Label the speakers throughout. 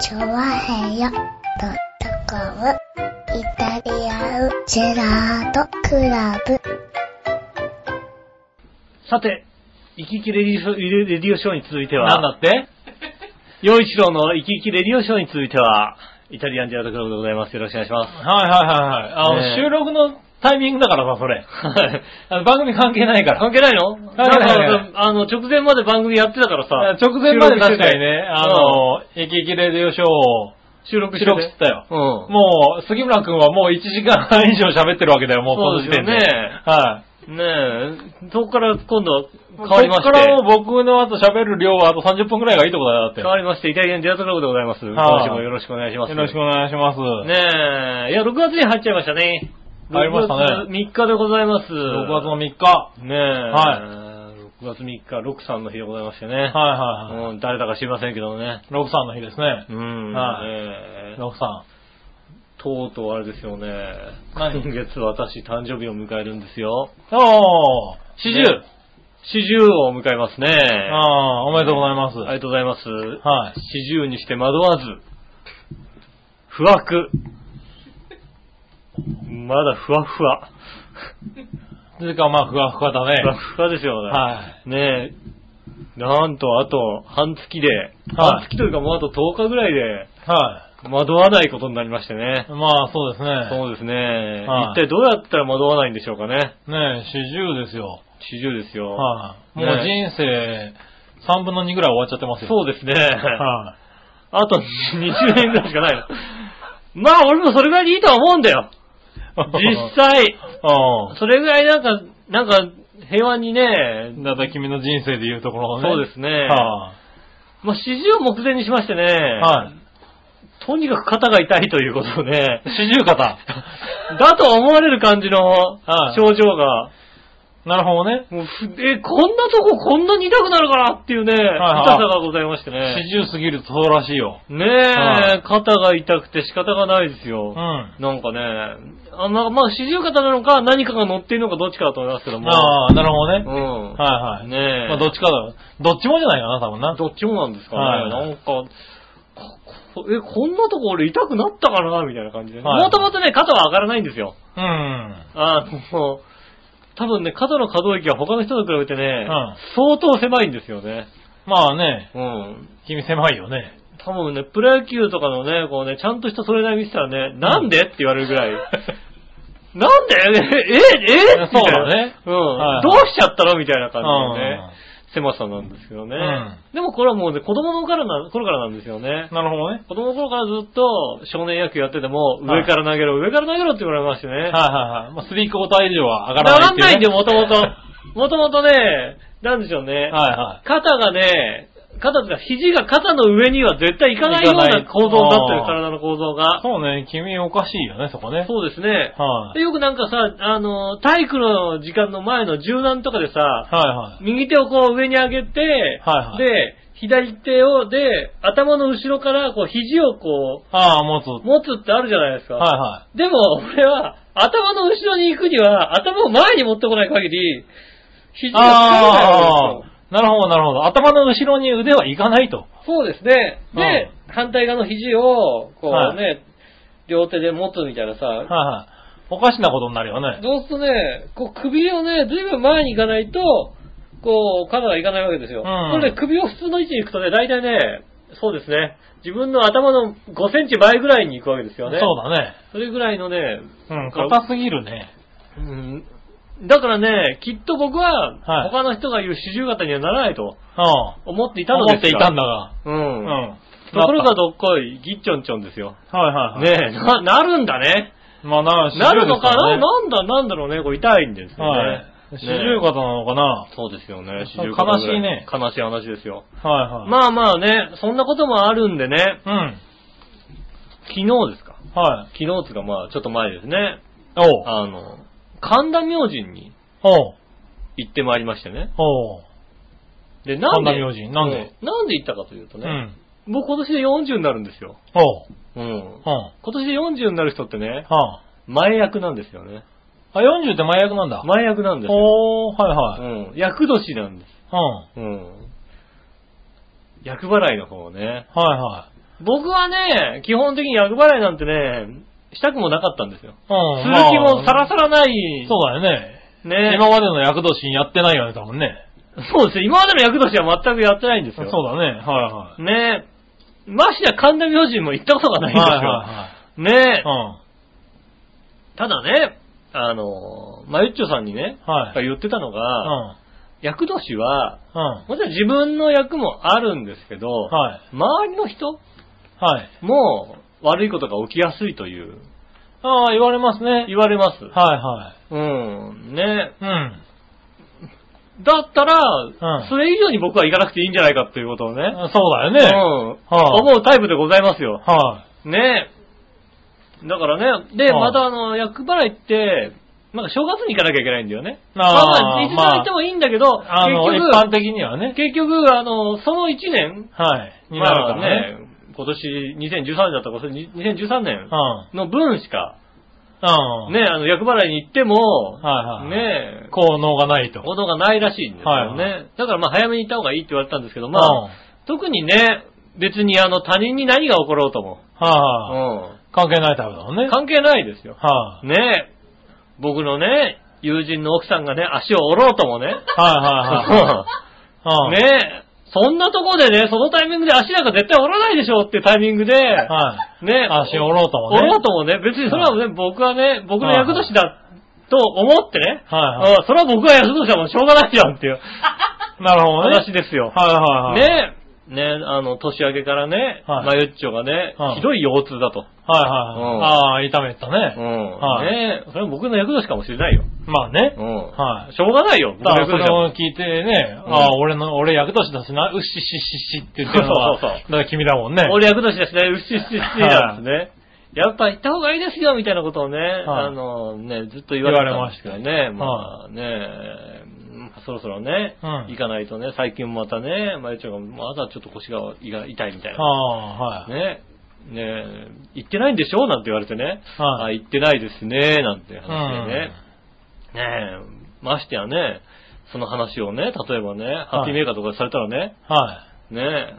Speaker 1: チョワヘヨドットコムイタリアンジェラートクラブ。
Speaker 2: さて、イキイキレディオショーレディオショーに続いて
Speaker 3: なん
Speaker 2: は、
Speaker 3: だって
Speaker 2: 洋一郎のイキイキレディオショーに続いては、イタリアンジェラートクラブでございます。よろしくお願いしま
Speaker 3: はいはいはいはい。あの、
Speaker 2: ねえ
Speaker 3: 収録のタイミングだからさ、それ。
Speaker 2: はい
Speaker 3: あの番組関係な
Speaker 2: す
Speaker 3: いか。ら。
Speaker 2: 係ないのなん
Speaker 3: 関係ない
Speaker 2: か、あの、直前まで番組やってたからさ、
Speaker 3: 直前まで確かにね、
Speaker 2: 収録してた
Speaker 3: あ
Speaker 2: よ、
Speaker 3: の、イキイキレディオショーを
Speaker 2: 収録して
Speaker 3: 収録してたよ。
Speaker 2: よ。うん。
Speaker 3: もう、杉村くんはもう1時間半以上喋ってるわけだよ、もうこの時点で。
Speaker 2: そうですよね
Speaker 3: はい。
Speaker 2: ねえ、そこから今度変わりま
Speaker 3: こ
Speaker 2: し
Speaker 3: っか
Speaker 2: て
Speaker 3: ら、もう僕の後喋る量はあと30分くらいがいいとこだよ、だって。
Speaker 2: 変わりまして、イタリアンジェラートクラブでございます。今
Speaker 3: はい
Speaker 2: 週もよろしくお願いします。
Speaker 3: よろしくお願いします。
Speaker 2: ねえ、いや、6月に入っちゃいましたね。
Speaker 3: 入りましたね
Speaker 2: 3日でございます。
Speaker 3: 6月の3日。は
Speaker 2: ねえ。
Speaker 3: は
Speaker 2: 6月3日、6さんの日でございましてね。
Speaker 3: いはいは
Speaker 2: うん誰だか知りませんけどね。
Speaker 3: い。6さんの日ですね
Speaker 2: う。ん。
Speaker 3: はい
Speaker 2: ねえ
Speaker 3: 6さん。
Speaker 2: とうとうあれですよね。
Speaker 3: 何
Speaker 2: 今月私誕生日を迎えるんですよ。
Speaker 3: おー、四十。
Speaker 2: ね四十を迎えますね。あ
Speaker 3: あー、おめでとうございます。
Speaker 2: りがとうございます。
Speaker 3: はい。
Speaker 2: 四十にして惑わず、不惑。まだふわふわ。
Speaker 3: というか、まあ、ふわふわだね
Speaker 2: ふ。わふわですよね。
Speaker 3: はい。
Speaker 2: ねえ、なんとあと半月で、
Speaker 3: はい
Speaker 2: 半月というかもうあと10日ぐらいで
Speaker 3: は
Speaker 2: 惑わないことになりましてね
Speaker 3: い。。まあ、そうですね。
Speaker 2: そうですね、
Speaker 3: はい
Speaker 2: 一体どうやったら惑わないんでしょうかね。
Speaker 3: ねえ、四十ですよ。
Speaker 2: 四十ですよ。
Speaker 3: はい。もう
Speaker 2: ね
Speaker 3: 人生、三分の二ぐらい終わっちゃってますよ。
Speaker 2: そうですね。
Speaker 3: は
Speaker 2: あと20年ぐらいしかないの。まあ俺もそれぐらいでいいとは思うんだ よ。実際。
Speaker 3: い。う
Speaker 2: それぐらいなんか、なんか平和にね
Speaker 3: ん。、だって君の人生で言うところのね。
Speaker 2: そうですね。
Speaker 3: は
Speaker 2: まあ四十を目前にしましてね、
Speaker 3: い。はい。
Speaker 2: とにかく肩が痛いということでね、
Speaker 3: 四十肩。
Speaker 2: だと思われる感じの
Speaker 3: はい
Speaker 2: 症状が、
Speaker 3: なるほどね。
Speaker 2: もうふえ、こんなとここんなに痛くなるかなっていうね、
Speaker 3: はい
Speaker 2: 痛さがございましてね。
Speaker 3: 四十過ぎるとそうらしいよ。
Speaker 2: ねえ、
Speaker 3: はい
Speaker 2: 肩が痛くて仕方がないです
Speaker 3: う
Speaker 2: よ。
Speaker 3: ん。
Speaker 2: なんかね、あまあ、まあ、四十肩なのか何かが乗っているのかどっちかだと思いますけども。
Speaker 3: ああ、なるほど
Speaker 2: う
Speaker 3: ね。
Speaker 2: ん。
Speaker 3: はいはい。
Speaker 2: ねえ。
Speaker 3: まあ、どっちかだ。どっちもじゃないかな、多分な。
Speaker 2: どっちもなんですかね。
Speaker 3: はい
Speaker 2: なんか、ここえ、こんなとこ俺痛くなったかなみたいな感じで。
Speaker 3: はい
Speaker 2: もともとね、肩は上がらないんですよ。
Speaker 3: うん。
Speaker 2: あの、多分ね、肩の可動域は他の人と比べてね、
Speaker 3: ん
Speaker 2: 相当狭いんですよね。
Speaker 3: まあね、
Speaker 2: うん。
Speaker 3: 君狭い よね。
Speaker 2: 多分ね、プロ野球とかのね、こうね、ちゃんとしたトレーナー見てたらね、なんでって言われるぐらい。なんで え、え、えみたいな
Speaker 3: そうだね。
Speaker 2: うん、
Speaker 3: はい
Speaker 2: どうしちゃったのみたいな
Speaker 3: う
Speaker 2: 感じのね
Speaker 3: ん、。
Speaker 2: 狭さなんですけどね、
Speaker 3: うん
Speaker 2: でもこれはもうね、子供の頃からな頃からなんですよね。
Speaker 3: なるほどね。
Speaker 2: 子供の頃からずっと少年野球やってても、
Speaker 3: はい
Speaker 2: 上から投げろ、上から投げろって言われましてね。
Speaker 3: はいはいはい。まあ、スリークオーター以上は上
Speaker 2: 上
Speaker 3: がらない
Speaker 2: が
Speaker 3: っ
Speaker 2: ん
Speaker 3: ていう、ね。
Speaker 2: ないんだよ、もともと。もともとね、なんでしょうね。
Speaker 3: はいは
Speaker 2: 肩がね、肩とか肘が肩の上には絶対いかないよう
Speaker 3: いかな
Speaker 2: ない構造になってる、
Speaker 3: あー
Speaker 2: 体の構造
Speaker 3: い。
Speaker 2: が。
Speaker 3: そうね、君おかしいよね、そこね。
Speaker 2: そうですね。
Speaker 3: はい、
Speaker 2: でよくなんかさ、あの、体育の時間の前の柔軟とかでさ、
Speaker 3: はいはい。
Speaker 2: 右手をこう上に上げて、
Speaker 3: はいはい
Speaker 2: で、左手を、で、頭の後ろからこう肘をこ
Speaker 3: ああ、持つ。は
Speaker 2: う、
Speaker 3: い
Speaker 2: 持つってあるじゃないですか。
Speaker 3: は
Speaker 2: でも、俺は、頭の後ろに行くには、頭を前に持ってこない限り、
Speaker 3: い。
Speaker 2: 肘がつかないわ
Speaker 3: あ
Speaker 2: けですよ。
Speaker 3: あ、なるほどなるほど。頭の後ろに腕はいかないと。
Speaker 2: そうですね。で、反対側の肘を、こうね、
Speaker 3: は
Speaker 2: 両手で持つみたいなさ、
Speaker 3: はいはい。おかしなことになるよね。
Speaker 2: そうするとね、こう首をね、ずいぶん前に行かないと、こう、肩がいかないわけですよ。
Speaker 3: うん
Speaker 2: それで首を普通の位置に行くとね、大体ね、そうですね、自分の頭の5センチ前ぐらいに行くわけです
Speaker 3: そ
Speaker 2: よ
Speaker 3: う
Speaker 2: ね。
Speaker 3: だね。
Speaker 2: それぐらいのね、
Speaker 3: うん、硬すぎるね。
Speaker 2: うんだからね、きっと僕は、
Speaker 3: はい
Speaker 2: 他の人が言う四十肩にはならないと
Speaker 3: うん。
Speaker 2: 思っていたの
Speaker 3: 思
Speaker 2: です
Speaker 3: っていたんだが。
Speaker 2: う。
Speaker 3: うんん。
Speaker 2: ところ
Speaker 3: な
Speaker 2: が
Speaker 3: っ
Speaker 2: どっこい、ぎっちょんちょんですよ。
Speaker 3: たはいはいはい。
Speaker 2: ね。え、な、なるんだね。
Speaker 3: まあな、四十
Speaker 2: なるのか
Speaker 3: ですら
Speaker 2: な
Speaker 3: ね
Speaker 2: なんだ、なんだろうね。これ痛いんですよね。
Speaker 3: はい。四十肩なのかな
Speaker 2: そうですよね。
Speaker 3: そう
Speaker 2: 40肩ぐら
Speaker 3: 悲しいね
Speaker 2: 悲しい話ですよ。
Speaker 3: はいはい。
Speaker 2: まあまあね、そんなこともあるんでね、
Speaker 3: うん。
Speaker 2: 昨日ですか
Speaker 3: はい。
Speaker 2: 昨日つうかまあ、ちょっと前ですね。
Speaker 3: おう。
Speaker 2: あの、神田明神に
Speaker 3: おう。
Speaker 2: 行ってまいりましてね。
Speaker 3: おう。
Speaker 2: で、なんで
Speaker 3: 神田明神なんで
Speaker 2: うんなんで行ったかというと
Speaker 3: う
Speaker 2: ね、
Speaker 3: ん。
Speaker 2: 僕今年で40になるんですよ。
Speaker 3: おう。
Speaker 2: うん
Speaker 3: うん。は
Speaker 2: 今年で40になる人ってね、
Speaker 3: あ。
Speaker 2: 前役なんですよね。
Speaker 3: あ、40って前役なんだ。
Speaker 2: 前役なんですよ。
Speaker 3: おー、はいはい。
Speaker 2: うん。役年なんです。
Speaker 3: うん。
Speaker 2: うん。役払いの方ね。
Speaker 3: はいは
Speaker 2: 僕はね、基本的に厄払いなんてね、したくもなかったんですよ。す
Speaker 3: うん。
Speaker 2: る気もさら
Speaker 3: す。
Speaker 2: さらない。
Speaker 3: そうだよね。
Speaker 2: ね。
Speaker 3: 今までの役年やってないよね、多分ね。
Speaker 2: そうですよ。今までの役としては全くやってないんです
Speaker 3: そう
Speaker 2: よ。
Speaker 3: だね。はいは。
Speaker 2: ねえ。ましてや神田明神も行ったことがないいんですよ。ねえ、
Speaker 3: は
Speaker 2: ただね、あの、まゆっちょさんにね、
Speaker 3: いはい。うん。はい。
Speaker 2: 言ってたの
Speaker 3: う
Speaker 2: が、
Speaker 3: ん。
Speaker 2: 役年は、
Speaker 3: うん。
Speaker 2: もちろん自分の役もあるんですけど、
Speaker 3: はい。
Speaker 2: 周りの人
Speaker 3: はい。
Speaker 2: も悪いことが起きやすいという、
Speaker 3: ああ、言われますね。はい
Speaker 2: 言われます。
Speaker 3: は
Speaker 2: うん。ね
Speaker 3: い。うん。
Speaker 2: だったら、
Speaker 3: ん
Speaker 2: それ以上に僕は行かなくていいんじゃないかっていうことをね、
Speaker 3: そうだよ
Speaker 2: う
Speaker 3: ね。
Speaker 2: ん、
Speaker 3: はい
Speaker 2: 思うタイプでございますよ。
Speaker 3: は
Speaker 2: ねえ。だからね、で、
Speaker 3: はい
Speaker 2: またあの、役払いって、なんか正月に行かなきゃいけないんだよね。
Speaker 3: あー
Speaker 2: まあ、いつ行ってもいいんだけど、
Speaker 3: い。あの、一般的にはね。
Speaker 2: 結局、結局、あの、その1年、
Speaker 3: はい。に
Speaker 2: ま
Speaker 3: なる
Speaker 2: あ
Speaker 3: からね。
Speaker 2: ね、今年2013年だったから、それに2013年
Speaker 3: うん。
Speaker 2: の分しか、
Speaker 3: うん。
Speaker 2: ね、あの、役払いに行っても、
Speaker 3: はいはい。。
Speaker 2: ねえ、
Speaker 3: 効能がないと。
Speaker 2: 行動がないらしいんですよね。
Speaker 3: はい
Speaker 2: だからまあ早めに行った方がいいって言われたんですけど、まあ、
Speaker 3: うん
Speaker 2: 特にね、別にあの他人に何が起ころうとも、
Speaker 3: はいはい。関係ないタイプだもん
Speaker 2: う
Speaker 3: ね。
Speaker 2: ん、関係ないですよ。
Speaker 3: はい。
Speaker 2: ねえ、僕のね、友人の奥さんがね、足を折ろうともね。
Speaker 3: はい はいはい。うん。
Speaker 2: ねえ、そんなとこでね、そのタイミングで足なんか絶対折らないでしょってタイミングで、ね
Speaker 3: はい。
Speaker 2: え、
Speaker 3: 足折ろうともね。
Speaker 2: 折ろうともね、別にそれはね、僕はね、僕の
Speaker 3: はい
Speaker 2: 役年だと思ってね、
Speaker 3: はいは
Speaker 2: うんそれは僕が役年だもんしょうがないじゃんっていう
Speaker 3: い。なるほどね。
Speaker 2: 話ですよ。
Speaker 3: はいはいはい。。
Speaker 2: ねえ。ねえ、あの、年明けからね、
Speaker 3: はい
Speaker 2: マユッチョがね、
Speaker 3: はい
Speaker 2: ひどい腰痛だと。
Speaker 3: はいはいはい。
Speaker 2: うん
Speaker 3: ああ、痛めた
Speaker 2: う
Speaker 3: ね。
Speaker 2: ん。
Speaker 3: はい
Speaker 2: ねえ、それは僕の役年かもしれないよ。
Speaker 3: まあね
Speaker 2: う。ん。
Speaker 3: はい。
Speaker 2: しょうがないよ。
Speaker 3: だからそ
Speaker 2: 僕の役年だもん
Speaker 3: れを聞いてね、
Speaker 2: うん
Speaker 3: ああ、俺の、俺役年だしな、うっしっしっしっしって言ってるのは、
Speaker 2: そうそうそう
Speaker 3: だから君だもんね。
Speaker 2: 俺役年だしね、うっしっしっしなんですね。やっぱ行った方がいいですよ、みたいなことをね、あのね、ずっと言われてたんですけどね。
Speaker 3: 言
Speaker 2: ま
Speaker 3: わ
Speaker 2: あね、うんそろそろね、
Speaker 3: うん
Speaker 2: 行かないとね、最近またね、まゆちゃんがまだちょっと腰が胃が痛いみたい
Speaker 3: あ
Speaker 2: な。
Speaker 3: あ、はい。
Speaker 2: ね、ね、行ってないんでしょなんて言われてね。
Speaker 3: は
Speaker 2: あ、行ってないですね、なんて話でね。ねましてやね、その話をね、例えばね、ハッピーメーカーとかでされたらね、
Speaker 3: は
Speaker 2: ねえ、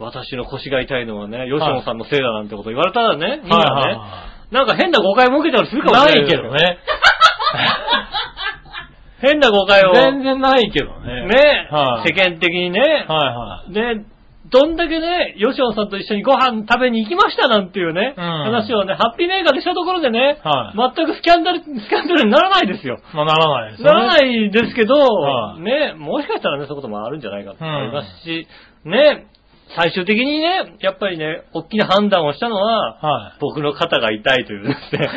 Speaker 2: 私の腰が痛いのはね、吉野さんのせいだなんてこと言われたらね、
Speaker 3: い。
Speaker 2: 今
Speaker 3: は
Speaker 2: ね、
Speaker 3: いは
Speaker 2: なんか変な誤解も受けたりする
Speaker 3: い
Speaker 2: かも
Speaker 3: は
Speaker 2: し
Speaker 3: い。
Speaker 2: れ
Speaker 3: な
Speaker 2: ないい。
Speaker 3: けど。ね。
Speaker 2: 変な誤解を。
Speaker 3: 全然ないけどね。
Speaker 2: ねえ、
Speaker 3: はい
Speaker 2: 世間的にね、
Speaker 3: はいは
Speaker 2: ねどんだけね、吉野さんと一緒にご飯食べに行きましたなんていうね、
Speaker 3: うん
Speaker 2: 話をね、ハッピーメーカーでしたところでね、
Speaker 3: は
Speaker 2: 全くスキャンダル、スキャンダルにならないですよ。
Speaker 3: い。まあならないですよ
Speaker 2: なら
Speaker 3: ね。
Speaker 2: ないですけど、
Speaker 3: はい
Speaker 2: ね、もしかしたらね、そういうこともあるんじゃないかと思いますし、ね、最終的にね、やっぱりね、大きな判断をしたのは、
Speaker 3: は
Speaker 2: 僕の肩が痛いというです ね。
Speaker 3: い。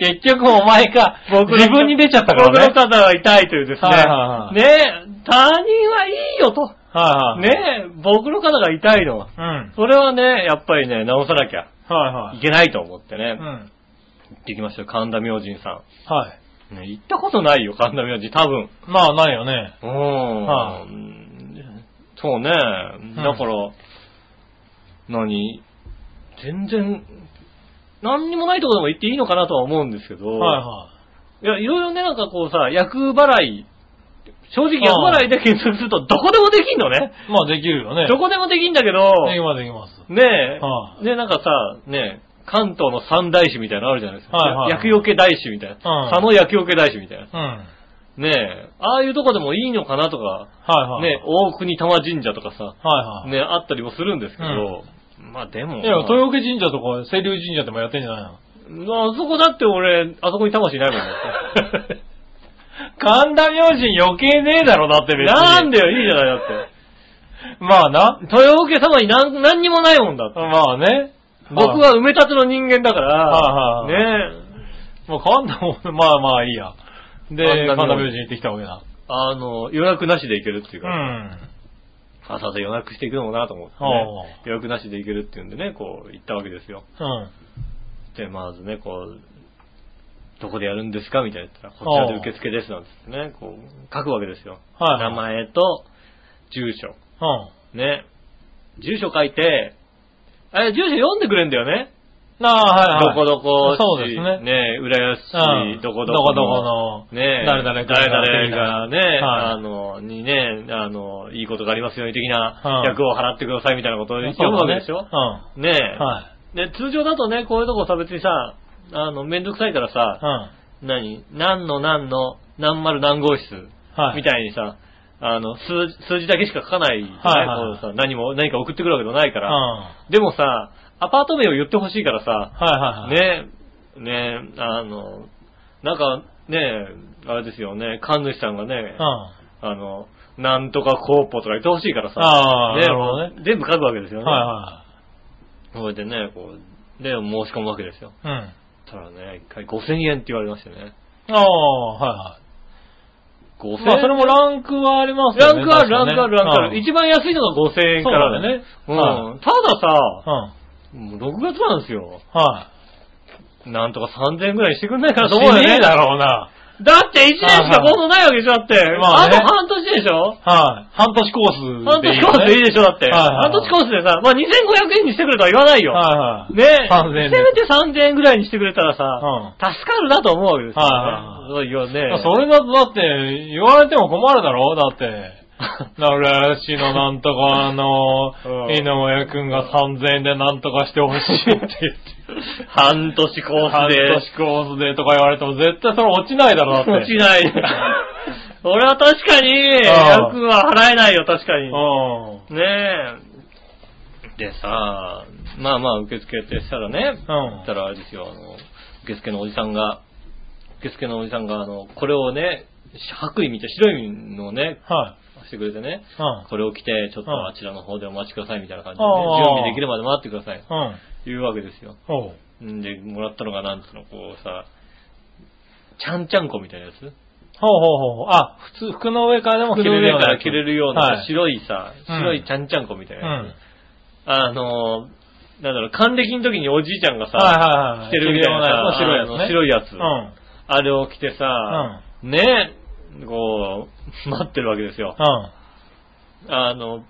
Speaker 3: 結局お前か、
Speaker 2: 僕の
Speaker 3: 自分に出ちゃったからね
Speaker 2: 僕。の肩が痛いというですね。
Speaker 3: はいはいはい
Speaker 2: ね、他人はいいよと。
Speaker 3: はいはい。。
Speaker 2: ね、僕の肩が痛いのは。
Speaker 3: うん。
Speaker 2: それはね、やっぱりね、直さなきゃ
Speaker 3: はいはいい。
Speaker 2: けないと思ってね、
Speaker 3: う
Speaker 2: 行
Speaker 3: ん。
Speaker 2: ってきましたよ、神田明神さ
Speaker 3: はい。
Speaker 2: ん。ね、行ったことないよ、神田明神、多分。
Speaker 3: まあないよね。
Speaker 2: う
Speaker 3: は
Speaker 2: ん。そうね。だから、何全然、何にもないところでも行っていいのかなとは思うんですけど、
Speaker 3: はいはい
Speaker 2: や、いろいろね、なんかこうさ、役払い、正直役払いで検索するとどこでもできんのね。
Speaker 3: い。まあできるよね。
Speaker 2: どこでもできんだけど、
Speaker 3: できますできます。
Speaker 2: ねえ、
Speaker 3: は
Speaker 2: で、なんかさ、ねえ、関東の三大師みたいなのあるじゃないですか。
Speaker 3: はいはい
Speaker 2: 薬よけ大師みたいな。
Speaker 3: うん
Speaker 2: 佐野薬よけ大師みたいな。
Speaker 3: うん。はい
Speaker 2: ねえ、ああいうとこでもいいのかなとか、
Speaker 3: はい。
Speaker 2: ね、大国玉神社とかさ、
Speaker 3: はいはい。
Speaker 2: ね、あったりもするんですけど、まあでも、
Speaker 3: いや、豊岡神社とか、清流神社でもやってんじゃないの
Speaker 2: あそこだって俺、あそこに魂ないもんだって。
Speaker 3: 神田明神余計ねえだろ、だって 別に。
Speaker 2: なんでよ、いいじゃない、だって。
Speaker 3: まあな。
Speaker 2: 豊岡様になん何にもないもんだって。
Speaker 3: まあね。
Speaker 2: 僕は埋め立ての人間だか
Speaker 3: は
Speaker 2: ら、
Speaker 3: いはい
Speaker 2: ね
Speaker 3: もう神田も、まあまあいいや。で、
Speaker 2: 神
Speaker 3: 神
Speaker 2: 田明神
Speaker 3: 田明神行ってきたわけだ。
Speaker 2: あの、予約なしで行けるっていう
Speaker 3: う
Speaker 2: か、
Speaker 3: ん。
Speaker 2: 朝で予約していくのもなと思って、
Speaker 3: おう
Speaker 2: ね、予約なしで行けるっていうんでね、こう、行ったわけですよ。
Speaker 3: うん。
Speaker 2: で、まずね、こう、どこでやるんですかみたいな言ったら、こちらで受付ですなんつってね、こう、書くわけですよ。
Speaker 3: はい
Speaker 2: 名前と、住所。
Speaker 3: うん。
Speaker 2: ね。住所書いて、あれ、住所読んでくれんだよね。
Speaker 3: なあ、はいはい。
Speaker 2: どこどこ市
Speaker 3: そうですね
Speaker 2: ね浦安
Speaker 3: うん
Speaker 2: 市、どこど
Speaker 3: ど
Speaker 2: こ
Speaker 3: こどこの。
Speaker 2: ねえ、
Speaker 3: 誰々君が
Speaker 2: 誰々がね、
Speaker 3: はい
Speaker 2: あの、にね、あの、いいことがありますように的な
Speaker 3: うん
Speaker 2: 役を払ってくださいみたいなことを
Speaker 3: そう
Speaker 2: 言
Speaker 3: だね
Speaker 2: うわけでしょ
Speaker 3: う
Speaker 2: ねえ、
Speaker 3: ん。はい。
Speaker 2: で、通常だとね、こういうとこさ、別にさ、あの、めんどくさいから
Speaker 3: う
Speaker 2: さ、
Speaker 3: ん。
Speaker 2: 何何の何の何丸何号室
Speaker 3: はい。
Speaker 2: みたいにさ、あの、数数字だけしか書かない、ね
Speaker 3: はいはい
Speaker 2: こうさ何も、何か送ってくるわけでもないか
Speaker 3: うん。
Speaker 2: ら、
Speaker 3: は
Speaker 2: でもさ、アパート名を言ってほしいからさ、
Speaker 3: いはいはい。。
Speaker 2: ねえ、ねえ、あの、なんかねえ、あれですよね、神主さんがね
Speaker 3: うん。、あ
Speaker 2: あの、なんとかコーポとか言ってほしいからさ、
Speaker 3: あー、
Speaker 2: ねえ
Speaker 3: なるほどね。
Speaker 2: 全部書くわけですよね。
Speaker 3: は
Speaker 2: それでね、こう、で、申し込むわけですよ。
Speaker 3: いはい。うん。
Speaker 2: たらね、一回5000円って言われましてね。
Speaker 3: ああ、はい
Speaker 2: 5000円。
Speaker 3: はい。まあ、それもランクはあります
Speaker 2: ラ
Speaker 3: よ
Speaker 2: ン
Speaker 3: ね。
Speaker 2: クある、
Speaker 3: 確か
Speaker 2: ラン
Speaker 3: ね
Speaker 2: クある、ランクある。。一番安いのが5000円からだよね。
Speaker 3: そうだよね
Speaker 2: うん。たださ、
Speaker 3: うん。
Speaker 2: もう6月なんですよ。
Speaker 3: うんは
Speaker 2: なんとか3000円くらいにしてくんない
Speaker 3: い。
Speaker 2: かなと思うよ
Speaker 3: しね
Speaker 2: ね
Speaker 3: え。だろうな。
Speaker 2: だって1年しかボードないわけでしょだって。
Speaker 3: まあ
Speaker 2: あ
Speaker 3: ね
Speaker 2: と半年でしょ
Speaker 3: はい。半年コース
Speaker 2: 半
Speaker 3: でい
Speaker 2: 年
Speaker 3: い
Speaker 2: コ
Speaker 3: よね。
Speaker 2: ースでいいでしょだって。
Speaker 3: はいはいは
Speaker 2: 半
Speaker 3: い
Speaker 2: 年コースでさ、まあ2500円にしてくれとは言わないよ。
Speaker 3: はいはい。
Speaker 2: ねえ。
Speaker 3: 3000円で
Speaker 2: せめて3000円ぐらいにしてくれたらさ、
Speaker 3: うん。
Speaker 2: 助かるなと思うわけですよね。
Speaker 3: はい
Speaker 2: そういよね。
Speaker 3: それだとだって、言われても困るだろだ って。な、浦安市のなんとかあの
Speaker 2: うん、
Speaker 3: 井上くんが3000円でなんとかしてほしいって言って。
Speaker 2: 半年コースで。
Speaker 3: 半年コースでとか言われても絶対それ落ちないだろだって。
Speaker 2: 落ちない。 俺は確かに、役は払えないよ、確かに。
Speaker 3: うん。
Speaker 2: ねえ。でさ、まあまあ、受付ってしたらね、
Speaker 3: うん
Speaker 2: したらあれですよ、あの、受付のおじさんが、受付のおじさんが、あの、これをね、白衣みたい、白いのをね、
Speaker 3: はい。
Speaker 2: してくれてね、
Speaker 3: うん。
Speaker 2: これを着て、ちょっ
Speaker 3: うん
Speaker 2: とあちらの方でお待ちくださいみたいな感じで、
Speaker 3: あ
Speaker 2: ね、
Speaker 3: あ
Speaker 2: 準備できるまで待ってください、
Speaker 3: うん。
Speaker 2: いうわけですよ。
Speaker 3: おうん
Speaker 2: で、もらったのが、なんつうの、こうさ、ちゃんちゃんこみたいなやつ
Speaker 3: ほうほうほう。あ、普通、服の上からでも
Speaker 2: 服
Speaker 3: 着れ
Speaker 2: の
Speaker 3: る
Speaker 2: 上
Speaker 3: よう
Speaker 2: か
Speaker 3: な
Speaker 2: ら着れるような
Speaker 3: は、い。
Speaker 2: 白いさ、
Speaker 3: うん
Speaker 2: 白いちゃんちゃんこみたいうな、
Speaker 3: ん。はい
Speaker 2: あのー、なんだろう、還暦の時におじいちゃんがさ、
Speaker 3: はいはい。
Speaker 2: 着てるみたいなさ
Speaker 3: 着れるようなやつの白いや
Speaker 2: あの
Speaker 3: つね。
Speaker 2: 白いやあれを着てさ、ねえ、こう、 待ってるわけですよ。
Speaker 3: うん。うん。
Speaker 2: あの、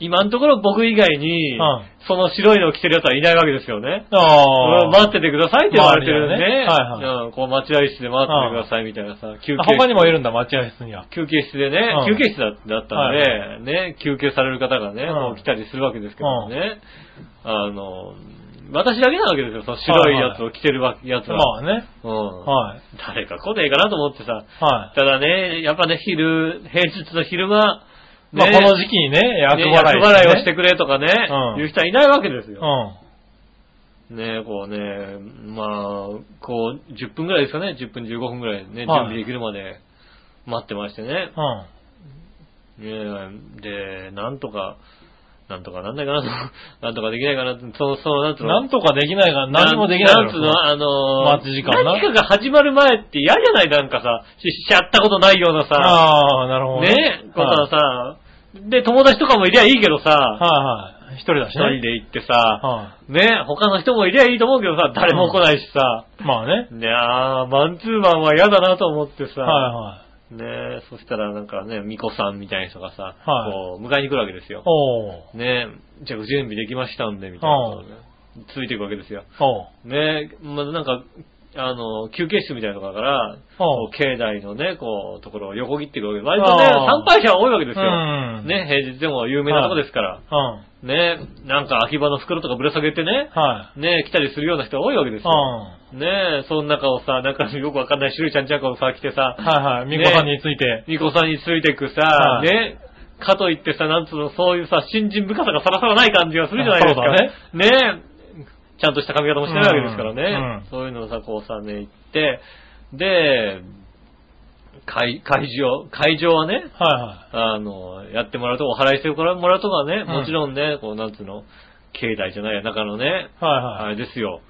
Speaker 2: 今のところ僕以外に、
Speaker 3: うん
Speaker 2: その白いのを着てる奴はいないわけですよね。
Speaker 3: ああ。
Speaker 2: 待っててくださいって言われてるね。
Speaker 3: 周りにはねは
Speaker 2: うん、こう待合室で待っててくださいみたいなさ、休
Speaker 3: あ
Speaker 2: 憩
Speaker 3: 他にもいるんだ、待合室には。
Speaker 2: 休憩室でね、
Speaker 3: う
Speaker 2: 休
Speaker 3: ん
Speaker 2: 憩室だだったんで、ね、休憩される方がね、
Speaker 3: うん
Speaker 2: こう来たりするわけですけどね、あの、私だけなわけですよ、その白いやつを着てるわやつは。
Speaker 3: まあね。
Speaker 2: うん
Speaker 3: はい。
Speaker 2: 誰か来ねえかなと思ってさ、
Speaker 3: はい。
Speaker 2: ただね、やっぱね、昼、平日の昼間、
Speaker 3: まあ、この
Speaker 2: 期、
Speaker 3: 時期にね、役
Speaker 2: 役
Speaker 3: 払い、
Speaker 2: 払い,、払いをしてくれとかね、
Speaker 3: うん
Speaker 2: いう人はいないわけです
Speaker 3: うん。
Speaker 2: よ。
Speaker 3: は
Speaker 2: ねこうね、まあ、こう、10分ぐらいですかね、10分15分ぐらいね、準
Speaker 3: はい
Speaker 2: 備できるまで待ってましてね。
Speaker 3: い。うん。
Speaker 2: ねえ、で、なんとか、なんとかなんないかなと、 なんとかできないかなと、そう、そう、なんつうの。
Speaker 3: なんとかできないから、
Speaker 2: な
Speaker 3: 何もできないだ
Speaker 2: なんつう
Speaker 3: ろ
Speaker 2: の、あのー、
Speaker 3: 待ち時間な
Speaker 2: 何かが始まる前って嫌じゃないなんかさ、ししちゃったことないようなさ、
Speaker 3: ああ、なるほど
Speaker 2: ねえ、こと
Speaker 3: は
Speaker 2: はいさ、で、友達とかもいりゃいいけどさ、
Speaker 3: はいはい。一人だし
Speaker 2: 一
Speaker 3: ね。
Speaker 2: 人で行ってさ、
Speaker 3: は
Speaker 2: ね、他の人もいりゃいいと思うけどさ、誰も来ないしさ、
Speaker 3: い。まあね。
Speaker 2: ねあーマンツーマンは嫌だなと思ってさ、
Speaker 3: はいはい。
Speaker 2: ねそしたらなんかね、巫女さんみたいな人がさ、
Speaker 3: はい
Speaker 2: こう、迎えに来るわけですよ。
Speaker 3: おー。
Speaker 2: ねえ、じゃあ準備できましたんで、みたいなことをね。ついていくわけですよ。
Speaker 3: おー。
Speaker 2: ねえ、まあ、なんか、あの、休憩室みたいなところから、
Speaker 3: お
Speaker 2: こ
Speaker 3: う
Speaker 2: う境内のね、こう、ところを横切っていくわけで、割とね、
Speaker 3: ああ
Speaker 2: 参拝者は多いわけですよ。
Speaker 3: うん
Speaker 2: ね、平日でも有名なとこですから。
Speaker 3: うん。は
Speaker 2: ねえ、なんか秋葉の袋とかぶら下げてね
Speaker 3: い。、は
Speaker 2: ねえ、来たりするような人が多いわけですよ。
Speaker 3: い
Speaker 2: ねえ、その中をさ、なんかよくわかんない白いちゃんちゃんこをさ、来てさ、
Speaker 3: はい。みこさんについて。
Speaker 2: ニコさんについてくさ、
Speaker 3: はい
Speaker 2: ね、かといってさ、なんつうの、そういうさ、新人深さがさらさらない感じがするじゃないですか。
Speaker 3: そう
Speaker 2: だね。ちゃんとした髪型もしてないわけですからね。
Speaker 3: うんうん
Speaker 2: そういうのをさ、こうさ、ね、行って、で、会、会場、会場はね、
Speaker 3: はいはい。
Speaker 2: あの、やってもらうとこ、お払いしてもらうとこはね、
Speaker 3: ん
Speaker 2: もちろんね、こう、なんつうの、境内じゃないや、中のね、
Speaker 3: はい
Speaker 2: あ
Speaker 3: はい。
Speaker 2: れですよ、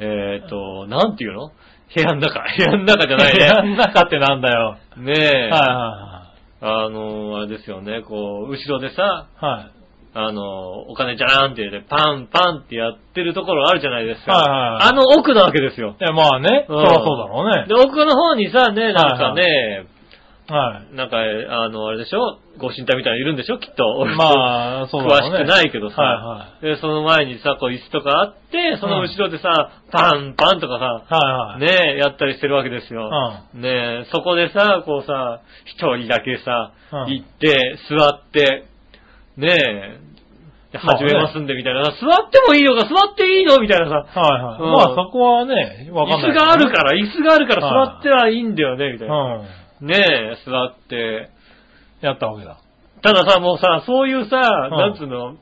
Speaker 2: えっ、と、なんていうの部屋の中、 部屋の中じゃないね。
Speaker 3: 部屋の中って なんだよ。
Speaker 2: ねえ。
Speaker 3: はいは
Speaker 2: あの、あれですよね、こう、後ろでさ、
Speaker 3: いはい。はい。
Speaker 2: あの、お金じゃーんって入れて、パンパンってやってるところあるじゃないですか。
Speaker 3: はいはいはい
Speaker 2: あの奥なわけですよ。
Speaker 3: いや、まあね。そりゃそうだろうね
Speaker 2: で、。奥の方にさ、ね、なんかね、
Speaker 3: はい。
Speaker 2: なんか、えあの、あれでしょご神体みたいにいるんでしょきっと。俺
Speaker 3: まあ、そう
Speaker 2: 詳
Speaker 3: だ
Speaker 2: し
Speaker 3: ろう
Speaker 2: く
Speaker 3: ね。
Speaker 2: ないけどさ、
Speaker 3: は
Speaker 2: で、その前にさ、こう椅子とかあって、その後ろでさ、パンパンとか
Speaker 3: いはい。はい
Speaker 2: さ、
Speaker 3: はい。
Speaker 2: ねえ、やったりしてるわけですよ。ねえ、そこでさ、こうさ、一人だけさ、
Speaker 3: うん
Speaker 2: 行って、座って、ねえ、で
Speaker 3: まあね
Speaker 2: 始めますんでみたいなさ、座ってもいいのか、座っていいのみたいなさ、
Speaker 3: はいはい。
Speaker 2: うん
Speaker 3: まあそこはね、わかん
Speaker 2: 椅
Speaker 3: ない、
Speaker 2: 子があるから、椅子があるから
Speaker 3: はい
Speaker 2: 座ってはいいんだよね、みたいな。
Speaker 3: うん。
Speaker 2: ねえ、座って。
Speaker 3: やったわけだ。
Speaker 2: たださ、もうさ、そういうさ、
Speaker 3: ん
Speaker 2: なんつうの、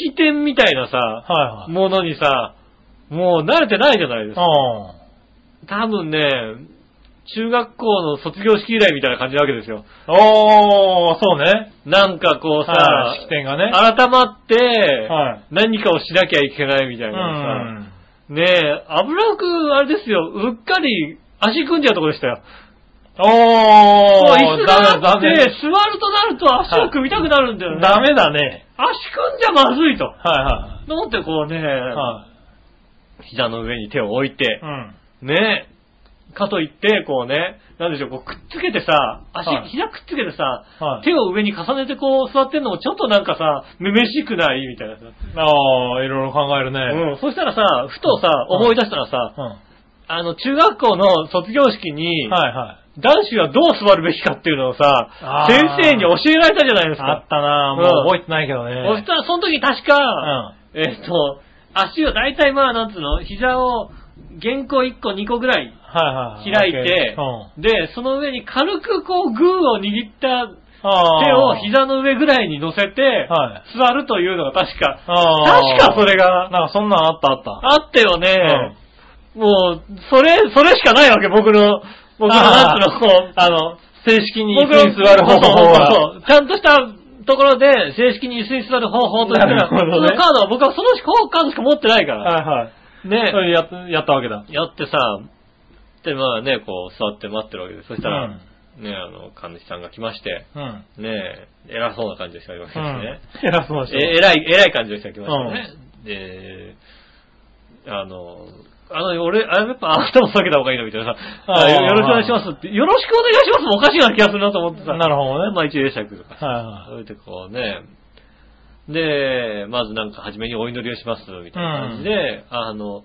Speaker 2: 式典みたいなさ、
Speaker 3: はいはい。
Speaker 2: ものにさ、もう慣れてないじゃないですか。
Speaker 3: うん。
Speaker 2: 多分ね、中学校の卒業式以来みたいな感じなわけですよ。
Speaker 3: おー、そうね。
Speaker 2: なんかこうさ、
Speaker 3: はい式典がね。
Speaker 2: 改まって、
Speaker 3: はい
Speaker 2: 何かをしなきゃいけないみた
Speaker 3: う
Speaker 2: い
Speaker 3: ん。
Speaker 2: なさ、ねえ、危なく、あれですよ、うっかり足組んじゃうとこでしたよ。もう
Speaker 3: お
Speaker 2: 椅子
Speaker 3: ー、
Speaker 2: があ
Speaker 3: ダ
Speaker 2: っ
Speaker 3: メ
Speaker 2: て、
Speaker 3: だね。
Speaker 2: 座るとなると足を組みたくなるんだよね。
Speaker 3: ダメだね。
Speaker 2: 足組んじゃまずいと。
Speaker 3: はいは
Speaker 2: と思ってこうね、
Speaker 3: い。は
Speaker 2: 膝の上に手を置い
Speaker 3: い。
Speaker 2: て
Speaker 3: う、ん。
Speaker 2: ねえ、かといって、こうね、なんでしょう、こうくっつけてさ、足、
Speaker 3: はい
Speaker 2: 膝くっつけてさ、
Speaker 3: はい
Speaker 2: 手を上に重ねてこう座ってんのもちょっとなんかさ、めめしくないみたいなさ。
Speaker 3: あー、いろいろ考えるね。
Speaker 2: うん、そしたらさ、ふとさ、
Speaker 3: うん
Speaker 2: 思い出したらさ、
Speaker 3: うん。
Speaker 2: あの、中学校の卒業式に、
Speaker 3: はいはい。
Speaker 2: 男子はどう座るべきかっていうのをさ
Speaker 3: あ、ー
Speaker 2: 先生に教えられたじゃないです
Speaker 3: あっ
Speaker 2: か。
Speaker 3: た
Speaker 2: う
Speaker 3: なぁ、
Speaker 2: ん
Speaker 3: もう覚えてないけどね。
Speaker 2: そしたら、その時確か、
Speaker 3: う
Speaker 2: えっと、足を大体まあ、なんつうの、膝を、原稿1個2個ぐらい、
Speaker 3: ん。はいは
Speaker 2: 開
Speaker 3: い。
Speaker 2: いて
Speaker 3: うん。
Speaker 2: で、その上に軽くこう、グーを握った
Speaker 3: あー
Speaker 2: 手を膝の上ぐらいに乗せて
Speaker 3: はい、
Speaker 2: 座るというのが確か、
Speaker 3: あー
Speaker 2: 確かそれが、
Speaker 3: なんかそんなんあったあった。
Speaker 2: あったよね。もう、それ、それしかないわけ、僕の、僕の、な
Speaker 3: あ
Speaker 2: ん
Speaker 3: ー
Speaker 2: つうの、こう、
Speaker 3: あの、正式に椅
Speaker 2: 僕
Speaker 3: 子に座る方法が。
Speaker 2: そうそうそうちゃんとしたところで、正式に椅子に座る方法として
Speaker 3: なる
Speaker 2: は、
Speaker 3: ほどね
Speaker 2: そのカードは僕はそのカードしか持ってないから。
Speaker 3: はいはい。
Speaker 2: ね
Speaker 3: それやっやったわけだ。
Speaker 2: やってさ、で、まあね、こう、座って待ってるわけです。そしたら、ね、あの、神主さんが来まして、
Speaker 3: うん。うん。
Speaker 2: ね、偉そうな感じでしたが来ましたね。
Speaker 3: 偉そうな人。
Speaker 2: え偉い、偉い感じでした来ましたね。で、あの、あの、俺、あやっぱ、あなたも避けた方がいいのみたいなさ、
Speaker 3: あー
Speaker 2: あよよろしくお願いしますって、よろしくお願いしますもおかしいような気がするなと思ってさ、
Speaker 3: なるほどね。
Speaker 2: まあ一応会釈とかさ、
Speaker 3: は
Speaker 2: それでこうね、で、まずなんか初めにお祈りをしますみたいな感じで、あの、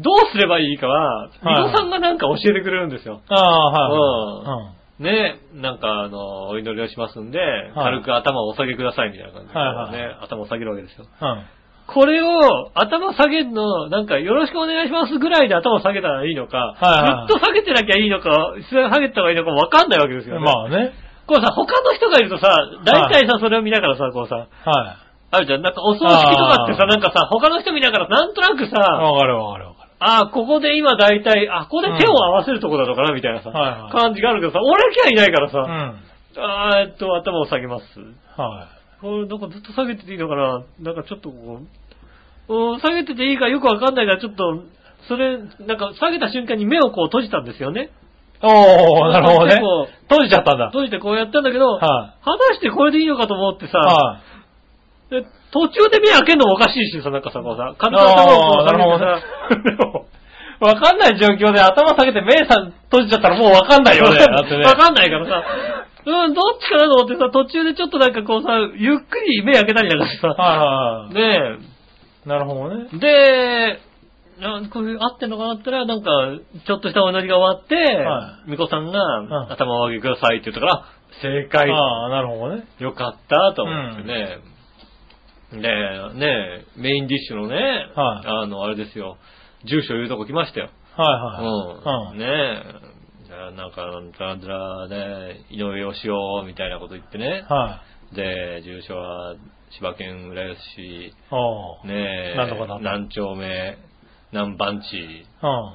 Speaker 2: どうすればいいかは、
Speaker 3: いはい
Speaker 2: ミコさんがなんか教えてくれるんですよ。
Speaker 3: いはい。ああー、はいはい。
Speaker 2: ね、なんかあの、お祈りをしますんで、軽
Speaker 3: い
Speaker 2: く頭をお下げくださいみたいな感じで、
Speaker 3: はいは
Speaker 2: ね、頭を下げるわけですよ。
Speaker 3: うん。うん。
Speaker 2: これを頭下げるの、なんかよろしくお願いしますぐらいで頭を下げたらいいのか、
Speaker 3: はいはい
Speaker 2: ずっと下げてなきゃいいのか、下げた方がいいのかわかんないわけですよね。
Speaker 3: まあね。
Speaker 2: こうさ、他の人がいるとさ、大体さ、それを見ながらさ、こうさ、
Speaker 3: は
Speaker 2: あるじゃん、なんかお葬式とかってさ、
Speaker 3: あー
Speaker 2: なんかさ、他の人見ながらなんとなく
Speaker 3: い。
Speaker 2: さ、
Speaker 3: わかるわかるわかる。
Speaker 2: あーここで今大体、あ、ここで手を合わせるとこだのかな、みたいなさ、
Speaker 3: はいはい
Speaker 2: 感じがあるけどさ、俺だけはいないから
Speaker 3: う
Speaker 2: さ、
Speaker 3: ん。
Speaker 2: あーえっと、頭を下げます。
Speaker 3: は
Speaker 2: これ、なんかずっと下げてていいのかななんかちょっとこう、うん、下げてていいかよくわかんないから、ちょっと、それ、なんか下げた瞬間に目をこう閉じたんですよね。
Speaker 3: い。おー、なるほど
Speaker 2: それでこ
Speaker 3: ね
Speaker 2: う。
Speaker 3: 閉じちゃったんだ。
Speaker 2: 閉じてこうやったんだけど、
Speaker 3: は
Speaker 2: 果たしてこれでいいのかと思ってさ、
Speaker 3: い。はい。
Speaker 2: で、途中で目開けるのもおかしいしさ、なんかさ、こうさ、神田さんをこう下げてさ、
Speaker 3: わかんない状況で頭下げて目さん 閉じちゃったらもうわかんない よね。だってね。
Speaker 2: わかんないからさ、うん、どっちかなと思ってさ、途中でちょっとなんかこうさ、ゆっくり目開けたりなんかしてさ、
Speaker 3: はいはいは
Speaker 2: ね
Speaker 3: い。なるほどね。
Speaker 2: え、で、なんこういう合ってんのかなって言ったら、なんか、ちょっとしたお祈りが終わって、
Speaker 3: は
Speaker 2: 巫女さん
Speaker 3: ん
Speaker 2: が、頭を上げてくださいって言ったから、正解、
Speaker 3: ああ、なるほどね。
Speaker 2: よかったと思ってね、で、ねえ、メインディッシュのね、
Speaker 3: はい
Speaker 2: あの、あれですよ、住所言うとこ来ましたよ。
Speaker 3: はい
Speaker 2: う
Speaker 3: はい。
Speaker 2: んん。。ねえ。じゃあ、なんか、ずらずらね、井上をしよう、みたいなこと言ってね。
Speaker 3: はい。
Speaker 2: で、住所は、千葉県浦安市、
Speaker 3: おー。
Speaker 2: ねえ、
Speaker 3: なんとかなんとか
Speaker 2: 何丁目、何番地、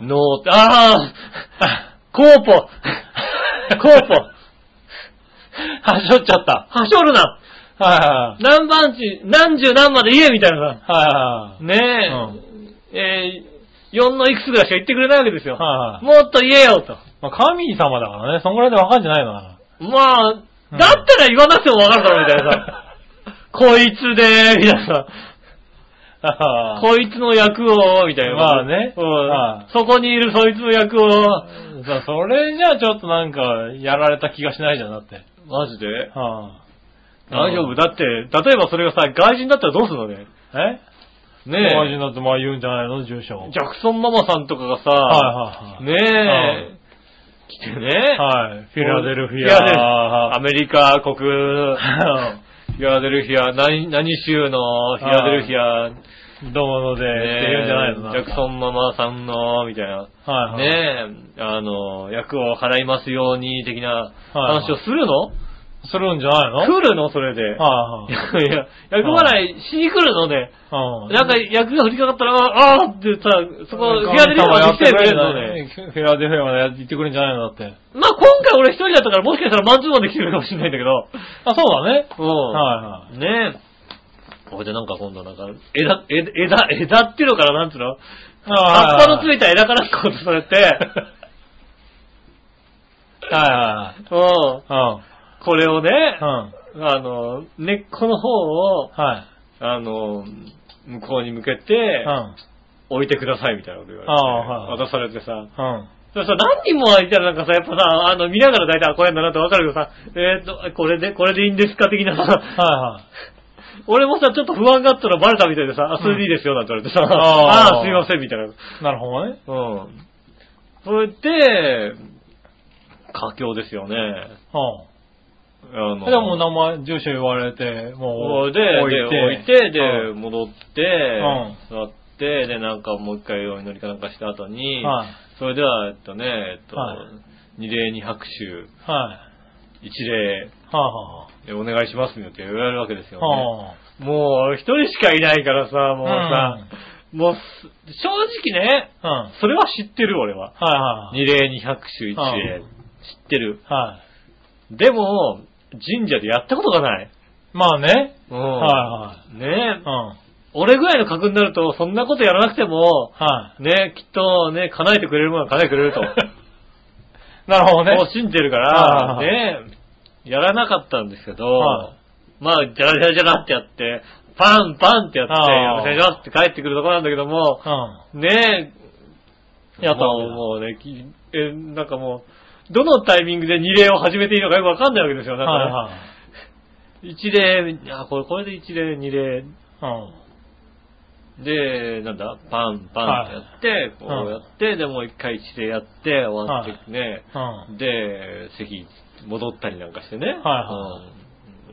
Speaker 3: うん。
Speaker 2: のー、ああコーポコーポ
Speaker 3: はしょっちゃった。
Speaker 2: はしょるな
Speaker 3: はいはい。
Speaker 2: 何番地、何十何まで言えみたいな
Speaker 3: は
Speaker 2: さ。ねえ、えー、4のいくつぐらいしか言ってくれないわけですよ。
Speaker 3: いはい。はいはい。
Speaker 2: もっと言えよと。
Speaker 3: まあ、神様だからね、そんぐらいでわかんじゃないのかな。
Speaker 2: まあ、
Speaker 3: うん
Speaker 2: だ ったら言わなくてもわかるだろ、みたいなさ。こいつで、みたいなさ。
Speaker 3: こ
Speaker 2: こいつの役を、みたいな。
Speaker 3: まあね
Speaker 2: うん
Speaker 3: はい
Speaker 2: そこにいるそいつの役を、
Speaker 3: さそれじゃあちょっとなんか、やられた気がしないじゃん、だって。
Speaker 2: マジで
Speaker 3: はあ、
Speaker 2: 大丈夫。だって、例えばそれがさ、外人だったらどうするのね。
Speaker 3: え
Speaker 2: ねえ。
Speaker 3: 友人だってまあ言うんじゃないの、住所。
Speaker 2: ジャクソンママさんとかがさ、
Speaker 3: はいはいはい。
Speaker 2: ね
Speaker 3: は
Speaker 2: え、来てね。
Speaker 3: はい。フィラデルフィア。
Speaker 2: フィラデルアメリカ国、フィラデルフィア、何、何州のフィラデルフィア、ね
Speaker 3: どうもので、って言うんじゃないの
Speaker 2: ジャクソンママさんの、みたいな。
Speaker 3: ン。はいはい。
Speaker 2: ねえ、あの、役を払いますように、的な
Speaker 3: はい
Speaker 2: 話をするの
Speaker 3: するんじゃないのはい
Speaker 2: 来るのそれで。
Speaker 3: はい。
Speaker 2: いや、役払いしに来るのね。
Speaker 3: うん
Speaker 2: なんか役が降りかかったら、ああーってさ、そこ、フィアデルフィアまで来てくれるのね。
Speaker 3: フィラデルフィアまでやって行ってくれるんじゃないのだって。
Speaker 2: まあ今回俺一人だったからもしかしたらマンツーマンで来てくれるかもしれないんだけど。
Speaker 3: あ、そうだね。
Speaker 2: うん。
Speaker 3: はいは
Speaker 2: ねえ。これでなんか今度なんか、枝、枝、枝、枝っていうのからなんつうの
Speaker 3: い。は
Speaker 2: 葉っ
Speaker 3: い
Speaker 2: ぱのついた枝からこうされて、うん。
Speaker 3: はいは
Speaker 2: これをね、
Speaker 3: い。うん。うん。
Speaker 2: あの、根っこの方を、
Speaker 3: はい。
Speaker 2: あの、向こうに向け
Speaker 3: う
Speaker 2: て、
Speaker 3: ん。
Speaker 2: 置いてくださいみたいなこと言われて、
Speaker 3: ああはい
Speaker 2: 渡されてさ、
Speaker 3: うん。
Speaker 2: それさ、何人も開いたらなんかさ、やっぱさ、あの、見ながら大体、あ、これなんだなってわかるけどさ、えーっと、これで、これでいいんですか的なさ、
Speaker 3: はいはい。
Speaker 2: 俺もさ、ちょっと不安があったらバレたみたいでさ、あ、それでいいですよ、なんて言われてさ、
Speaker 3: あー
Speaker 2: ああー、すいません、みたいな。
Speaker 3: なるほどね。
Speaker 2: うん。それで、佳境ですよね。
Speaker 3: うん。
Speaker 2: あの、
Speaker 3: それでもう名前、住所言われて、も
Speaker 2: も
Speaker 3: う、
Speaker 2: うで、で、置いて、で、
Speaker 3: うん
Speaker 2: 戻って、
Speaker 3: ん
Speaker 2: 座って、で、なんかもう一回お祈りかなんかした後に、
Speaker 3: はい。
Speaker 2: それでは、えっとね、えっと、
Speaker 3: はい
Speaker 2: 二礼二拍手、
Speaker 3: は
Speaker 2: 一礼、
Speaker 3: い。は
Speaker 2: えお願いしますよって言われるわけです
Speaker 3: い
Speaker 2: よ
Speaker 3: はい
Speaker 2: ね。
Speaker 3: はい。
Speaker 2: もう一人しかいないからさ、もうさ、もうす正直ね、
Speaker 3: うん。うん。
Speaker 2: それは知ってる俺は。
Speaker 3: はいはい。
Speaker 2: 二礼二拍手一礼、
Speaker 3: う
Speaker 2: 知ってる。
Speaker 3: は
Speaker 2: でも、神社でやったことがない。
Speaker 3: い。まあね。
Speaker 2: うん。
Speaker 3: は
Speaker 2: ねえ
Speaker 3: い、はい。
Speaker 2: 俺ぐらいの格になると、そんなことやらなくても、
Speaker 3: うん。は
Speaker 2: ね、きっとね、叶えてくれるものは叶えてく れると。
Speaker 3: い。なるほどね。
Speaker 2: そう信じてるか
Speaker 3: は
Speaker 2: ら、
Speaker 3: いは
Speaker 2: ね、やらなかったんですけど、
Speaker 3: は
Speaker 2: まあ、じゃらじゃらじゃらってやって、パンパンってやって、
Speaker 3: ああ
Speaker 2: やらじゃらって帰ってくるところなんだけども、
Speaker 3: う
Speaker 2: ね
Speaker 3: ん。やった
Speaker 2: もう
Speaker 3: わけだ
Speaker 2: もうね、きえ、なんかもう、どのタイミングで二礼を始めていいのかよくわかんないわけですよ。だか
Speaker 3: はい
Speaker 2: ら、
Speaker 3: はい。
Speaker 2: 一礼、あ、これ、これで一礼、二礼、
Speaker 3: うん。
Speaker 2: で、なんだ、パンパンってやって、
Speaker 3: はい
Speaker 2: こうやって、で、もう一回一礼やって、終わってね、
Speaker 3: うん。
Speaker 2: で、席戻ったりなんかしてね、
Speaker 3: は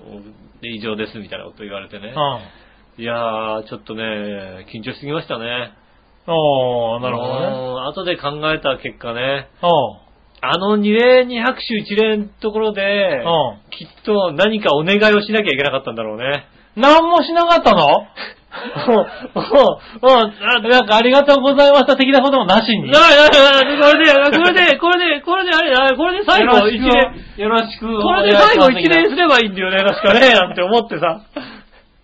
Speaker 2: うんで、以上ですみたいなこと言われてね、
Speaker 3: うん。
Speaker 2: いやー、ちょっとね、緊張しすぎましたね。
Speaker 3: おー、なるほどね。
Speaker 2: うん後で考えた結果ね、
Speaker 3: おう
Speaker 2: あの二礼二拍手一礼のところで、
Speaker 3: う
Speaker 2: きっと何かお願いをしなきゃいけなかったんだろうね。
Speaker 3: ん。なんもしなかったの うん。なんかありがとうございました的なこともなしに。
Speaker 2: なあなあなあこれ で、これで、これで、これで、あれ、あれこれで最後一
Speaker 3: よろし
Speaker 2: 礼。
Speaker 3: くよろしくお
Speaker 2: こ
Speaker 3: 願
Speaker 2: れ
Speaker 3: いし
Speaker 2: で
Speaker 3: ます。
Speaker 2: 最後一礼すればいいんだよね、確かね、なんて思ってさ。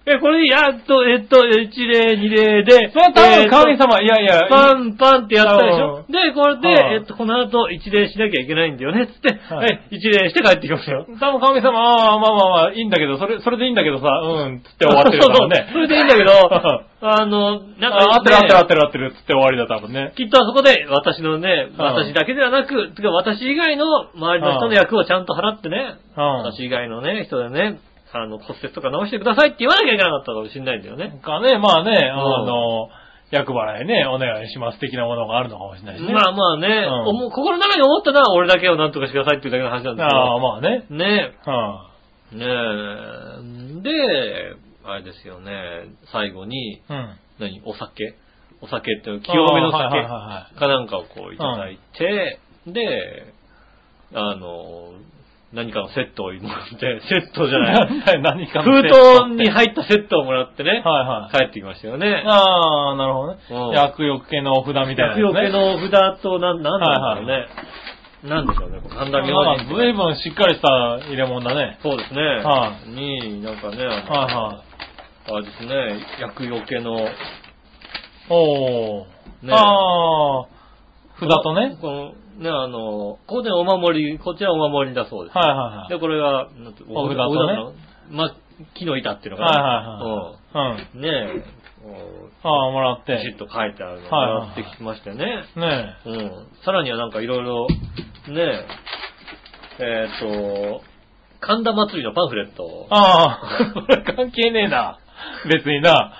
Speaker 2: え、これで、やっと、えっと、一礼、二礼で、
Speaker 3: それは多分神
Speaker 2: 様、
Speaker 3: 様、いやいや、
Speaker 2: パンパンってやったでしょ
Speaker 3: う
Speaker 2: で、これで、
Speaker 3: うん
Speaker 2: えっと、この後一礼しなきゃいけないんだよね、つって、
Speaker 3: は
Speaker 2: はいい、一礼して帰ってきました よ。。
Speaker 3: 多分神様、ああ、まあまあまあ、いいんだけど、それ、それでいいんだけどさ、うん、つって終わってるからね
Speaker 2: そうそうそれでいいんだけど
Speaker 3: あ、
Speaker 2: あの、なんか、
Speaker 3: 合ってる合ってる合って
Speaker 2: る。
Speaker 3: る合ってる、つって終わりだ、多分ね。
Speaker 2: きっとあそこで、私のね、
Speaker 3: ん
Speaker 2: 私だけではなく、てか私以外の周りの人の役をちゃんと払ってね、
Speaker 3: うん。
Speaker 2: 私以外のね、人でね、あの、骨折とか治してくださいって言わなきゃいけなかったかもしれないんだよね。
Speaker 3: かね、まあね、あ
Speaker 2: ん
Speaker 3: の、役払いね、お願いします的なものがあるのかもしれないしね。
Speaker 2: まあまあね、
Speaker 3: ん
Speaker 2: 思う心の中に思ったのは俺だけをなんとかしてくださいっていうだけの話なんです
Speaker 3: ああ、まあね。
Speaker 2: けど。ね
Speaker 3: う
Speaker 2: え、ねえ、
Speaker 3: ん。
Speaker 2: で、あれですよね、最後に、
Speaker 3: うん。
Speaker 2: 何、お酒お酒っていうの清めの
Speaker 3: ああはいは
Speaker 2: 酒
Speaker 3: いは
Speaker 2: かなんかをこういただいて、で、あの、何かのセットをもらって、 セットじゃ
Speaker 3: い
Speaker 2: な。
Speaker 3: はい い。なんだよ、何か
Speaker 2: 封筒に
Speaker 3: っ
Speaker 2: 入ったセットをもらってね
Speaker 3: て。、はいはい。
Speaker 2: 帰ってきましたよね。
Speaker 3: ああ、なるほどね
Speaker 2: うん。
Speaker 3: 薬よけのお札みたいなやつね。
Speaker 2: 厄除けの札と、なん、なんなんだろうね。なんでしょうね、これ神田明
Speaker 3: まあ
Speaker 2: 神って
Speaker 3: 随分しっかりした入れ物だね。
Speaker 2: そうですね。
Speaker 3: は
Speaker 2: に、なんかね、あ
Speaker 3: はいはい。
Speaker 2: のあれですね、厄除けの、ね
Speaker 3: おー。ああ、札とね。
Speaker 2: この、ね、あの、ここでお守り、こっちはお守りだそうです。
Speaker 3: はいはいはい。
Speaker 2: で、これが、なんて
Speaker 3: お札とね
Speaker 2: なのま、木の板っていうのが、
Speaker 3: はうん。あ
Speaker 2: うんねえ、こ
Speaker 3: あ、もらっ
Speaker 2: うピシッ。
Speaker 3: て
Speaker 2: と書いてあるのを
Speaker 3: はいはい
Speaker 2: やってきましたよね。
Speaker 3: ね
Speaker 2: うん。さらにはなんかいろいろ、ねえ、えっ、と、神田祭りのパンフレットを
Speaker 3: え。 ああ、これ関係ねえな。別にな。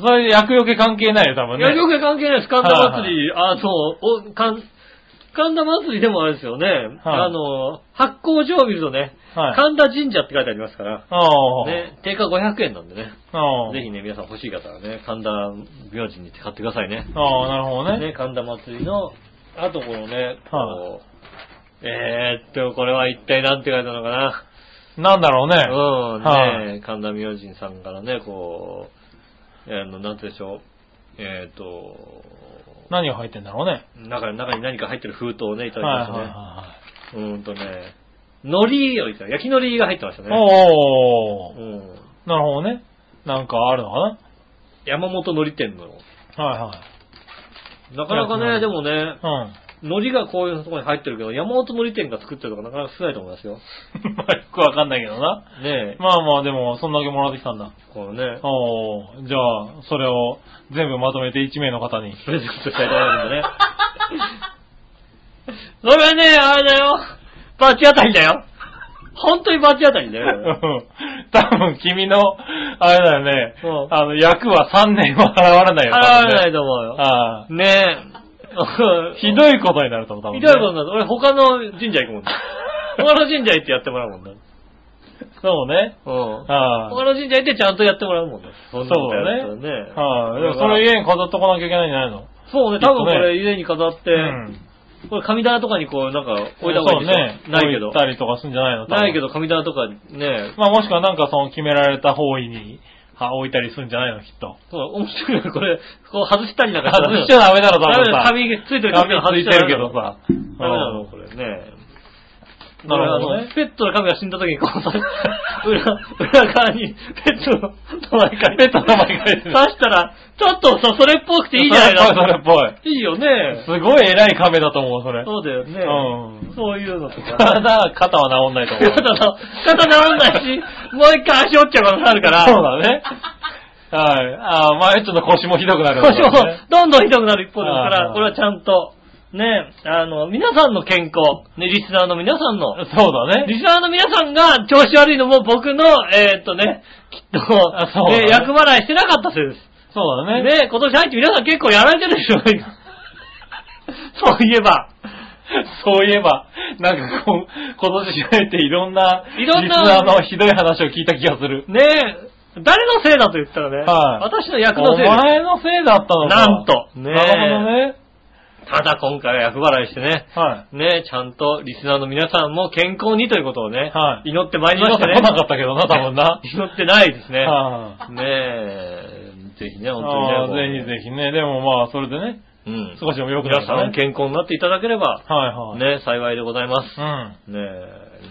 Speaker 3: それで厄除け関係ないよ、多分
Speaker 2: い
Speaker 3: ね。
Speaker 2: や、よく関係ないです。神田祭り、あ、そう、お、かん、神田祭りでもあれですよね。あの、発酵場を見るとね、
Speaker 3: はい。
Speaker 2: 神田神社って書いてありますから、
Speaker 3: ああ。
Speaker 2: ね、定価500円なんでね、
Speaker 3: ああ。
Speaker 2: ぜひね、皆さん欲しい方はね、神田明神に行って買ってくださいね。
Speaker 3: ああ、なるほどね。
Speaker 2: ね、神田祭りの、あとこのね、
Speaker 3: は
Speaker 2: こうえーっと、これは一体なんて書いたのかな。
Speaker 3: なんだろうね。
Speaker 2: うん、
Speaker 3: は
Speaker 2: ね、神田明神さんからね、こう、あの、なんて言うんでしょう、えーっと、
Speaker 3: 何が入ってんだろうね。
Speaker 2: 中に中に何か入ってる封筒をね、いた
Speaker 3: はい
Speaker 2: だき
Speaker 3: はい
Speaker 2: ま
Speaker 3: は
Speaker 2: したね。うーんとね、海苔をいただき焼き海苔が入ってました
Speaker 3: い
Speaker 2: ね。
Speaker 3: はい。お
Speaker 2: う
Speaker 3: ー。
Speaker 2: ん、
Speaker 3: なるほどね。なんかあるのか
Speaker 2: 山本海苔店の。
Speaker 3: なはいはい。
Speaker 2: なかなか
Speaker 3: う
Speaker 2: ね、
Speaker 3: ん
Speaker 2: でもね、
Speaker 3: うん。
Speaker 2: 海苔がこういうところに入ってるけど、山本海苔店が作ってるとかなかなか少ないと思いますよ。
Speaker 3: まあ、よくわかんないけどな。
Speaker 2: ねえ、
Speaker 3: まあまあ、でも、そんだけもらってきたんだ。
Speaker 2: このね、
Speaker 3: おー。じゃあ、それを全部まとめて1名の方に。
Speaker 2: プレゼントしたいと思うんでね。それはね、あれだよ。バチ当たりだよ。本当にバチ当たりだ
Speaker 3: う
Speaker 2: よ。
Speaker 3: ん多分君の、あれだよね
Speaker 2: うん、
Speaker 3: あの、役は3年は払われな
Speaker 2: 払
Speaker 3: いよ。
Speaker 2: われない
Speaker 3: い。
Speaker 2: と思うよ。
Speaker 3: ああ。
Speaker 2: ねえ。
Speaker 3: ひどいことになると思う、多分
Speaker 2: ひ
Speaker 3: ね。
Speaker 2: どいことになる。俺他の神社行くも んね。他の神社行ってやってもらうもんね。
Speaker 3: そうね。
Speaker 2: うん。
Speaker 3: あ
Speaker 2: 他の神社行ってちゃんとやってもらうもんね。そんなことやったらね。
Speaker 3: あ。ああ。でも、それ家に飾っとかなきゃいけないんじゃないの
Speaker 2: そうね、多分これ家に飾って、
Speaker 3: うん。
Speaker 2: これ神棚とかにこうなんか置いた方がいいでしょ
Speaker 3: そうね。
Speaker 2: ないけど
Speaker 3: 置い。たりとかするんじゃないの多分
Speaker 2: ないけど神棚とかね、
Speaker 3: まあもしくはなんかその決められた方位には置いたりするんじゃないのきっと。
Speaker 2: そう、面白いよこれ、こう外したりなんか
Speaker 3: 外しちゃダメだろ、多
Speaker 2: ダメ
Speaker 3: 分
Speaker 2: だ、
Speaker 3: さ。
Speaker 2: 紙ついてる
Speaker 3: 紙
Speaker 2: 外
Speaker 3: つ
Speaker 2: し
Speaker 3: い
Speaker 2: ちゃ
Speaker 3: て
Speaker 2: ダ
Speaker 3: る
Speaker 2: メ
Speaker 3: け
Speaker 2: だろ
Speaker 3: どさ。
Speaker 2: ダメなの、これね。
Speaker 3: なるほどね
Speaker 2: これあのペットの亀が死んだ時に、こう、裏、裏側にペットの名前書いて、
Speaker 3: ペットの名前書いてる
Speaker 2: 刺したら、ちょっとさ、それっぽくていいじゃない
Speaker 3: それっぽい、
Speaker 2: いいよ
Speaker 3: それっ
Speaker 2: ね。
Speaker 3: ぽい。すごい偉い亀だと思う、それ。
Speaker 2: そうだよね。
Speaker 3: うん
Speaker 2: そういうのと
Speaker 3: た
Speaker 2: か。
Speaker 3: だ、肩は治んないと思う。
Speaker 2: 肩の、肩治ん ないし、もう一回足折っちゃう可能性あるから。
Speaker 3: そうだね。はい。ああ、前ちょっと腰もひどくなるんだ
Speaker 2: 少
Speaker 3: ろ
Speaker 2: し
Speaker 3: うね。
Speaker 2: もどんどんひどくなる一方ですか
Speaker 3: あ
Speaker 2: ら、
Speaker 3: ー
Speaker 2: これはちゃんと、ね、あの、皆さんの健康、ね、リスナーの皆さんの、
Speaker 3: そうだね。
Speaker 2: リスナーの皆さんが調子悪いのも僕の、えーっとね、きっ
Speaker 3: あ
Speaker 2: と
Speaker 3: そ、うだ
Speaker 2: ね
Speaker 3: ね
Speaker 2: 役払いしてなかったせいです。
Speaker 3: そうだね。
Speaker 2: ね、今年入って皆さん結構やられてるでしょ、今 そういえば。
Speaker 3: そういえば、なんかこう、今年に入っていろんな、
Speaker 2: いろんな
Speaker 3: リスナーのひどい話を聞いた気がする。
Speaker 2: ね誰のせいだと言ったらね、
Speaker 3: はい
Speaker 2: 私の役のせいで
Speaker 3: お
Speaker 2: す。
Speaker 3: 前のせいだったのか。
Speaker 2: なんとねえ
Speaker 3: なるほどね。
Speaker 2: ただ今回は役払いしてね、
Speaker 3: は
Speaker 2: ね、ちゃんとリスナーの皆さんも健康にということをね、
Speaker 3: はい
Speaker 2: 祈ってまい
Speaker 3: い。
Speaker 2: りま
Speaker 3: 今
Speaker 2: した
Speaker 3: まで
Speaker 2: ね。。
Speaker 3: 来なかったけどな、多分な
Speaker 2: 拾ってないですね。
Speaker 3: は
Speaker 2: ねえ、ぜひね、本
Speaker 3: あ
Speaker 2: 当
Speaker 3: あ
Speaker 2: にね。
Speaker 3: ぜひぜひね。でもまあ、それでね、
Speaker 2: ひ。うん。
Speaker 3: 少しでも良く
Speaker 2: 皆
Speaker 3: な
Speaker 2: さ
Speaker 3: るから
Speaker 2: ん
Speaker 3: ね。
Speaker 2: 健康になっていただければ、
Speaker 3: はいはい。。
Speaker 2: ね、幸いでございます。
Speaker 3: う
Speaker 2: ねえ、ね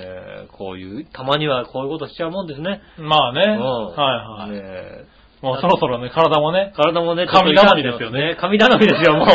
Speaker 2: え、こういう、たまにはこういうことしちゃうもんですね。
Speaker 3: ん。まあね。
Speaker 2: う
Speaker 3: はいはい。
Speaker 2: ねえ
Speaker 3: もうそろそろね、体もね。
Speaker 2: 体もね、
Speaker 3: 神
Speaker 2: ちょっと
Speaker 3: 頼
Speaker 2: 痛んで
Speaker 3: みで
Speaker 2: ますす
Speaker 3: よ
Speaker 2: ね。神頼みですよ、も う。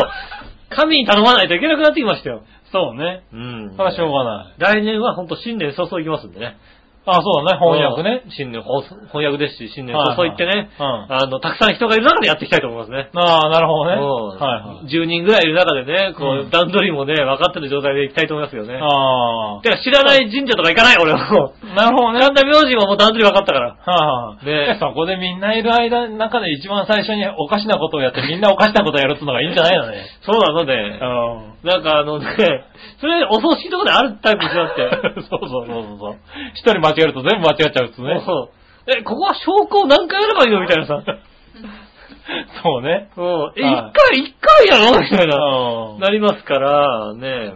Speaker 2: 神に頼まないといけなくなってきましたよ。
Speaker 3: そうね。
Speaker 2: うん。
Speaker 3: それはしょうがない。
Speaker 2: 来年は本当新年早々行きますんでね。
Speaker 3: ああそうだね、翻訳ね
Speaker 2: う。ん。新年ほ、翻訳ですし、新年
Speaker 3: はい
Speaker 2: 早
Speaker 3: はい
Speaker 2: 々行ってね、
Speaker 3: うん
Speaker 2: あの、たくさん人がいる中でやっていきたいと思いますね。
Speaker 3: ああ、なるほどね。
Speaker 2: うん
Speaker 3: はいはい。
Speaker 2: 10人ぐらいいる中でね、こ
Speaker 3: う
Speaker 2: う、
Speaker 3: ん
Speaker 2: 段取りもね、分かってる状態で行きたいと思いますよね。
Speaker 3: ああ。
Speaker 2: てか知らない神社とか行かない、俺はもう。
Speaker 3: なるほどね。
Speaker 2: 神田明神はもう段取り分かったから。
Speaker 3: はあ、
Speaker 2: ね
Speaker 3: で、そこでみんないる間の中で一番最初におかしなことをやってみんなおかしなことをやるってのがいいんじゃないのね。
Speaker 2: そうなのね。
Speaker 3: う
Speaker 2: なんかあ のね、それお葬式とかであるタイプじゃなくて。
Speaker 3: ん。そうそうそうそうそう。一人間違えると全部間違っちゃうっつね。
Speaker 2: もうえ、ここは証拠を何回やればいいのみたいな さ。
Speaker 3: そうね。
Speaker 2: うん。え、一
Speaker 3: は
Speaker 2: 回、一回やろみたいうな。
Speaker 3: ん。
Speaker 2: なりますから、ね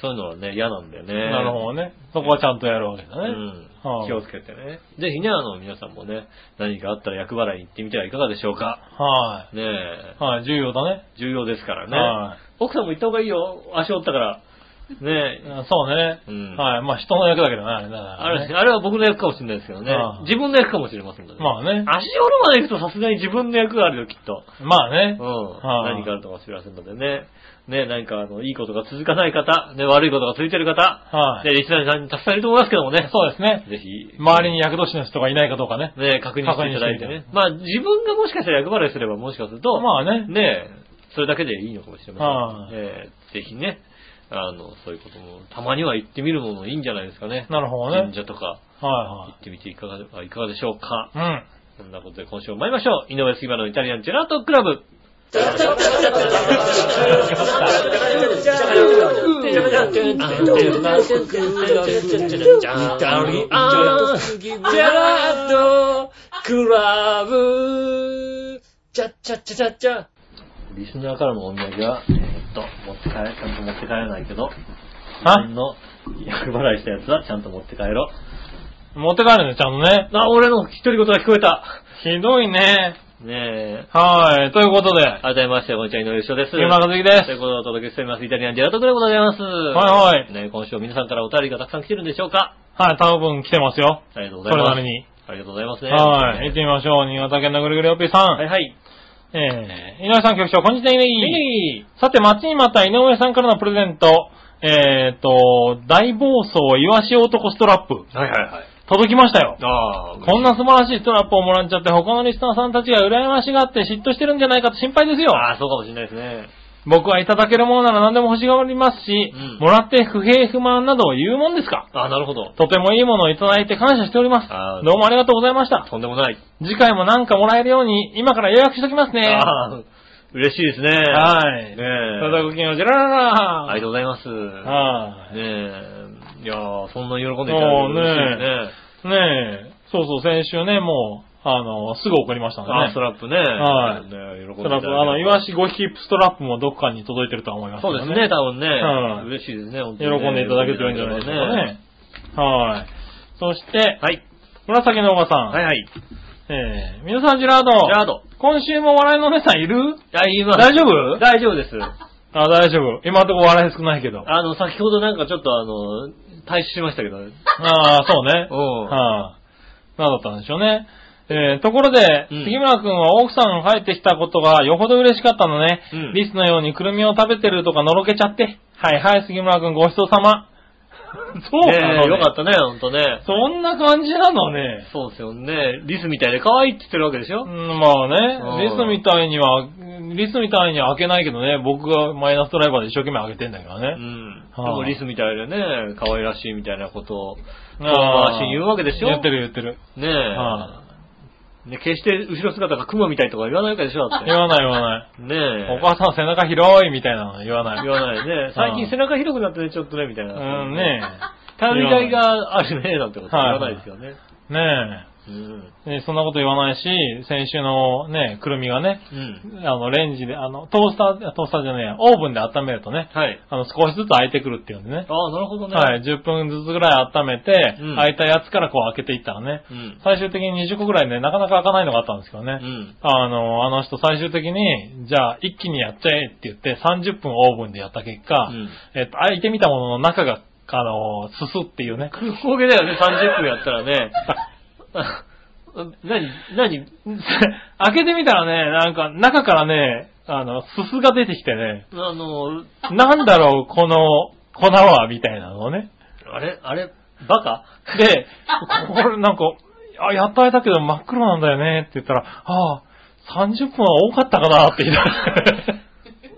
Speaker 2: そういうのはね、嫌なんだよね。
Speaker 3: なるほどね。そこはちゃんとやるわけだ
Speaker 2: う
Speaker 3: ね。
Speaker 2: ん
Speaker 3: は。あ
Speaker 2: 気をつけてね。ぜひね、あの、皆さんもね、何かあったら役払いに行ってみてはいかがでしょうか。
Speaker 3: は
Speaker 2: ねえ
Speaker 3: い。はい、重要だね。
Speaker 2: 重要ですからね。
Speaker 3: は
Speaker 2: 奥さんも行った方がいいよ。足折ったから。ねえ。
Speaker 3: うんそうね。
Speaker 2: うん
Speaker 3: はい。まあ人の役だけどな、あれだな。
Speaker 2: あれ、あれは僕の役かもしれないですけどね
Speaker 3: ああ。
Speaker 2: 自分の役かもしれませんけどね。
Speaker 3: まあね。
Speaker 2: 足折まで行くとさすがに自分の役があるよ、きっと。
Speaker 3: まあね
Speaker 2: う。ん。
Speaker 3: ああ
Speaker 2: 何かあるとも知らせんのでね。ね、何かあの、いいことが続かない方、ね、悪いことが続いてる方、
Speaker 3: はい
Speaker 2: ね、リスナーさんにたくさんいると思いますけどもね。
Speaker 3: そうですね。
Speaker 2: ぜひ、
Speaker 3: 周りに役年の人がいないかどうかね。
Speaker 2: ね、確認していただいて
Speaker 3: 確認してみ
Speaker 2: ね
Speaker 3: て。
Speaker 2: まあ、自分がもしかしたら役払いすれば、もしかすると、
Speaker 3: まあね。
Speaker 2: ね、それだけでいいのかもしれま
Speaker 3: は
Speaker 2: せ
Speaker 3: い
Speaker 2: ん。えーぜひね、あの、そういうことも、たまには行ってみるのもいいんじゃないですかね。
Speaker 3: なるほどね。
Speaker 2: 神社とか行
Speaker 3: は
Speaker 2: ってみていかがいかがでしょうか。
Speaker 3: いはい。
Speaker 2: そんなことで今週も参りましょう。井上杉村のイタリアンジェラートクラ ブ。リスナーからのお土産は、えーっと、持って帰れ、ちゃんと持って帰れないけど、自分の役払いしたやつはちゃんと持って帰ろ
Speaker 3: うん。持って帰るね、ちゃんとね。
Speaker 2: う。あ、俺の一人言が聞こえた。
Speaker 3: ひどいね。
Speaker 2: ねえ。
Speaker 3: はい。ということで、
Speaker 2: 改めまして、こんにちは、井上翔です。
Speaker 3: 木村和樹
Speaker 2: という
Speaker 3: で
Speaker 2: ことでお届けしております。イタリアンジェラートクラブでございます。
Speaker 3: はいはい
Speaker 2: ね、今週も皆さんからお便りがたくさん来てるんでしょうか
Speaker 3: す。はい、多分来てますよ。
Speaker 2: ありがとうご
Speaker 3: そ
Speaker 2: ざい
Speaker 3: れ
Speaker 2: ます。
Speaker 3: なりに。
Speaker 2: ありがとうございますね。
Speaker 3: はい。行ってみましょう。新潟県のぐるぐるおっぴーさん。
Speaker 2: はいはい。
Speaker 3: えー、井上さん局長、こんにちは、ネギネギ
Speaker 2: いい
Speaker 3: さて、待ちに待った井上さんからのプレゼント。えーと、大暴走イワシ男ストラップ。
Speaker 2: はいはいはい。
Speaker 3: 届きましたよ。
Speaker 2: ああ、
Speaker 3: こんな素晴らしいストラップをもらっちゃって、他のリスナーさんたちが羨ましがって嫉妬してるんじゃないかと心配ですよ。
Speaker 2: ああ、そうかもしれないですね。
Speaker 3: 僕はいただけるものなら何でも欲しがりますし、
Speaker 2: うん
Speaker 3: もらって不平不満などを言うもんですか。
Speaker 2: ああ、なるほど。
Speaker 3: とてもいいものをいただいて感謝しております
Speaker 2: あー。
Speaker 3: どうもありがとうございました。
Speaker 2: とんでもない。
Speaker 3: 次回もなんかもらえるように、今から予約しときますね。
Speaker 2: ああ、嬉しいですね。
Speaker 3: はい。
Speaker 2: ねえ
Speaker 3: ただごきげんようじゃららら
Speaker 2: ありがとうございます。
Speaker 3: はい。
Speaker 2: ねえ。いやーそんなに喜んでいただいて嬉しいですね。
Speaker 3: ねえ、そうそう、先週ね、もう、あの、すぐ送りましたんでね。
Speaker 2: あ、ストラップね。
Speaker 3: はい
Speaker 2: ね喜んでい
Speaker 3: ス
Speaker 2: た
Speaker 3: ト
Speaker 2: だい
Speaker 3: ラッ
Speaker 2: て
Speaker 3: プ、あの、イワシ5匹ストラップもどっかに届いてるとは思いますけ
Speaker 2: そ
Speaker 3: ど
Speaker 2: うですね、多分ね。
Speaker 3: はい
Speaker 2: 嬉しいですね、本当
Speaker 3: 喜
Speaker 2: にね
Speaker 3: んでいただけてるんじゃないですかね。。はい。そして、
Speaker 2: はい。
Speaker 3: 紫のおばさん。
Speaker 2: はいはい。
Speaker 3: えー、皆さん、ジェラード。
Speaker 2: ジェラード。
Speaker 3: 今週も笑いのお姉さんいる
Speaker 2: あ、います
Speaker 3: 大丈夫
Speaker 2: 大丈夫です。
Speaker 3: あ、大丈夫。今のところ笑い少ないけど。
Speaker 2: あの、先ほどなんかちょっとあの、退出しましたけど。うん。
Speaker 3: ああ、そうね。
Speaker 2: は
Speaker 3: はい、なんだったんでしょうね。えー、ところで、
Speaker 2: うん
Speaker 3: 杉村くんは奥さんが帰ってきたことがよほど嬉しかったのね、
Speaker 2: うん
Speaker 3: リスのようにくるみを食べてるとかのろけちゃって。はいはい、杉村くんごちそうさま。 そうなの、
Speaker 2: ね
Speaker 3: ね、
Speaker 2: えよかったね、ほんとね。
Speaker 3: そんな感じなのね。
Speaker 2: そうですよね。リスみたいで可愛いって言ってるわけでしょ
Speaker 3: うんまあ
Speaker 2: うん
Speaker 3: ね、リスみたいには、リスみたいには開けないけどね、僕がマイナスドライバーで一生懸命開けてんだけどね。
Speaker 2: うん。で
Speaker 3: はあ
Speaker 2: もリスみたいでね、可愛らしいみたいなことを、遠
Speaker 3: あー
Speaker 2: 回しに言うわけでしょ
Speaker 3: 言ってる言ってる。
Speaker 2: ね
Speaker 3: は
Speaker 2: え。ね、決して後ろ姿が雲みたいとか言わないわけでしょだって。
Speaker 3: 言わない言わない。
Speaker 2: ねえ。
Speaker 3: お母さん背中広いみたいなの言わない。
Speaker 2: 言わないね。最近背中広くなってね、ちょっとね、みたいな。
Speaker 3: うんね
Speaker 2: たるみ台があるね、なんてこと言わないですよね。
Speaker 3: え。ねえ。
Speaker 2: うん。
Speaker 3: ねそんなこと言わないし、先週のね、くるみがね、
Speaker 2: うん。
Speaker 3: あの、レンジで、あの、トースター、トースターじゃねえや、オーブンで温めるとね、
Speaker 2: はい。
Speaker 3: あの、少しずつ開いてくるっていうんでね。
Speaker 2: ああ、なるほどね。
Speaker 3: はい、。10分ずつぐらい温めて、
Speaker 2: うん
Speaker 3: 開いたやつからこう開けていったらね、
Speaker 2: うん。
Speaker 3: 最終的に20個ぐらいね、なかなか開かないのがあったんですけどね。
Speaker 2: うん。
Speaker 3: あの、あの人最終的に、じゃあ一気にやっちゃえって言って30分オーブンでやった結果、
Speaker 2: うん
Speaker 3: えっと、開いてみたものの中が、あの、すすっていうね。
Speaker 2: 空港げだよね、30分やったら ね。 何何
Speaker 3: 開けてみたらね、なんか中からね、あの、すすが出てきてね、
Speaker 2: あの、
Speaker 3: なんだろう、この粉は、みたいなのをね。
Speaker 2: あれあれバカ
Speaker 3: で、これなんか、あ、やっと開いたけど真っ黒なんだよねって言ったら、ああ、30分は多かったか なって言った。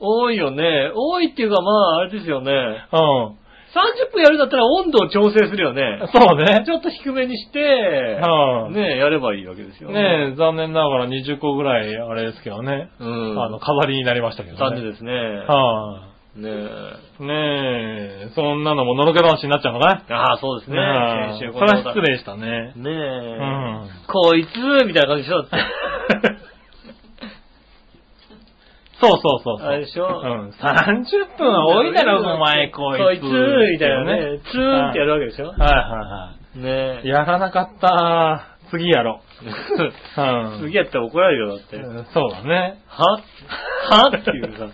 Speaker 2: 多いよね。多いっていうか、まあ、あれですよね。
Speaker 3: うん。
Speaker 2: 30分やるんだったら温度を調整するよね。
Speaker 3: そうね
Speaker 2: ち。ょっと低めにして、
Speaker 3: はい
Speaker 2: ねやればいいわけですよ
Speaker 3: ねえ、残念ながら20個ぐらい、あれですけどね。
Speaker 2: うん。
Speaker 3: あの、飾りになりましたけどね。
Speaker 2: 残念ですね。
Speaker 3: は
Speaker 2: ねえ。
Speaker 3: い、ねえ、そんなのものろけ話になっちゃうのか
Speaker 2: ああ、そうですね。
Speaker 3: な
Speaker 2: 先週
Speaker 3: そ
Speaker 2: こ
Speaker 3: れ
Speaker 2: んな
Speaker 3: は
Speaker 2: ことあっ
Speaker 3: 失礼したね。
Speaker 2: ねえ。
Speaker 3: ん
Speaker 2: こいつみたいな感じでしょだって。
Speaker 3: そうそうそうそう。
Speaker 2: あれでしょ
Speaker 3: うん。30分は多い だろ、お前、こいつ。
Speaker 2: こいつみたいなね。ツーンってやる
Speaker 3: わ
Speaker 2: わけでしょ
Speaker 3: け。はいは
Speaker 2: ね
Speaker 3: いはい。
Speaker 2: え。
Speaker 3: やらなかった。次やろう。うん。
Speaker 2: 次やったら怒られるよ、だって。
Speaker 3: う
Speaker 2: は
Speaker 3: んそうだね。
Speaker 2: はっていうさ。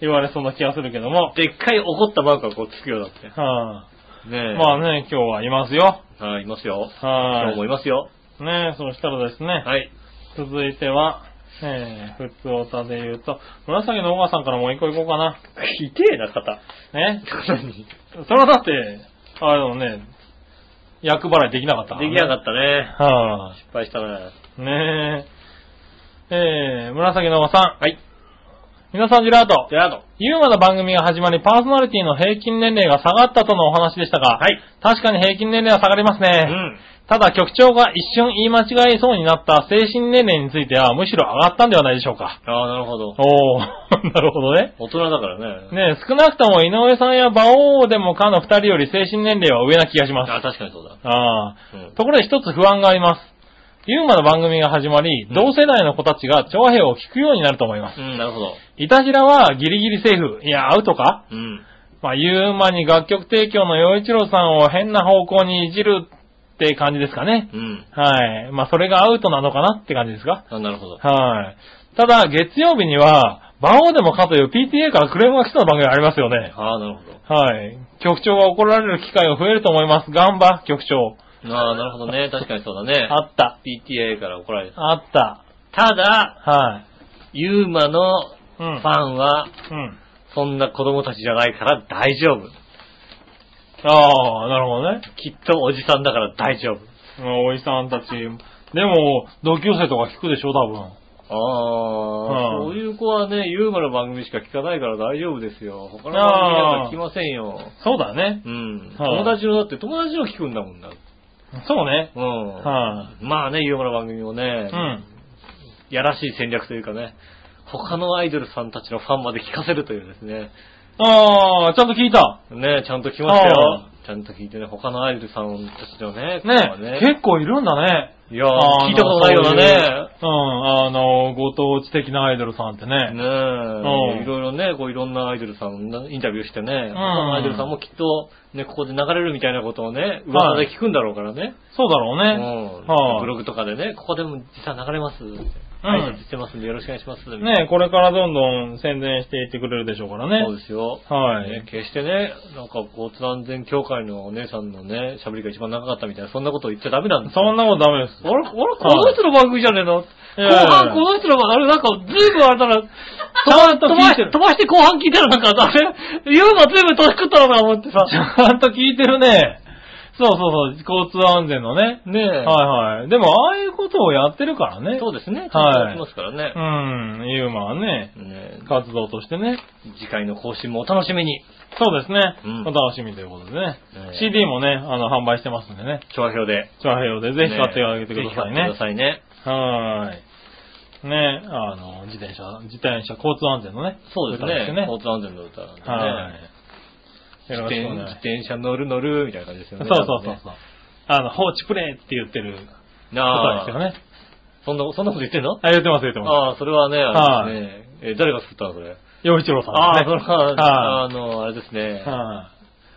Speaker 3: 言われそうな気がするけども。
Speaker 2: でっかい怒ったバンクがこうつくよだって。
Speaker 3: は
Speaker 2: ね
Speaker 3: い。
Speaker 2: え。
Speaker 3: まあね、今日はいますよ。
Speaker 2: あ。はい、いますよ。
Speaker 3: はい
Speaker 2: 今日もいますよ。
Speaker 3: ねそしたらですね、
Speaker 2: はい。
Speaker 3: 続いては、えー、普通おたで言うと、紫の小川さんからもう一個行こうかな。
Speaker 2: ひてえな方。
Speaker 3: ね
Speaker 2: 何
Speaker 3: それはだって、あれだもんね、役払いできなかった
Speaker 2: できなか
Speaker 3: っ
Speaker 2: ったね。
Speaker 3: た。は
Speaker 2: 失敗したな。
Speaker 3: い、ねえ。えー、紫の小川さん。
Speaker 2: はい。
Speaker 3: 皆さん、ジェラート。
Speaker 2: ジェラード。
Speaker 3: 優雅な番組が始まり、パーソナリティの平均年齢が下がったとのお話でしたが、
Speaker 2: はい。
Speaker 3: 確かに平均年齢は下がりますね。
Speaker 2: うん。
Speaker 3: ただ局長が一瞬言い間違えそうになった精神年齢についてはむしろ上がったんではないでしょうか。
Speaker 2: ああ、なるほど。
Speaker 3: おー、 なるほどね。
Speaker 2: 大人だからね。
Speaker 3: ねえ少なくとも井上さんや馬王でもかの二人より精神年齢は上な気がします。
Speaker 2: ああ、確かにそうだ。
Speaker 3: ああ。
Speaker 2: うん。
Speaker 3: ところで一つ不安があります。ユーマの番組が始まり、
Speaker 2: うん
Speaker 3: 同世代の子たちが長編を聞くようになると思います。
Speaker 2: うん、なるほど。
Speaker 3: いたじらはギリギリセーフ、いや、アウトか
Speaker 2: うん。
Speaker 3: まあ、ユーマに楽曲提供の洋一郎さんを変な方向にいじるって感じですかね。
Speaker 2: うん。
Speaker 3: はい。まあ、それがアウトなのかなって感じですか
Speaker 2: あなるほど。
Speaker 3: はい。ただ、月曜日には、馬王でもかという PTA からクレームが来そうな番組がありますよね。
Speaker 2: ああ、なるほど。
Speaker 3: はい。局長が怒られる機会が増えると思います。頑張、局長。
Speaker 2: ああ、なるほどね。確かにそうだね。
Speaker 3: あった。
Speaker 2: PTA から怒られた。
Speaker 3: あった。
Speaker 2: ただ、
Speaker 3: はい。
Speaker 2: ユーマの
Speaker 3: う
Speaker 2: フ
Speaker 3: ん。
Speaker 2: ァンは、
Speaker 3: うん。
Speaker 2: そんな子供たちじゃないから大丈夫。
Speaker 3: ああ、なるほどね。
Speaker 2: きっとおじさんだから大丈夫。
Speaker 3: うんおじさんたち。でも、同級生とか聞くでしょ、多分。
Speaker 2: ああ、
Speaker 3: うん
Speaker 2: そういう子はね、ユーマの番組しか聞かないから大丈夫ですよ。他の番組なんか聞きませんよ。
Speaker 3: そうだね。
Speaker 2: うん。
Speaker 3: は
Speaker 2: 友
Speaker 3: い
Speaker 2: 達の、だって友達の聞くんだもんな。
Speaker 3: そうね。
Speaker 2: うん。
Speaker 3: は
Speaker 2: まあね、ユーマの番組もね
Speaker 3: い、、うん。
Speaker 2: やらしい戦略というかね、他のアイドルさんたちのファンまで聞かせるというですね。
Speaker 3: ああ、ちゃんと聞いた。
Speaker 2: ねちゃんと聞きましたよ
Speaker 3: あ。
Speaker 2: ちゃんと聞いてね、他のアイドルさんたちのね、声は
Speaker 3: ね結構いるんだね。
Speaker 2: いやー聞いたことないようなね。
Speaker 3: そういううん、あの、ご当地的なアイドルさんってね。
Speaker 2: ね
Speaker 3: ん
Speaker 2: え、いろいろね、こういろんなアイドルさんのインタビューしてね、他のアイドルさんもきっと、ね、ここで流れるみたいなことをね、噂で聞くんだろうからね。
Speaker 3: そうだろう
Speaker 2: うん
Speaker 3: ね。はい
Speaker 2: ブログとかでね、ここでも実は流れます。挨拶してますんでよろしくお願いします。みたいな
Speaker 3: ねこれからどんどん宣伝していってくれるでしょうからね。
Speaker 2: そうですよ。
Speaker 3: はい
Speaker 2: ね決してね、なんかこう、安全協会のお姉さんのね、喋りが一番長かったみたいな、そんなこと言っちゃダメなんですよ
Speaker 3: そんなことダメです。
Speaker 2: あれ、あれ、この人の番組じゃねえの後
Speaker 3: いやいやいや
Speaker 2: 半この人の番組、あれ、なんか、ずいぶんあれだな、
Speaker 3: ちゃんと聞いてる
Speaker 2: 飛ばして後半聞いたらなんか、あれ、ユーマずいぶん年食ったのかな思ってさ。
Speaker 3: ちゃんと聞いてるね。そうそうそう、交通安全のね。
Speaker 2: ねえ。
Speaker 3: はいはい。でも、ああいうことをやってるからね。
Speaker 2: そうですね。ちゃんとや
Speaker 3: はい
Speaker 2: ってますからね。
Speaker 3: うん、ユーマはね、
Speaker 2: ね
Speaker 3: 活動としてね。
Speaker 2: え次回の更新もお楽しみに。
Speaker 3: そうですね。
Speaker 2: うん
Speaker 3: お楽しみということでね。
Speaker 2: ね
Speaker 3: CD もね、あの、販売してますんでね。
Speaker 2: 調和表で。
Speaker 3: チャーヘヨでぜひ買ってあげてくださいね
Speaker 2: ぜひ買ってくだ。さいね。
Speaker 3: はーい。ねあの、自転車、自転車交通安全のね。
Speaker 2: そうです
Speaker 3: 歌
Speaker 2: ね。交通安全の歌なんでね。
Speaker 3: はい。
Speaker 2: 自
Speaker 3: よろし
Speaker 2: 転
Speaker 3: くお
Speaker 2: 自
Speaker 3: 願い
Speaker 2: 転車乗る乗るみたいな感じですよ
Speaker 3: そう
Speaker 2: ね。
Speaker 3: そうそう
Speaker 2: ね
Speaker 3: そう。あの、放置プレイって言ってることで
Speaker 2: な
Speaker 3: すよね。
Speaker 2: そんな、そんなこと言ってんの
Speaker 3: あ、言ってます、言ってま
Speaker 2: ああ、それはね、あれですね。え、誰が作ったのそれ。
Speaker 3: す。洋一郎さん
Speaker 2: ああ、そ
Speaker 3: で
Speaker 2: れ
Speaker 3: すね。
Speaker 2: は、
Speaker 3: は
Speaker 2: あの、あれですね
Speaker 3: い。。はい。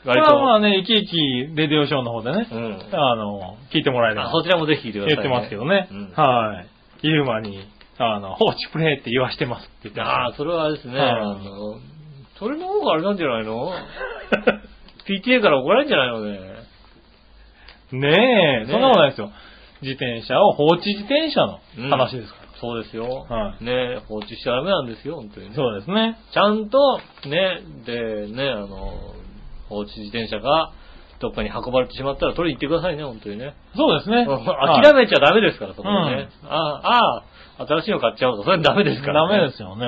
Speaker 3: これ
Speaker 2: 割
Speaker 3: はまあ
Speaker 2: と。
Speaker 3: ね、生き生き、レディオショーの方でね
Speaker 2: う、ん。
Speaker 3: あの、聞いてもらえれ
Speaker 2: あ
Speaker 3: ば
Speaker 2: そ、ちらもぜひ聞いてください。
Speaker 3: 言ってますけどね
Speaker 2: う。ん
Speaker 3: はい。ユーマに、あの、放置プレイって言わしてますって言って
Speaker 2: あ
Speaker 3: ま
Speaker 2: あ、それはあれですね。
Speaker 3: はい
Speaker 2: あの、それの方があれなんじゃない の ?PTA から怒られるんじゃないのね。
Speaker 3: す。ね
Speaker 2: ねえ
Speaker 3: え、そんなことないですよ。自転車を放置自転車の話ですから。
Speaker 2: そうですよ。
Speaker 3: はい
Speaker 2: ね放置しちゃダメなんですよ、本当にね。
Speaker 3: そうですね。
Speaker 2: ちゃんと、ね、で、ね、あの、放置自転車がどっかに運ばれてしまったら取りに行ってくださいね、本当にね。
Speaker 3: そうですね。
Speaker 2: 諦
Speaker 3: め
Speaker 2: めちゃダメですから、そこはね。ああ、ああ、新しいの買っちゃおうと、それダメですから、
Speaker 3: ダメです
Speaker 2: よ。
Speaker 3: よね。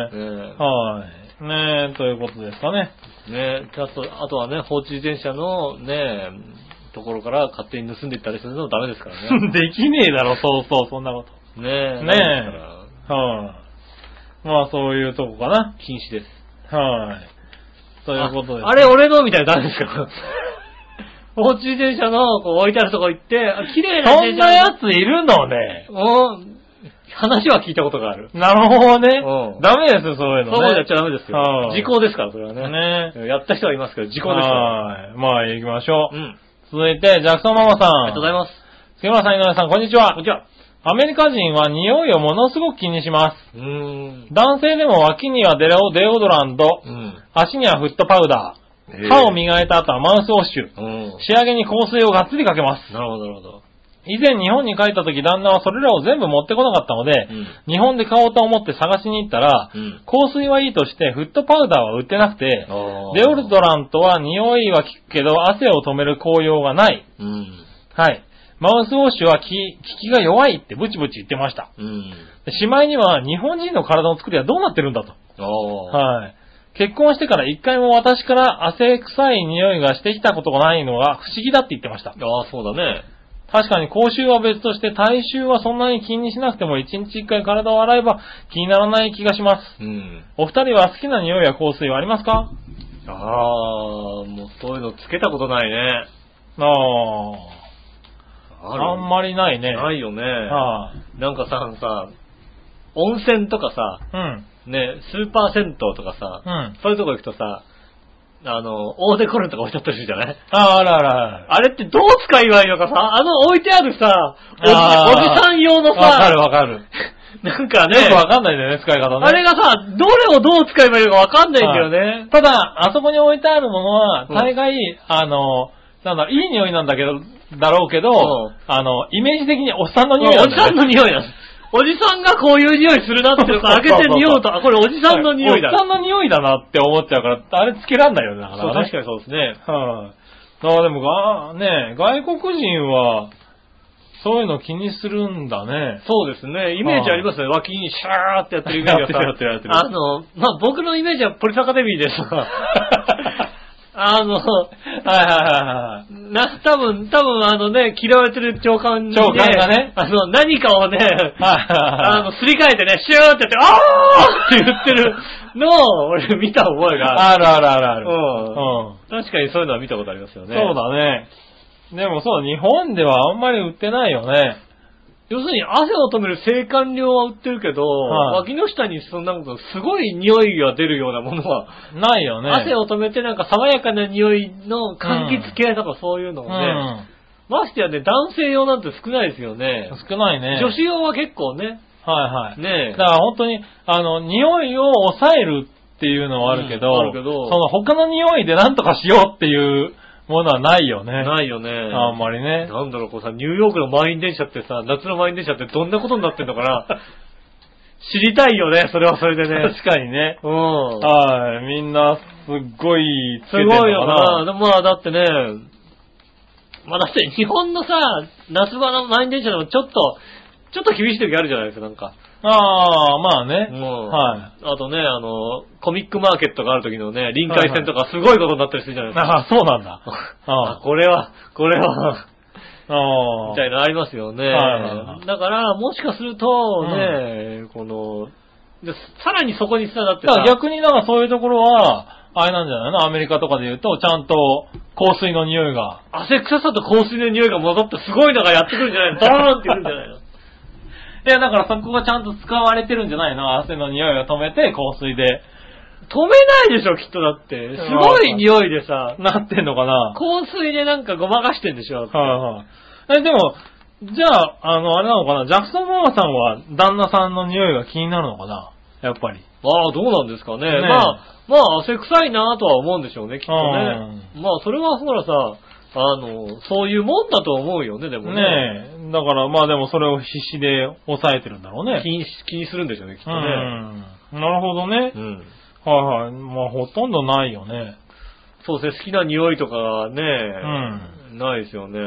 Speaker 3: はい。ねえ、ということですかね。
Speaker 2: ねあと、あとはね、放置自転車のね、ところから勝手に盗んでいったりするのもダメですから ね。
Speaker 3: できねえだろ、そうそう、そんなこ
Speaker 2: ね
Speaker 3: と。
Speaker 2: え。
Speaker 3: ね
Speaker 2: ダメですから
Speaker 3: え。はい。まあ、そういうとこかな。
Speaker 2: 禁止です。
Speaker 3: はい。ということです。
Speaker 2: ああれ俺のみたいなのダメですか 放置自転車のこう置いてあるとこ行って、あ綺麗な
Speaker 3: そ
Speaker 2: 自転車
Speaker 3: んなやついるのね。
Speaker 2: うん。話は聞いたことがある。
Speaker 3: なるほどね
Speaker 2: う。ん
Speaker 3: ダメですよ、そういう
Speaker 2: そ
Speaker 3: の
Speaker 2: ういうこ
Speaker 3: ね。
Speaker 2: とやっちゃダメですよ。
Speaker 3: はい
Speaker 2: 時効ですから、それはね。
Speaker 3: ね
Speaker 2: やった人はいますけど、時効ですから。
Speaker 3: はい。まあ、行きましょ
Speaker 2: う
Speaker 3: う。
Speaker 2: ん。
Speaker 3: 続いて、ジャクソンママさん。
Speaker 2: ありがとうございます。
Speaker 3: 杉村さん、井上さん、こんにちは。
Speaker 2: こんにちは。
Speaker 3: アメリカ人は匂いをものすごく気にしま
Speaker 2: うーん
Speaker 3: す。。男性でも脇にはデオデオドランド、
Speaker 2: うん。
Speaker 3: 足にはフットパウダ
Speaker 2: え
Speaker 3: ー、
Speaker 2: え
Speaker 3: 歯を磨いた後はマウスウォッシュ、
Speaker 2: うん。
Speaker 3: 仕上げに香水をがっつりかけます。
Speaker 2: なるほど、なるほど。
Speaker 3: 以前日本に帰った時旦那はそれらを全部持ってこなかったので、
Speaker 2: うん
Speaker 3: 日本で買おうと思って探しに行ったら、
Speaker 2: うん。
Speaker 3: 香水はいいとしてフットパウダーは売ってなくて、
Speaker 2: あー
Speaker 3: デオルドラントは匂いは効くけど汗を止める効用がない。
Speaker 2: うん。
Speaker 3: はい。マウスウォッシュは効き効きが弱いってブチブチ言ってました。
Speaker 2: うん。
Speaker 3: しまいには日本人の体の作りはどうなってるんだと。
Speaker 2: ああ。
Speaker 3: はい。結婚してから一回も私から汗臭い匂いがしてきたことがないのが不思議だって言ってました。
Speaker 2: ああ、そうだね。
Speaker 3: 確かに口臭は別として体臭はそんなに気にしなくても一日一回体を洗えば気にならない気がします。
Speaker 2: うん。
Speaker 3: お二人は好きな匂いや香水はありますか
Speaker 2: ああ、もうそういうのつけたことないね。
Speaker 3: ああ。
Speaker 2: ある
Speaker 3: あんまりないね。
Speaker 2: ないよね。
Speaker 3: は
Speaker 2: なんかさ、さ、温泉とかさ、
Speaker 3: い。うん。
Speaker 2: ね、スーパー銭湯とかさ、
Speaker 3: うん。
Speaker 2: そういうとこ行くとさ、あの、オーデコルンとか置いちゃってるじゃない
Speaker 3: ああらあら。
Speaker 2: あれってどう使えばいいのかさ、あの置いてあるさ、おじ
Speaker 3: あー
Speaker 2: おじさん用の
Speaker 3: わかる
Speaker 2: さ、
Speaker 3: わかる。
Speaker 2: なんかね
Speaker 3: よ、くわかんないんだよね、使い方ね。
Speaker 2: あれがさ、どれをどう使えばいいのかわかんないんだよね。
Speaker 3: ただ、あそこに置いてあるものは、
Speaker 2: うん
Speaker 3: 大概、あの、なんだろう、いい匂いなんだけど、だろうけど、
Speaker 2: うん
Speaker 3: あの、イメージ的におっさんの
Speaker 2: お
Speaker 3: 匂いなん
Speaker 2: じ
Speaker 3: だ
Speaker 2: さ
Speaker 3: よ
Speaker 2: ん
Speaker 3: ね
Speaker 2: の匂いだ。おじさんがこういう匂いするなっていうのさ、
Speaker 3: そうそうそう
Speaker 2: 開けて匂うと、あ、これおじさんの匂いだ
Speaker 3: おっ。さんの匂いだなって思っちゃうから、あれつけらんないよね、だか
Speaker 2: そう、
Speaker 3: ら
Speaker 2: 確
Speaker 3: ね。
Speaker 2: かにそうですね。
Speaker 3: はい、ああ、でもが、ね、外国人は、そういうの気にするんだね。
Speaker 2: そうですね。イメージありますね。脇にシャーってやってるイメージがさ。
Speaker 3: やってるやってるやってる
Speaker 2: あの、まあ、僕のイメージはポリサカデミーです。 あの、
Speaker 3: はいはいはいはい。
Speaker 2: な、多分、多分あのね、嫌われてる長官に、
Speaker 3: 長官がね
Speaker 2: あの、何かをね、あ
Speaker 3: あ
Speaker 2: の、すり替えてね、シューってやって、あーって言ってるのを、俺見た覚えがある。
Speaker 3: あるあるあるある。
Speaker 2: うん
Speaker 3: うん
Speaker 2: 確かにそういうのは見たことありますよね。
Speaker 3: そうだね。でもそう、日本ではあんまり売ってないよね。
Speaker 2: 要するに汗を止める制汗量は売ってるけど、
Speaker 3: はい
Speaker 2: 脇の下にそのなんかすごい匂いが出るようなものは、
Speaker 3: ないよね。
Speaker 2: 汗を止めてなんか爽やかな匂いの柑橘系とかそういうの
Speaker 3: う
Speaker 2: もね、
Speaker 3: ん。
Speaker 2: ましてやね、男性用なんて少ないですよね。
Speaker 3: 少ないね。
Speaker 2: 女子用は結構ね、
Speaker 3: はいはい。
Speaker 2: ね
Speaker 3: だから本当に、あの、匂いを抑えるっていうのはあるけど、
Speaker 2: うんあるけど
Speaker 3: その他の匂いで何とかしようっていうものはないよね。
Speaker 2: ないよね。
Speaker 3: あんまりね。
Speaker 2: なんだろう、こうさ、ニューヨークの満員電車ってさ、夏の満員電車ってどんなことになってんのかな知りたいよね、それはそれでね。
Speaker 3: 確かにね。
Speaker 2: うん。
Speaker 3: はい。みんな、すっごい、つ
Speaker 2: す
Speaker 3: け
Speaker 2: ご
Speaker 3: て
Speaker 2: い
Speaker 3: んのか
Speaker 2: よな。
Speaker 3: な。
Speaker 2: でもまあだってね、まあだって日本のさ、夏場の満員電車でもちょっと、ちょっと厳しい時あるじゃないですか、なんか。
Speaker 3: ああ、まあね。
Speaker 2: もう
Speaker 3: はい。
Speaker 2: あとね、あの、コミックマーケットがある時のね、臨海線とかすごいことになったりするじゃないですか。
Speaker 3: ああ、そうなんだ。
Speaker 2: あ
Speaker 3: あ
Speaker 2: これは、これは、
Speaker 3: ああ。
Speaker 2: みたいなのありますよね。
Speaker 3: はいはいはい
Speaker 2: だから、もしかするとね、この、でさらにそこにさ、だって
Speaker 3: だから
Speaker 2: さ、
Speaker 3: 逆になんかそういうところは、あれなんじゃないのアメリカとかで言うと、ちゃんと香水の匂いが。
Speaker 2: 汗臭さと香水の匂いが混ざってすごいのがやってくるんじゃないのドーンってくるんじゃないの
Speaker 3: いや、だからそこがちゃんと使われてるんじゃないの汗の匂いを止めて香水で。
Speaker 2: 止めないでしょ、きっとだって。すごい匂いでさ、
Speaker 3: なってんのかな
Speaker 2: 香水でなんかごまかしてんでしょ。
Speaker 3: はいはい。え、でも、じゃあ、あの、あれなのかなジャクソンママさんは旦那さんの匂いが気になるのかなやっぱり。
Speaker 2: まあ、どうなんですかね。
Speaker 3: ねえ
Speaker 2: まあ、まあ、汗臭いなとは思うんでしょうね、きっとね。まあ、それはほらさ、あの、そういうもんだと思うよね、でもね。
Speaker 3: ねえ。だからまあでもそれを必死で抑えてるんだろうね。
Speaker 2: 気にし気にするんでしょうね、きっ
Speaker 3: う
Speaker 2: と
Speaker 3: ん
Speaker 2: ね。。
Speaker 3: なるほどね
Speaker 2: う。ん。
Speaker 3: はいはい。まあほとんどないよね。
Speaker 2: そうですね、好きな匂いとかね、ないですよね。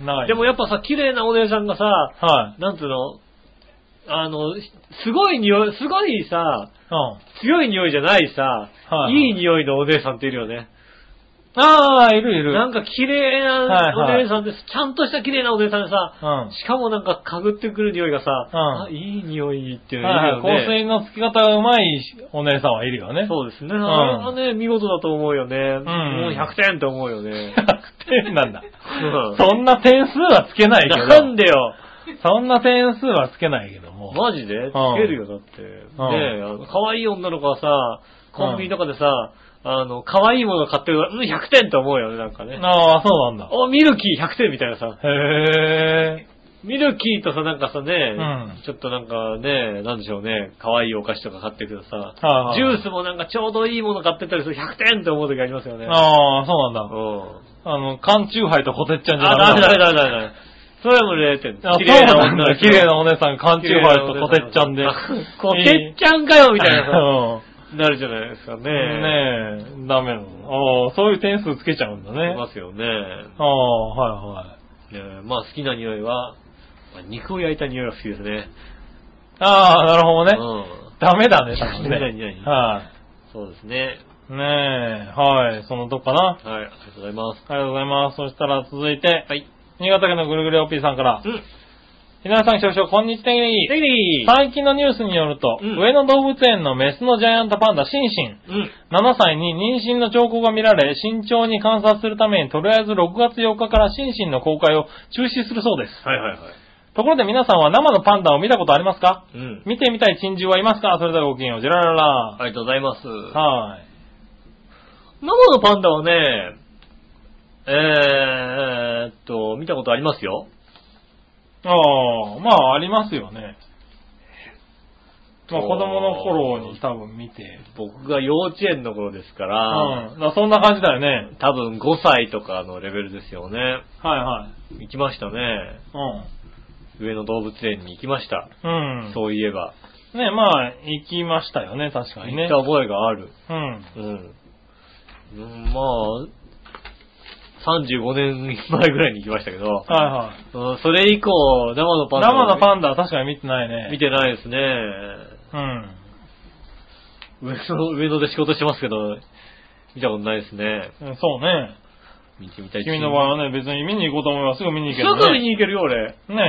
Speaker 3: ない。
Speaker 2: でも、やっぱさ、綺麗なお姉さんがさ、
Speaker 3: はい。
Speaker 2: なんつうの、あの、すごい匂い、すごいさ、
Speaker 3: うん。
Speaker 2: 強い匂いじゃないさ、
Speaker 3: はい
Speaker 2: い、い匂いのお姉さんっているよね。
Speaker 3: ああ、いるいる。
Speaker 2: なんか綺麗
Speaker 3: はい
Speaker 2: な
Speaker 3: はい
Speaker 2: お姉さんです、ちゃんとした綺麗なお姉さんでさ、
Speaker 3: うん
Speaker 2: しかもなんか嗅ぐってくる匂いがさ、
Speaker 3: うん
Speaker 2: あいい匂いっていうの
Speaker 3: はいはい
Speaker 2: いるよね。
Speaker 3: 香水の付き方がうまいお姉さんはいるよね。
Speaker 2: そうですね。
Speaker 3: ん
Speaker 2: あれはね、見事だと思うよね。もう100点って思うよ ね。
Speaker 3: 100点なんだ
Speaker 2: う。ん
Speaker 3: そんな点数はつけないけ
Speaker 2: なん
Speaker 3: ど。
Speaker 2: でよ
Speaker 3: そんな点数はつけないけども。
Speaker 2: マジでつけるよ、だって。ねえ、あの可愛い女の子はさ、コンビニとかでさ、あの、可愛いもの買ってるから、うん、100点って思うよね、なんかね。
Speaker 3: ああ、そうなんだ。
Speaker 2: お、ミルキー100点みたいなさ。
Speaker 3: へえ。
Speaker 2: ミルキーとさ、なんかさね、
Speaker 3: ん
Speaker 2: ちょっとなんかね、なんでしょうね、可愛いお菓子とか買ってくるとさ、
Speaker 3: はいはい
Speaker 2: ジュースもなんかちょうどいいもの買ってったりする100点って思う時ありますよね。
Speaker 3: ああ、そうなん
Speaker 2: う
Speaker 3: だ。
Speaker 2: ん。
Speaker 3: あの、缶チューハイとホテッちゃんじゃ
Speaker 2: あ、ダメダメ
Speaker 3: だ。
Speaker 2: ダメダメダメ。それはもう0点。
Speaker 3: あ、そ
Speaker 2: 綺
Speaker 3: う
Speaker 2: 麗な
Speaker 3: な
Speaker 2: 女
Speaker 3: ん
Speaker 2: の
Speaker 3: だ。
Speaker 2: 子
Speaker 3: 綺麗なお姉さん、缶チューハイとホテッちゃんで。
Speaker 2: あこう、てっちゃんかよみたいなさ、
Speaker 3: うん
Speaker 2: なるじゃないですかね。
Speaker 3: ねえ、ダメなの。ああ、そういう点数つけちゃうんだ
Speaker 2: い
Speaker 3: ね。
Speaker 2: ますよね。
Speaker 3: ああ、はいはい。
Speaker 2: ねえまあ好きな匂いは、まあ肉を焼いた匂いが好きですね。
Speaker 3: ああ、なるほど
Speaker 2: う
Speaker 3: ね。
Speaker 2: ん。
Speaker 3: ダメだね、多分
Speaker 2: ダ
Speaker 3: ね。
Speaker 2: メだね
Speaker 3: はい、
Speaker 2: そうですね。
Speaker 3: ねえ、はい、そのとこかな。
Speaker 2: はい、ありがとうございます。
Speaker 3: ありがとうございます。そしたら続いて、
Speaker 2: はい。
Speaker 3: 新潟県のぐるぐるおっぴーさんから
Speaker 2: う、ん。
Speaker 3: ひなさん少々、こんにちは、ネギネギ
Speaker 2: ネギネギ
Speaker 3: 最近のニュースによると、
Speaker 2: うん
Speaker 3: 上野動物園のメスのジャイアントパンダ、シンシン。
Speaker 2: うん。
Speaker 3: 7歳に妊娠の兆候が見られ、慎重に観察するために、とりあえず6月8日からシンシンの公開を中止するそうです。
Speaker 2: はいはいはい。
Speaker 3: ところで皆さんは生のパンダを見たことありますか
Speaker 2: うん。
Speaker 3: 見てみたい珍獣はいますかそれではごきげんよう、ジェラララ。
Speaker 2: ありがとうございます。
Speaker 3: はい。
Speaker 2: 生のパンダはね、えーっと、見たことありますよ。
Speaker 3: ああ、まあありますよね。まあ
Speaker 2: と
Speaker 3: 子供の頃に多分見て。
Speaker 2: 僕が幼稚園の頃ですか
Speaker 3: うん。
Speaker 2: ら、
Speaker 3: だからそんな感じだよね。
Speaker 2: 多分5歳とかのレベルですよね。
Speaker 3: はいはい。
Speaker 2: 行きましたね。上野動物園に行きました。
Speaker 3: うん。うん。
Speaker 2: そういえば。
Speaker 3: ねまあ行きましたよね、確かに
Speaker 2: 行っ
Speaker 3: ね
Speaker 2: た。覚えがある。
Speaker 3: うん。
Speaker 2: うん。うんまあ、35年前ぐらいに行きましたけど、
Speaker 3: はいはい。
Speaker 2: うんそれ以降、生のパンダ
Speaker 3: 生の
Speaker 2: ン
Speaker 3: パンダは確かに見てないね。
Speaker 2: 見てないですね。
Speaker 3: うん。
Speaker 2: 上野、上野で仕事してますけど、見たことないですね。
Speaker 3: うんそうね。
Speaker 2: 見てみたい。
Speaker 3: 君の場合はね、別に見に行こうと思えばすぐ見に行ける、ね。
Speaker 2: すぐ見に行けるよ、俺。
Speaker 3: ね
Speaker 2: う
Speaker 3: え。
Speaker 2: ん。
Speaker 3: は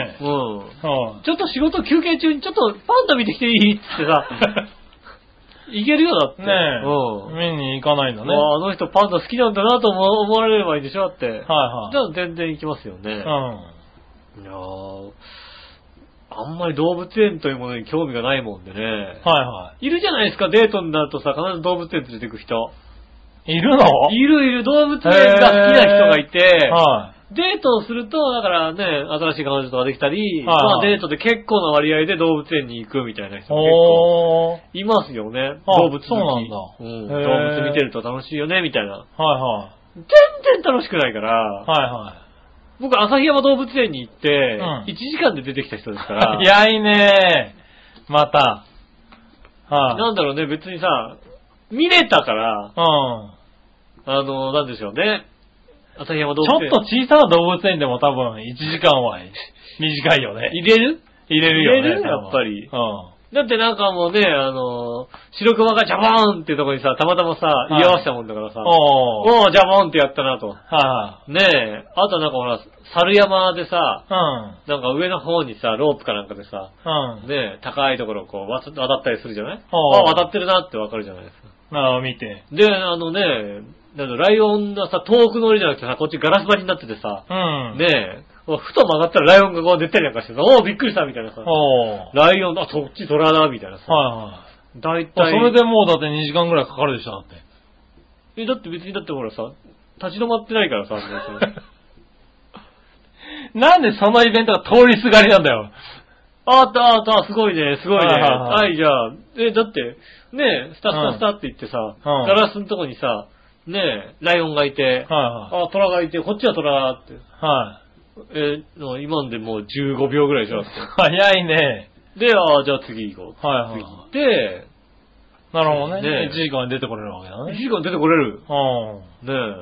Speaker 3: い、
Speaker 2: ちょっと仕事休憩中に、ちょっとパンダ見てきていいって さ、行けるよ、だって。
Speaker 3: ね
Speaker 2: うん。
Speaker 3: え。見に行かないんだね。
Speaker 2: まあ、あの人パンダ好きなんだなと思思われればいいでしょだって。
Speaker 3: はい
Speaker 2: じ
Speaker 3: は
Speaker 2: ゃあ全然行きますよね。
Speaker 3: い。
Speaker 2: いやーあんまり動物園というものに興味がないもんでね。、
Speaker 3: うん。はいはい
Speaker 2: るじゃないですか、デートになるとさ、必ず動物園連れてく人。
Speaker 3: い。いるの
Speaker 2: いるいる、動物園が好きな人がいて、
Speaker 3: は
Speaker 2: デートをすると、だからね、新しい彼女とかできたり、
Speaker 3: はいはい
Speaker 2: まあデートで結構な割合で動物園に行くみたいな人
Speaker 3: い。
Speaker 2: 結構
Speaker 3: おー。
Speaker 2: いますよね。
Speaker 3: あ
Speaker 2: 動物好き
Speaker 3: そうなんだ
Speaker 2: うん
Speaker 3: へー
Speaker 2: 動物見てると楽しいよね、みたいな。
Speaker 3: はいはい。
Speaker 2: 全然楽しくないから、
Speaker 3: はいは
Speaker 2: 僕、旭山動物園に行って、
Speaker 3: うん
Speaker 2: 1時間で出てきた人ですから、
Speaker 3: い。やいねえ。また。はい、
Speaker 2: なんだろうね、別にさ、見れたから、
Speaker 3: うん。
Speaker 2: あの、なんでしょうね。旭山動
Speaker 3: ち
Speaker 2: 物
Speaker 3: ょっ
Speaker 2: 園。
Speaker 3: と小さな動物園でも多分1時間は短いよね。
Speaker 2: 入れる
Speaker 3: 入れるよね。
Speaker 2: 入れる
Speaker 3: 多分
Speaker 2: やっぱり
Speaker 3: うん。は
Speaker 2: だってなんかもうね、あの、白熊がジャボーンってとこにさ、たまたまさ、
Speaker 3: い
Speaker 2: 居合わせたもんだからさ、
Speaker 3: おー
Speaker 2: おう、ジャボーンってやったなと。
Speaker 3: いは
Speaker 2: ねえ、あとなんかほら、猿山でさ、
Speaker 3: い。うん。
Speaker 2: なんか上の方にさ、ロープかなんかでさ、
Speaker 3: うん。
Speaker 2: ねえ、高いところをこう、わた渡ったりするじゃないあ、
Speaker 3: ああ
Speaker 2: 渡ってるなってわかるじゃないですか。
Speaker 3: ああ、見て。
Speaker 2: で、あのね、なんだライオンがさ、遠くのりじゃなくてさ、こっちガラス張りになっててさ、
Speaker 3: うん。、
Speaker 2: ねえ、ふと曲がったらライオンがこう出てりなんかしてさ、おお、びっくりしたみたいなさ、
Speaker 3: おー。
Speaker 2: ライオン、あ、そっち虎だ、みたいなさ、
Speaker 3: は
Speaker 2: 大
Speaker 3: いはい。そ
Speaker 2: 体、
Speaker 3: れでもうだって2時間ぐらいかかるでしょ、だって。
Speaker 2: え、だって別にだってほらさ、立ち止まってないからさ、別に
Speaker 3: なんでそのイベントが通りすがりなんだよ。
Speaker 2: あったあった、すごいね、すごいね。
Speaker 3: はいはいはい
Speaker 2: はい、じゃあ、え、だって、ねえ、スタスタスタって言ってさ、
Speaker 3: うん
Speaker 2: ガラスのとこにさ、ねえ、ライオンがいて、
Speaker 3: はいはい。
Speaker 2: あ、虎がいて、こっちは虎って。
Speaker 3: はい。
Speaker 2: え、な今んでもう15秒ぐらいじゃなくて。
Speaker 3: 早いね。
Speaker 2: で、ああ、じゃあ次行こう。
Speaker 3: はいはい
Speaker 2: 次行って、
Speaker 3: なるほど
Speaker 2: ねえ
Speaker 3: ね。1時間出てこれるわけだ
Speaker 2: 1
Speaker 3: ね。
Speaker 2: 時間出てこれる。
Speaker 3: うん。
Speaker 2: ね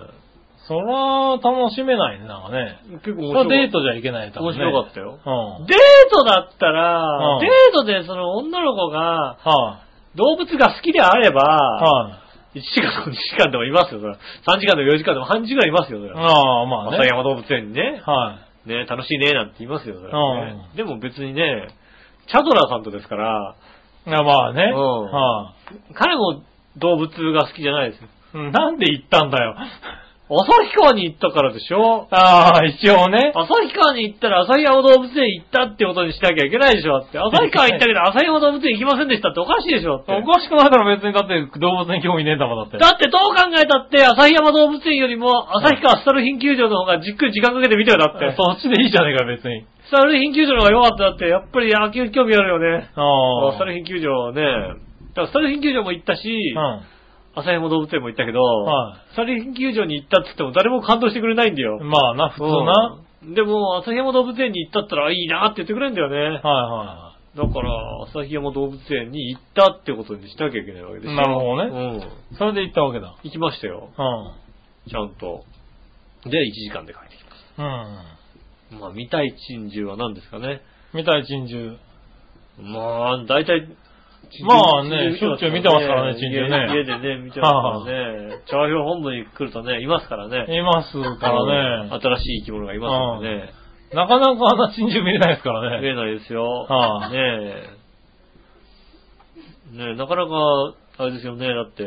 Speaker 3: そら、楽しめないね、なんかね。
Speaker 2: え。結構
Speaker 3: そ
Speaker 2: 面
Speaker 3: れは
Speaker 2: 白か
Speaker 3: デー
Speaker 2: っ
Speaker 3: トじゃいけない、
Speaker 2: た。
Speaker 3: 多分
Speaker 2: 面
Speaker 3: ね。
Speaker 2: 白かったよ。
Speaker 3: た。うん。
Speaker 2: デートだったら、
Speaker 3: うん
Speaker 2: デートでその女の子が
Speaker 3: は
Speaker 2: 動物が好きであれば、
Speaker 3: あ、はい、あ。
Speaker 2: 1時間でも2時間でもいますよ、それは3時間でも4時間でも半時間いますよ、それは。
Speaker 3: ああ、まあね。
Speaker 2: 朝山動物園にね、
Speaker 3: はい、
Speaker 2: ね、楽しいね、なんて言いますよ、それはね。でも別にね、チャドラーさんとですから、
Speaker 3: いやまあね。
Speaker 2: うん
Speaker 3: はあ
Speaker 2: 彼も動物が好きじゃないですよ。
Speaker 3: うんなんで行ったんだよ。
Speaker 2: 旭川に行ったからでしょ
Speaker 3: ああ、一応ね。
Speaker 2: 旭川に行ったら旭山動物園行ったってことにしなきゃいけないでしょだって。旭川行ったけ ど旭山動物園行きませんでしたっておかしいでしょだって。
Speaker 3: おかしくないだろ別にだって動物に興味ねえんだもんだって。
Speaker 2: だってどう考えたって旭山動物園よりも旭川スタルヒン球場の方がじっくり時間かけて見てよだって。
Speaker 3: そっちでいいじゃねえか別に。
Speaker 2: スタルヒン球場の方が良かっただって、やっぱり野球興味あるよね。
Speaker 3: ああ。
Speaker 2: スタルヒン球場はね、だからスタルヒン球場も行ったし、
Speaker 3: うん。
Speaker 2: 旭山動物園も行ったけど、
Speaker 3: はい
Speaker 2: スタルヒン球場に行ったって言っても誰も感動してくれないんだよ。
Speaker 3: まあな、普通な。
Speaker 2: うん。でも、旭山動物園に行ったったらいいなって言ってくれるんだよね。
Speaker 3: は
Speaker 2: だから、旭山動物園に行ったってことにしなきゃいけないわけですよ。
Speaker 3: なるほ
Speaker 2: ね。
Speaker 3: ど
Speaker 2: うん。
Speaker 3: いはい。それで行ったわけだ。
Speaker 2: 行きましたよ。
Speaker 3: う
Speaker 2: ちゃんと。で、1時間で帰ってき
Speaker 3: ん。うん。
Speaker 2: た。まあ、見たい珍獣は何ですかね。
Speaker 3: 見たい珍獣。
Speaker 2: まあ、大体、珍
Speaker 3: まあ
Speaker 2: 珍
Speaker 3: ね
Speaker 2: 獣
Speaker 3: しょっちゅう見てますからね珍
Speaker 2: 家でね、見てますから ね。調和表本部に来るとね、いますからね。
Speaker 3: いますからね。
Speaker 2: 新しい生き物がいますからね。
Speaker 3: なかなかあんな珍獣見れないですから
Speaker 2: 見
Speaker 3: ね。
Speaker 2: えないですよ。
Speaker 3: はあ
Speaker 2: ねえ。ねえ、なかなか、あれですよね、だって、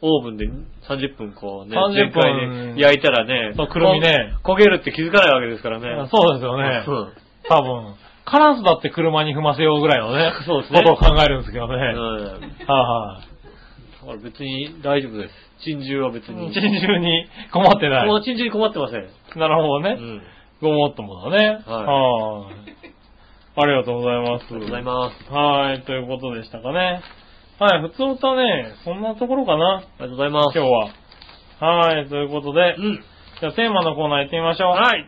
Speaker 2: オーブンで30分こうね、
Speaker 3: 30分
Speaker 2: 全開で焼いたらね、
Speaker 3: そうくるみね
Speaker 2: こ、焦げるって気づかないわけですからね。
Speaker 3: そうですよね。
Speaker 2: うん
Speaker 3: 多分。カラスだって車に踏ませようぐらいのね、
Speaker 2: そうですね
Speaker 3: ことを考えるんですけどね。はい、
Speaker 2: うん。
Speaker 3: はい、
Speaker 2: だから別に大丈夫です。珍獣は別に。
Speaker 3: 珍獣に困ってない。
Speaker 2: もう珍獣に困ってません。
Speaker 3: なるほど
Speaker 2: う
Speaker 3: ね。
Speaker 2: ん。
Speaker 3: ごもっともだね。
Speaker 2: は
Speaker 3: はい。ありがとうございま
Speaker 2: ありが
Speaker 3: す。あ
Speaker 2: とうございます。
Speaker 3: はい、ということでしたかね。はい、普通歌ね、そんなところかな、
Speaker 2: ありがとうございます。
Speaker 3: 今日は。はい、ということで、
Speaker 2: うん。
Speaker 3: じゃあテーマのコーナー行ってみましょう。
Speaker 2: はい。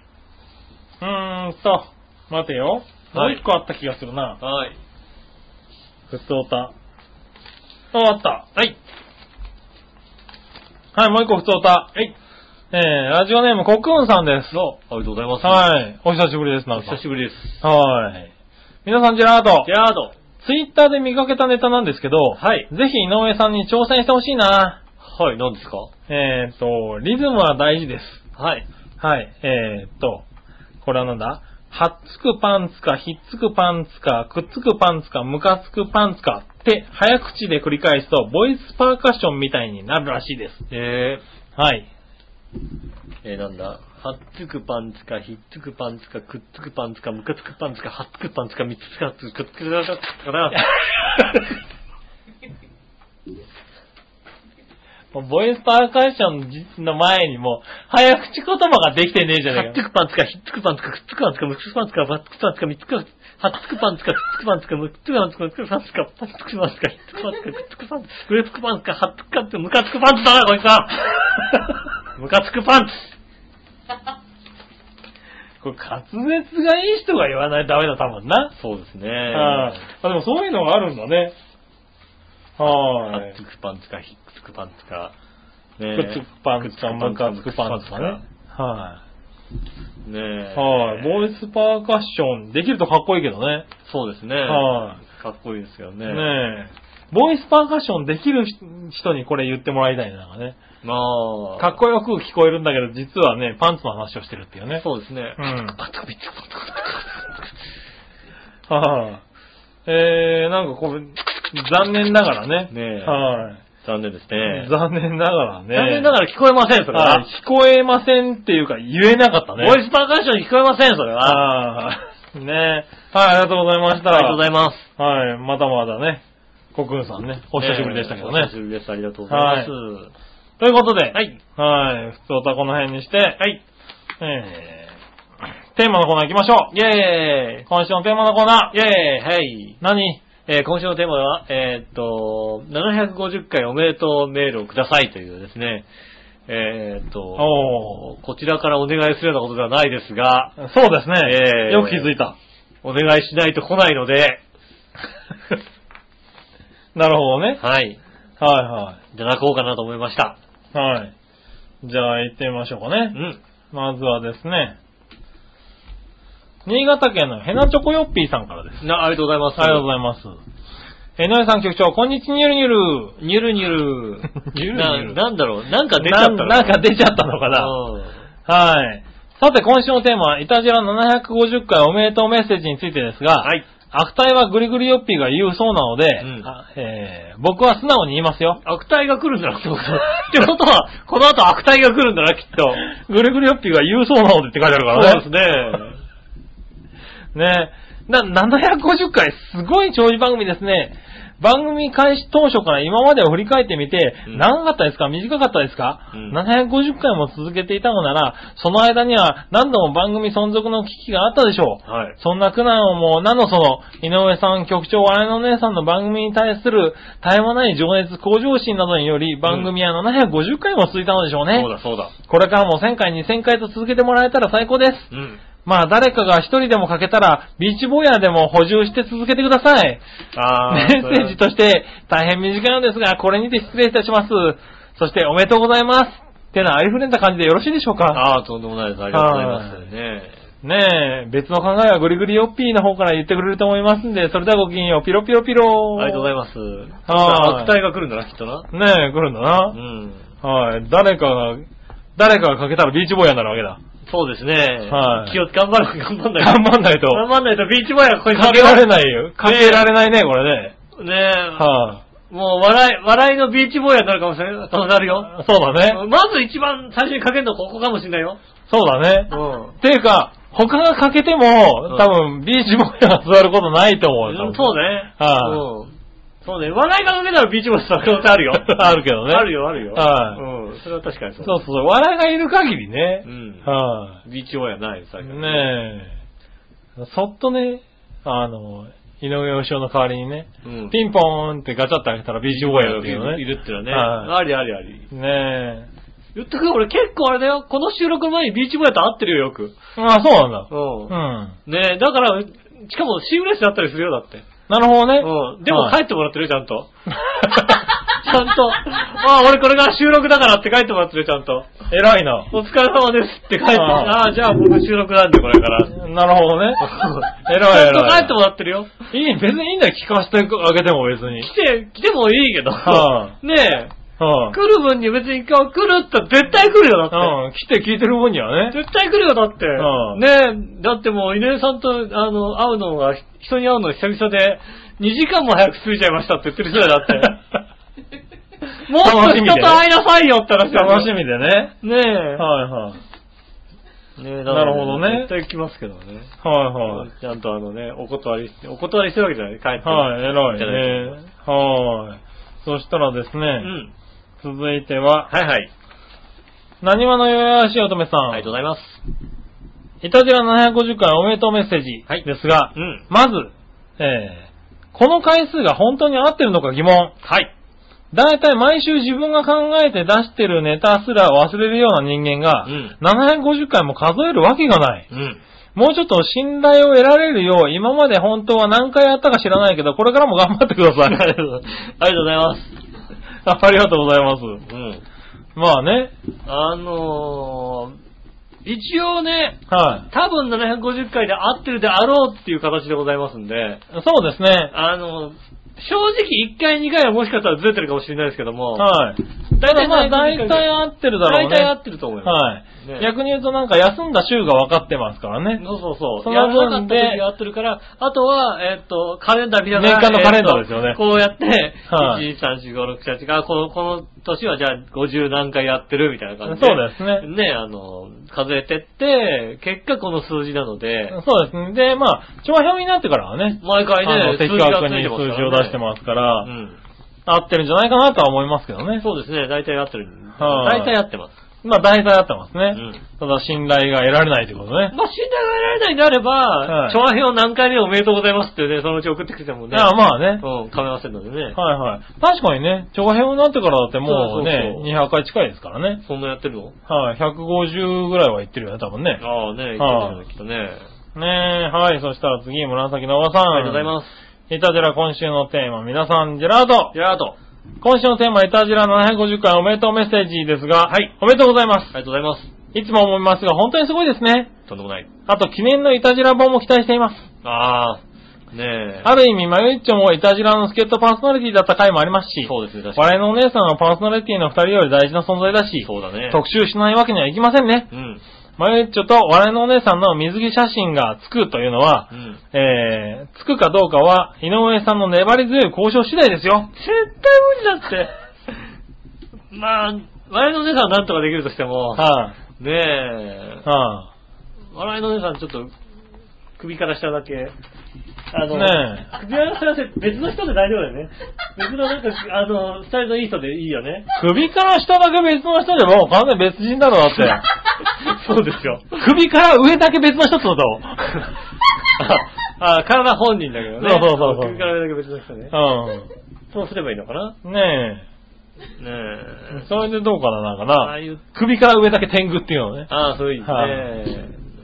Speaker 3: うーんと、待てよ。も
Speaker 2: は
Speaker 3: う
Speaker 2: い
Speaker 3: 一個あった気がするな。
Speaker 2: はい。
Speaker 3: 普通歌。あ、あった。はい。はい、もう一個普通歌。はい。えー、ラジオネームコックーンさんです。
Speaker 2: ありがとうございます。
Speaker 3: はい。お久しぶりです、
Speaker 2: お
Speaker 3: なんか。
Speaker 2: 久しぶりです。
Speaker 3: はい。皆さん、ジェラート
Speaker 2: ジ。ェラード。
Speaker 3: ツイッターで見かけたネタなんですけど、
Speaker 2: はい。
Speaker 3: ぜひ井上さんに挑戦してほしいな。
Speaker 2: はい、何ですか
Speaker 3: えーっと、リズムは大事です。
Speaker 2: はい。
Speaker 3: はい。えーっと、これはなんだはっつくパンツか、ひっつくパンツか、くっつくパンツか、むかつくパンツかって、早口で繰り返すと、ボイスパーカッションみたいになるらしいです。
Speaker 2: えー。
Speaker 3: はい。
Speaker 2: えー、なんだ、はっつくパンツか、ひっつくパンツか、くっつくパンツか、むかつくパンツか、はっつくパンツか、みっつくはっつく、くっつくなかったかな。
Speaker 3: もうボイスパーカッションの前にもう、早口言葉ができてねえじゃ
Speaker 2: は
Speaker 3: ね
Speaker 2: っ
Speaker 3: え
Speaker 2: つくパンツか、ひっつくパンツか、くっつくパンツか、むっつくパンツか、はっつくパンツか、みっつく、はっつくパンツか、くっつくパンツか、むっつくパンツか、むっつくパンツか、はっつくパンツか、ひっつくパンツか、くっつくパンツか、くっつくパンツか、はっつくパンツか、むかつくパンツだな、こいつ は。むかつくパンツ。
Speaker 3: か。これ滑舌がいい人が言わないとダメだ、多分な。
Speaker 2: そうですね。
Speaker 3: はいあ、でもそういうのがあるんだね。
Speaker 2: は
Speaker 3: は
Speaker 2: っ
Speaker 3: い
Speaker 2: つ。くパンツか、ひっつくパンツか、
Speaker 3: く
Speaker 2: ね
Speaker 3: っつくパンツか、むかつくパンツかね。は
Speaker 2: ね
Speaker 3: い。
Speaker 2: え。
Speaker 3: はい。ボイスパーカッション、できるとかっこいいけどね。
Speaker 2: そうですね。
Speaker 3: は
Speaker 2: かっこいいですよね。
Speaker 3: ねえ。ボイスパーカッションできる人にこれ言ってもらいたいねなんかね。
Speaker 2: まあ。
Speaker 3: かっこよく聞こえるんだけど、実はね、パンツの話をしてるっていうね。
Speaker 2: そうですね。
Speaker 3: うん
Speaker 2: パタビタパタビタ
Speaker 3: はい、えー、なんかこれ、残念ながらね。
Speaker 2: ねえ
Speaker 3: はい、
Speaker 2: 残念ですね。
Speaker 3: 残念ながらね。
Speaker 2: 残念ながら聞こえません、それは。
Speaker 3: はい、聞こえませんっていうか、言えなかったね。
Speaker 2: ボイスパーカッション聞こえません、それは。
Speaker 3: ああ、ねえ。はい、ありがとうございまし
Speaker 2: あ
Speaker 3: た。
Speaker 2: りがとうございます。
Speaker 3: はい、まだまだね、コクンさんね、お久しぶりでしたけど
Speaker 2: ええ
Speaker 3: ね
Speaker 2: お久。しぶりです。ありがとうございます。
Speaker 3: ということで、
Speaker 2: はい。
Speaker 3: はい、普通歌この辺にして、はい、えー、テーマのコーナー行きましょう。
Speaker 2: イェーイ
Speaker 3: 今週のテーマのコーナー、
Speaker 2: イェーイはい。
Speaker 3: 何
Speaker 2: えー今週のテーマは、えーっと、750回おめでとうメールをくださいというですね、えーっと、
Speaker 3: おー
Speaker 2: こちらからお願いするようなことではないですが、
Speaker 3: そうですね、
Speaker 2: えー
Speaker 3: よく気づいた。
Speaker 2: お願いしないと来ないので、
Speaker 3: なるほどね。
Speaker 2: はい。
Speaker 3: はいはい
Speaker 2: ただこうかなと思いました。
Speaker 3: い。はい。じゃあ行ってみましょうか
Speaker 2: う
Speaker 3: ね。
Speaker 2: ん。
Speaker 3: まずはですね、新潟県のヘナチョコヨッピーさんからです。
Speaker 2: な、ありがとうございます。
Speaker 3: ありがとうございます。えー、井上さん局長、こんにちは、にゅるにゅる。。
Speaker 2: ニュルニュル
Speaker 3: ニュルニュル
Speaker 2: ななんだろうなんか出ちゃったの
Speaker 3: ななんか出ちゃったのかな
Speaker 2: うん
Speaker 3: はい。さて、今週のテーマは、イタジラ750回おめでとうメッセージについてですが、
Speaker 2: はい。
Speaker 3: 悪態はグリグリヨッピーが言うそうなので、
Speaker 2: うん
Speaker 3: あえー僕は素直に言いますよ。
Speaker 2: 悪態が来るんだなってこと。ってことは、この後悪態が来るんだな、きっと。
Speaker 3: グリグリヨッピーが言うそうなのでって書いてあるからね。
Speaker 2: そうですね。
Speaker 3: ねえ。な、750回、すごい長寿番組ですね。番組開始当初から今までを振り返ってみて、
Speaker 2: うん
Speaker 3: 長かったですか短かったですか、
Speaker 2: うん
Speaker 3: ?750 回も続けていたのなら、その間には何度も番組存続の危機があったでしょう。
Speaker 2: はい。
Speaker 3: そんな苦難をもう、なのその、井上さん、局長、笑いのお姉さんの番組に対する絶え間ない情熱、向上心などにより、番組は750回も続いたのでしょうね。
Speaker 2: そうだ、そうだ。
Speaker 3: これからも1000回、2000回と続けてもらえたら最高です。
Speaker 2: うん。
Speaker 3: まあ、誰かが一人でもかけたら、ビーチボーヤーでも補充して続けてください。
Speaker 2: あ
Speaker 3: メッセージとして、大変短いのですが、これにて失礼いたします。そして、おめでとうございます。ってな、ありふれた感じでよろしいでしょうか
Speaker 2: ああ、とんでもないです。ありがとうございます。ね
Speaker 3: ねえ、別の考えはグリグリヨッピーの方から言ってくれると思いますんで、それではごきげんよう、ピロピロピロ
Speaker 2: ありがとうござい
Speaker 3: ま
Speaker 2: ます。
Speaker 3: は
Speaker 2: 悪
Speaker 3: い
Speaker 2: 態が来るんだな、きっとな。
Speaker 3: す。ねえ、来るんだ
Speaker 2: う
Speaker 3: な。
Speaker 2: ん。
Speaker 3: はい。誰かが、誰かがかけたらビーチボーヤーになるわけだ。
Speaker 2: そうですね。
Speaker 3: はい
Speaker 2: 気をつけ、頑張る、頑張んないと。
Speaker 3: 頑張んないと。
Speaker 2: 頑張んないと、ビーチボーイはここに
Speaker 3: かけられ
Speaker 2: い。
Speaker 3: ないよ。かけられないね、これね。
Speaker 2: ねえ。
Speaker 3: は
Speaker 2: もう、笑い、笑いのビーチボーイになるかもしれない。可能性ある
Speaker 3: い、
Speaker 2: よ。
Speaker 3: そうだね。
Speaker 2: まず一番最初にかけるのここかもしれないよ。
Speaker 3: そうだね。
Speaker 2: う
Speaker 3: っていうか、他が欠けても、
Speaker 2: うん
Speaker 3: 多分、ビーチボーイが座ることないと思うよ。
Speaker 2: ん。
Speaker 3: 多
Speaker 2: そう
Speaker 3: 分
Speaker 2: ね。
Speaker 3: はい。
Speaker 2: うん。そうね。笑いがかけたらビーチボーイになる可能性あるよ
Speaker 3: あるけどね
Speaker 2: あるよ、あるよ。
Speaker 3: はい
Speaker 2: うん。それは確かにそう。
Speaker 3: そうそうそう、笑いがいる限りね
Speaker 2: う。ん。
Speaker 3: は
Speaker 2: ビーチボーイはない、最
Speaker 3: い、
Speaker 2: 近。
Speaker 3: ねえ。そっとね、あの、井上芳雄の代わりにね、
Speaker 2: うん。
Speaker 3: ピンポーンってガチャって開けたらビーチボーイだっていうのね。
Speaker 2: いるっていうのね。
Speaker 3: は
Speaker 2: ありありあり。
Speaker 3: い。ねえ。
Speaker 2: 言っとくよ、俺結構あれだよ。この収録の前にビーチボーイと会ってるよ、よく。
Speaker 3: あそうなんだ。
Speaker 2: うん
Speaker 3: うん。
Speaker 2: ねえ、だから、しかもシームレスだったりするよ、だって。
Speaker 3: なるほどね。
Speaker 2: うん。でも
Speaker 3: はい
Speaker 2: 帰ってもらってるよ、ちゃん と。ちゃんと。ああ、俺これが収録だからって帰ってもらってるよ、ちゃんと。
Speaker 3: 偉いな。
Speaker 2: お疲れ様ですって帰って、
Speaker 3: ああ
Speaker 2: ああ、じゃあ僕収録なんで、これから。ち
Speaker 3: なるほどね。偉い
Speaker 2: ゃんと
Speaker 3: 偉
Speaker 2: 帰
Speaker 3: い
Speaker 2: って。もらってるよ。
Speaker 3: いい、別にいいんだよ、聞かせてあげても別に。
Speaker 2: 来て、来てもいいけど。
Speaker 3: は
Speaker 2: ねえ、
Speaker 3: はい、
Speaker 2: 来る分に別に今日来るって絶対来るよ、だって。
Speaker 3: うん、来て聞いてる分にはね。
Speaker 2: 絶対来るよ、だって。
Speaker 3: うん
Speaker 2: ねえ、だってもう、稲江さんと、あの、会うのが、人に会うの久々で、2時間も早く過ぎちゃいましたって言ってる人だよ、だって。 もっと
Speaker 3: 楽し
Speaker 2: 人
Speaker 3: み
Speaker 2: と
Speaker 3: でね
Speaker 2: 会いなさいよって話だよ
Speaker 3: 楽しみでね。
Speaker 2: ねえ。
Speaker 3: はいはい。
Speaker 2: ねえ
Speaker 3: なるほどね
Speaker 2: 絶対来ますけどね。
Speaker 3: はい
Speaker 2: ちゃんとあのね、お断りして、お断りしてるわけじゃない、帰って。
Speaker 3: はい。はい、偉い
Speaker 2: じゃない
Speaker 3: ね。はい。そしたらですね、
Speaker 2: うん。
Speaker 3: 続いては、
Speaker 2: はいはい。
Speaker 3: なにわのよやしおとめさん。
Speaker 2: ありがとうございます。
Speaker 3: いたじら750回おめでとうメッセージ。
Speaker 2: はい
Speaker 3: ですが、
Speaker 2: うん
Speaker 3: まず、えー、この回数が本当に合ってるのか疑問。
Speaker 2: はい。
Speaker 3: だいたい毎週自分が考えて出してるネタすら忘れるような人間が、
Speaker 2: うん
Speaker 3: 750回も数えるわけがない。
Speaker 2: うん。
Speaker 3: もうちょっと信頼を得られるよう、今まで本当は何回やったか知らないけど、これからも頑張ってくださ
Speaker 2: ありが
Speaker 3: い。
Speaker 2: とうございます。
Speaker 3: あありがとうございます。
Speaker 2: うん。
Speaker 3: まあね、
Speaker 2: あのー、一応ね、
Speaker 3: はい。
Speaker 2: 多分750回で合ってるであろうっていう形でございますんで、
Speaker 3: そうですね。
Speaker 2: あのー、正直1回2回はもしかしたらずれてるかもしれないですけども、
Speaker 3: はい。
Speaker 2: 大
Speaker 3: た
Speaker 2: 体
Speaker 3: だまあ、大
Speaker 2: 750回
Speaker 3: 体合ってるだろうね。
Speaker 2: 大体合ってると思います。
Speaker 3: はい、
Speaker 2: ね
Speaker 3: 逆に言うとなんか休んだ週が分かってますからね。
Speaker 2: そうそうそう。
Speaker 3: そ
Speaker 2: や
Speaker 3: の
Speaker 2: らなかっ
Speaker 3: 分
Speaker 2: た
Speaker 3: で
Speaker 2: 時が合ってるから、あとは、えっ、と、カレンダー見ながら。
Speaker 3: 年間のカレンダーですよね
Speaker 2: えっとこうやって、
Speaker 3: はい
Speaker 2: 1、2、3、4、5、6、7、8、この、この年はじゃあ50何回やってるみたいな感じで。
Speaker 3: そうですね
Speaker 2: ね、あの、数えてって、結果この数字なので、
Speaker 3: そうですね。で、まあ、長編になってからはね、
Speaker 2: 毎回
Speaker 3: あ
Speaker 2: ね
Speaker 3: の、的
Speaker 2: 数字が
Speaker 3: 確
Speaker 2: つい
Speaker 3: に
Speaker 2: てますから、ね。
Speaker 3: 数字を出してますから、
Speaker 2: うん。
Speaker 3: 合ってるんじゃないかなとは思いますけどね。
Speaker 2: そうですね、大体合ってる。
Speaker 3: はい
Speaker 2: 大体合ってます。
Speaker 3: まあ、大体合ってますね。
Speaker 2: ん
Speaker 3: ただ、信頼が得られないということね。
Speaker 2: まあ、信頼が得られないんであれば、
Speaker 3: はい
Speaker 2: 調和表何回目おめでとうございますってね、そのうち送ってきてもね。
Speaker 3: ああまあね
Speaker 2: うん、構いませんのでね。
Speaker 3: はいはい。確かにね、長編になってからだってもうね、
Speaker 2: そうそう
Speaker 3: 200回近いですからね。
Speaker 2: そんなやってるの
Speaker 3: はい、150ぐらいは行ってるよね、多分ね。
Speaker 2: ああね、
Speaker 3: はい
Speaker 2: 言ってたね、きっとね。
Speaker 3: ねえ、はい、そしたら次、紫のおばさん。
Speaker 2: ありがとうございます。
Speaker 3: す。いたじら今週のテーマ、皆さん、ジェラード
Speaker 2: ジ。ェラート。
Speaker 3: 今週のテーマ、いたじら750回おめでとうメッセージですが、はい、おめでとうございま
Speaker 2: ありがとうございます。
Speaker 3: す。いつも思いますが、本当にすごいですね。
Speaker 2: とんでもない。
Speaker 3: あと、記念のいたじら本も期待しています。
Speaker 2: ああ、ねえ。
Speaker 3: ある意味、マユッチョもいたじらの助っ人パーソナリティだった回もありますし、
Speaker 2: そうですね、確か
Speaker 3: 我々のお姉さんはパーソナリティの二人より大事な存在だし
Speaker 2: に。、そうだね。
Speaker 3: 特集しないわけにはいきませんね。
Speaker 2: うん。
Speaker 3: マユッチョと我のお姉さんの水着写真がつくというのは、
Speaker 2: うん。
Speaker 3: えー、つくかどうかは、井上さんの粘り強い交渉次第ですよ。
Speaker 2: 絶対無理だって。まあ、笑いのお姉さんはなんとかできるとしても、
Speaker 3: は
Speaker 2: ねえ
Speaker 3: い、、は
Speaker 2: 笑いのお姉さんちょっと、首から下だけ、あの、
Speaker 3: ね
Speaker 2: 首から下だけ別の人で大丈夫だよね。別のなんか、あの、スタイルのいい人でいいよ ね。
Speaker 3: い首から下だけ別の人でも、完全に別人だろ、だって。
Speaker 2: そうですよ。
Speaker 3: 首から上だけ別の人ってこと
Speaker 2: ああ、体本人だけどね。
Speaker 3: そうそうそうそう
Speaker 2: 首から上だけ別の人ね。
Speaker 3: う
Speaker 2: そうすればいいのかなね
Speaker 3: ん。ねえ。
Speaker 2: え。
Speaker 3: それでどうかな、なんか
Speaker 2: ああ
Speaker 3: な。
Speaker 2: いう、
Speaker 3: 首から上だけ天狗っていうのね。
Speaker 2: ああ、そういいね。
Speaker 3: は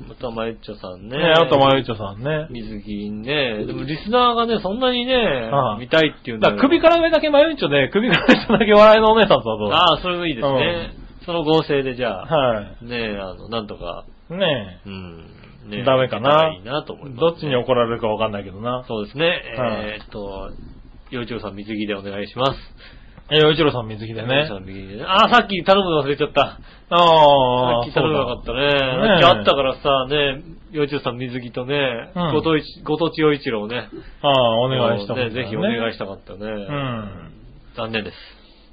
Speaker 2: またまゆっちょさんね。
Speaker 3: ねえ、あとまゆちょさんね。
Speaker 2: 水着ね。でもリスナーがね、そんなにね、
Speaker 3: ああ
Speaker 2: 見たいっていうん
Speaker 3: だか
Speaker 2: よ
Speaker 3: ら首から上だけまゆちょで、首から下だけ笑いのお姉さんとはどう
Speaker 2: ああ、それもいいですね。その合成でじゃあ、
Speaker 3: は
Speaker 2: ねえ、あの、なんとか、
Speaker 3: い。ね
Speaker 2: うん、ね
Speaker 3: え。
Speaker 2: え
Speaker 3: ダメかな。
Speaker 2: いいなと思います。
Speaker 3: どっちに怒られるかわかんないけどな。
Speaker 2: そうですね。
Speaker 3: はい
Speaker 2: えーっと、洋一郎さん水着でお願いします。
Speaker 3: え、洋一郎さん水着で
Speaker 2: 洋一
Speaker 3: ね
Speaker 2: 郎。さん水着でねああ、さっき頼むの忘れちゃった。
Speaker 3: あ
Speaker 2: さ
Speaker 3: あ、
Speaker 2: っき頼めなかったね。
Speaker 3: ねえ
Speaker 2: さっきあったからさ、ねえ、洋一郎さん水着とね、
Speaker 3: うん
Speaker 2: ごといちごとち洋一郎をね、
Speaker 3: ああ、お願いした
Speaker 2: あのね。ぜひお願い
Speaker 3: し
Speaker 2: したかったね。
Speaker 3: ん
Speaker 2: 残念です。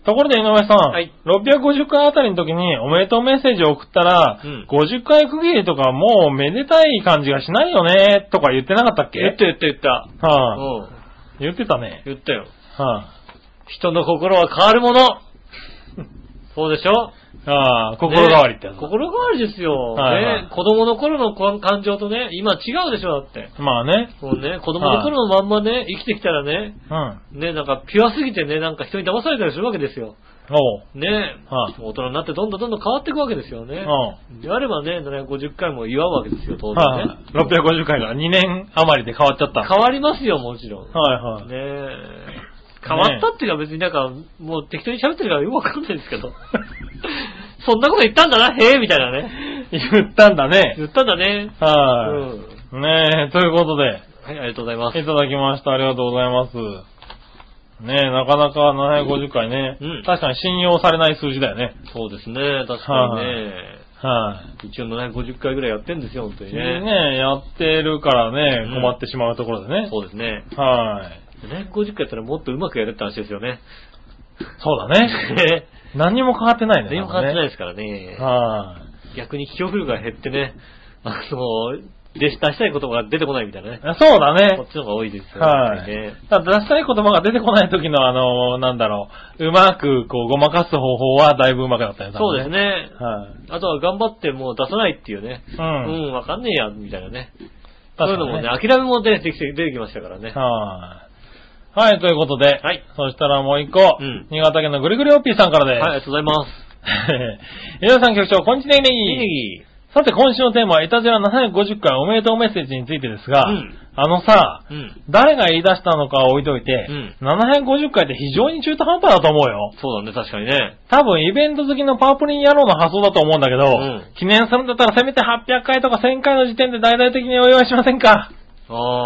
Speaker 3: ところで井上さん、
Speaker 2: はい
Speaker 3: 650回あたりの時におめでとうメッセージを送ったら、
Speaker 2: うん
Speaker 3: 50回区切りとかもうめでたい感じがしないよね、とか言ってなかったっけ
Speaker 2: 言った言った言った。
Speaker 3: はあ、
Speaker 2: うん。
Speaker 3: 言ってたね。
Speaker 2: 言ったよ。
Speaker 3: は
Speaker 2: 人の心は変わるも のそうでしょ
Speaker 3: あ、はあ、心変わりってやつ
Speaker 2: ね
Speaker 3: だ、
Speaker 2: 心変わりですよ。
Speaker 3: はいはい
Speaker 2: ね子供の頃のこ感情とね、今違うでしょ、だって。
Speaker 3: まあね。
Speaker 2: そうね、子供の頃のまんまね、生きてきたらね、
Speaker 3: うん。
Speaker 2: ね、なんかピュアすぎてね、なんか人に騙されたりするわけですよ。
Speaker 3: おう。
Speaker 2: ね、
Speaker 3: はい
Speaker 2: 大人になってどんどんどんどん変わっていくわけですよね。であればね、750回も祝うわけですよ、当
Speaker 3: うん。
Speaker 2: 然
Speaker 3: はあ、
Speaker 2: ね。
Speaker 3: 650回が2年余りで変わっちゃった。
Speaker 2: 変わりますよ、もちろん。
Speaker 3: はいはい。
Speaker 2: ねえ。変わったっていうか別になんか、もう適当に喋ってるからよくわかんないですけど。 そんなこと言ったんだな、へえ、みたいなね。
Speaker 3: 言ったんだね。
Speaker 2: 言ったんだね。う
Speaker 3: はい、
Speaker 2: ん。
Speaker 3: ねえ、ということで。
Speaker 2: はい、ありがとうございます
Speaker 3: い。ただきました。ありがとうございます。ねえ、なかなか750回ね、
Speaker 2: うん
Speaker 3: 確かに信用されない数字だよね。
Speaker 2: そうですね、確かにね。
Speaker 3: は
Speaker 2: 一応750回ぐらいやってんですよ、本当
Speaker 3: い、
Speaker 2: に
Speaker 3: ね
Speaker 2: ね。
Speaker 3: えやってるからね、
Speaker 2: うん
Speaker 3: 困ってしまうところでね。
Speaker 2: そうですね。
Speaker 3: はい。
Speaker 2: 750回やったらもっとうまくやれって話ですよね。
Speaker 3: そうだね。
Speaker 2: ね
Speaker 3: 何にも変わってないね。
Speaker 2: 何も変わってない
Speaker 3: い。
Speaker 2: ですからね。
Speaker 3: はい、
Speaker 2: 逆に記憶力が減ってね、あの、で、出したいことが出てこないみたいなね。
Speaker 3: あそうだ
Speaker 2: こっ
Speaker 3: ね。
Speaker 2: ちの方が多いですよね。
Speaker 3: はい、
Speaker 2: ね
Speaker 3: ただ出したい言葉が出てこない時のあの、なんだろう、うまくこう、ごまかす方法はだいぶうまくなったよ
Speaker 2: そうです
Speaker 3: ね。
Speaker 2: ね。
Speaker 3: はい、
Speaker 2: あとは頑張ってもう出さないっていうね。
Speaker 3: う。
Speaker 2: うんん、わ、かんねえや、みたいなね。そうい
Speaker 3: 確
Speaker 2: う
Speaker 3: か
Speaker 2: の
Speaker 3: に
Speaker 2: もね、諦めも出てきて、出てきましたからね。
Speaker 3: はい。はい、ということで。
Speaker 2: はい。
Speaker 3: そしたらもう一個。
Speaker 2: うん
Speaker 3: 新潟県のぐりぐりおっぴーさんから
Speaker 2: はい、
Speaker 3: です。
Speaker 2: ありがとうございます。
Speaker 3: い。 皆さん局長、こんにちはね
Speaker 2: いいね
Speaker 3: ぎさて、今週のテーマは、いたずら750回おめでとうメッセージについてですが、
Speaker 2: うん
Speaker 3: あのさ、
Speaker 2: ぎうん。
Speaker 3: 誰が言い出したのかは置いといて、
Speaker 2: うん
Speaker 3: 750回って非常に中途半端だと思うよ。
Speaker 2: そうだね、確かにね。
Speaker 3: 多分、イベント好きのパープリン野郎の発想だと思うんだけど、
Speaker 2: うん
Speaker 3: 記念するんだったらせめて800回とか1000回の時点で大々的にお祝いしませんか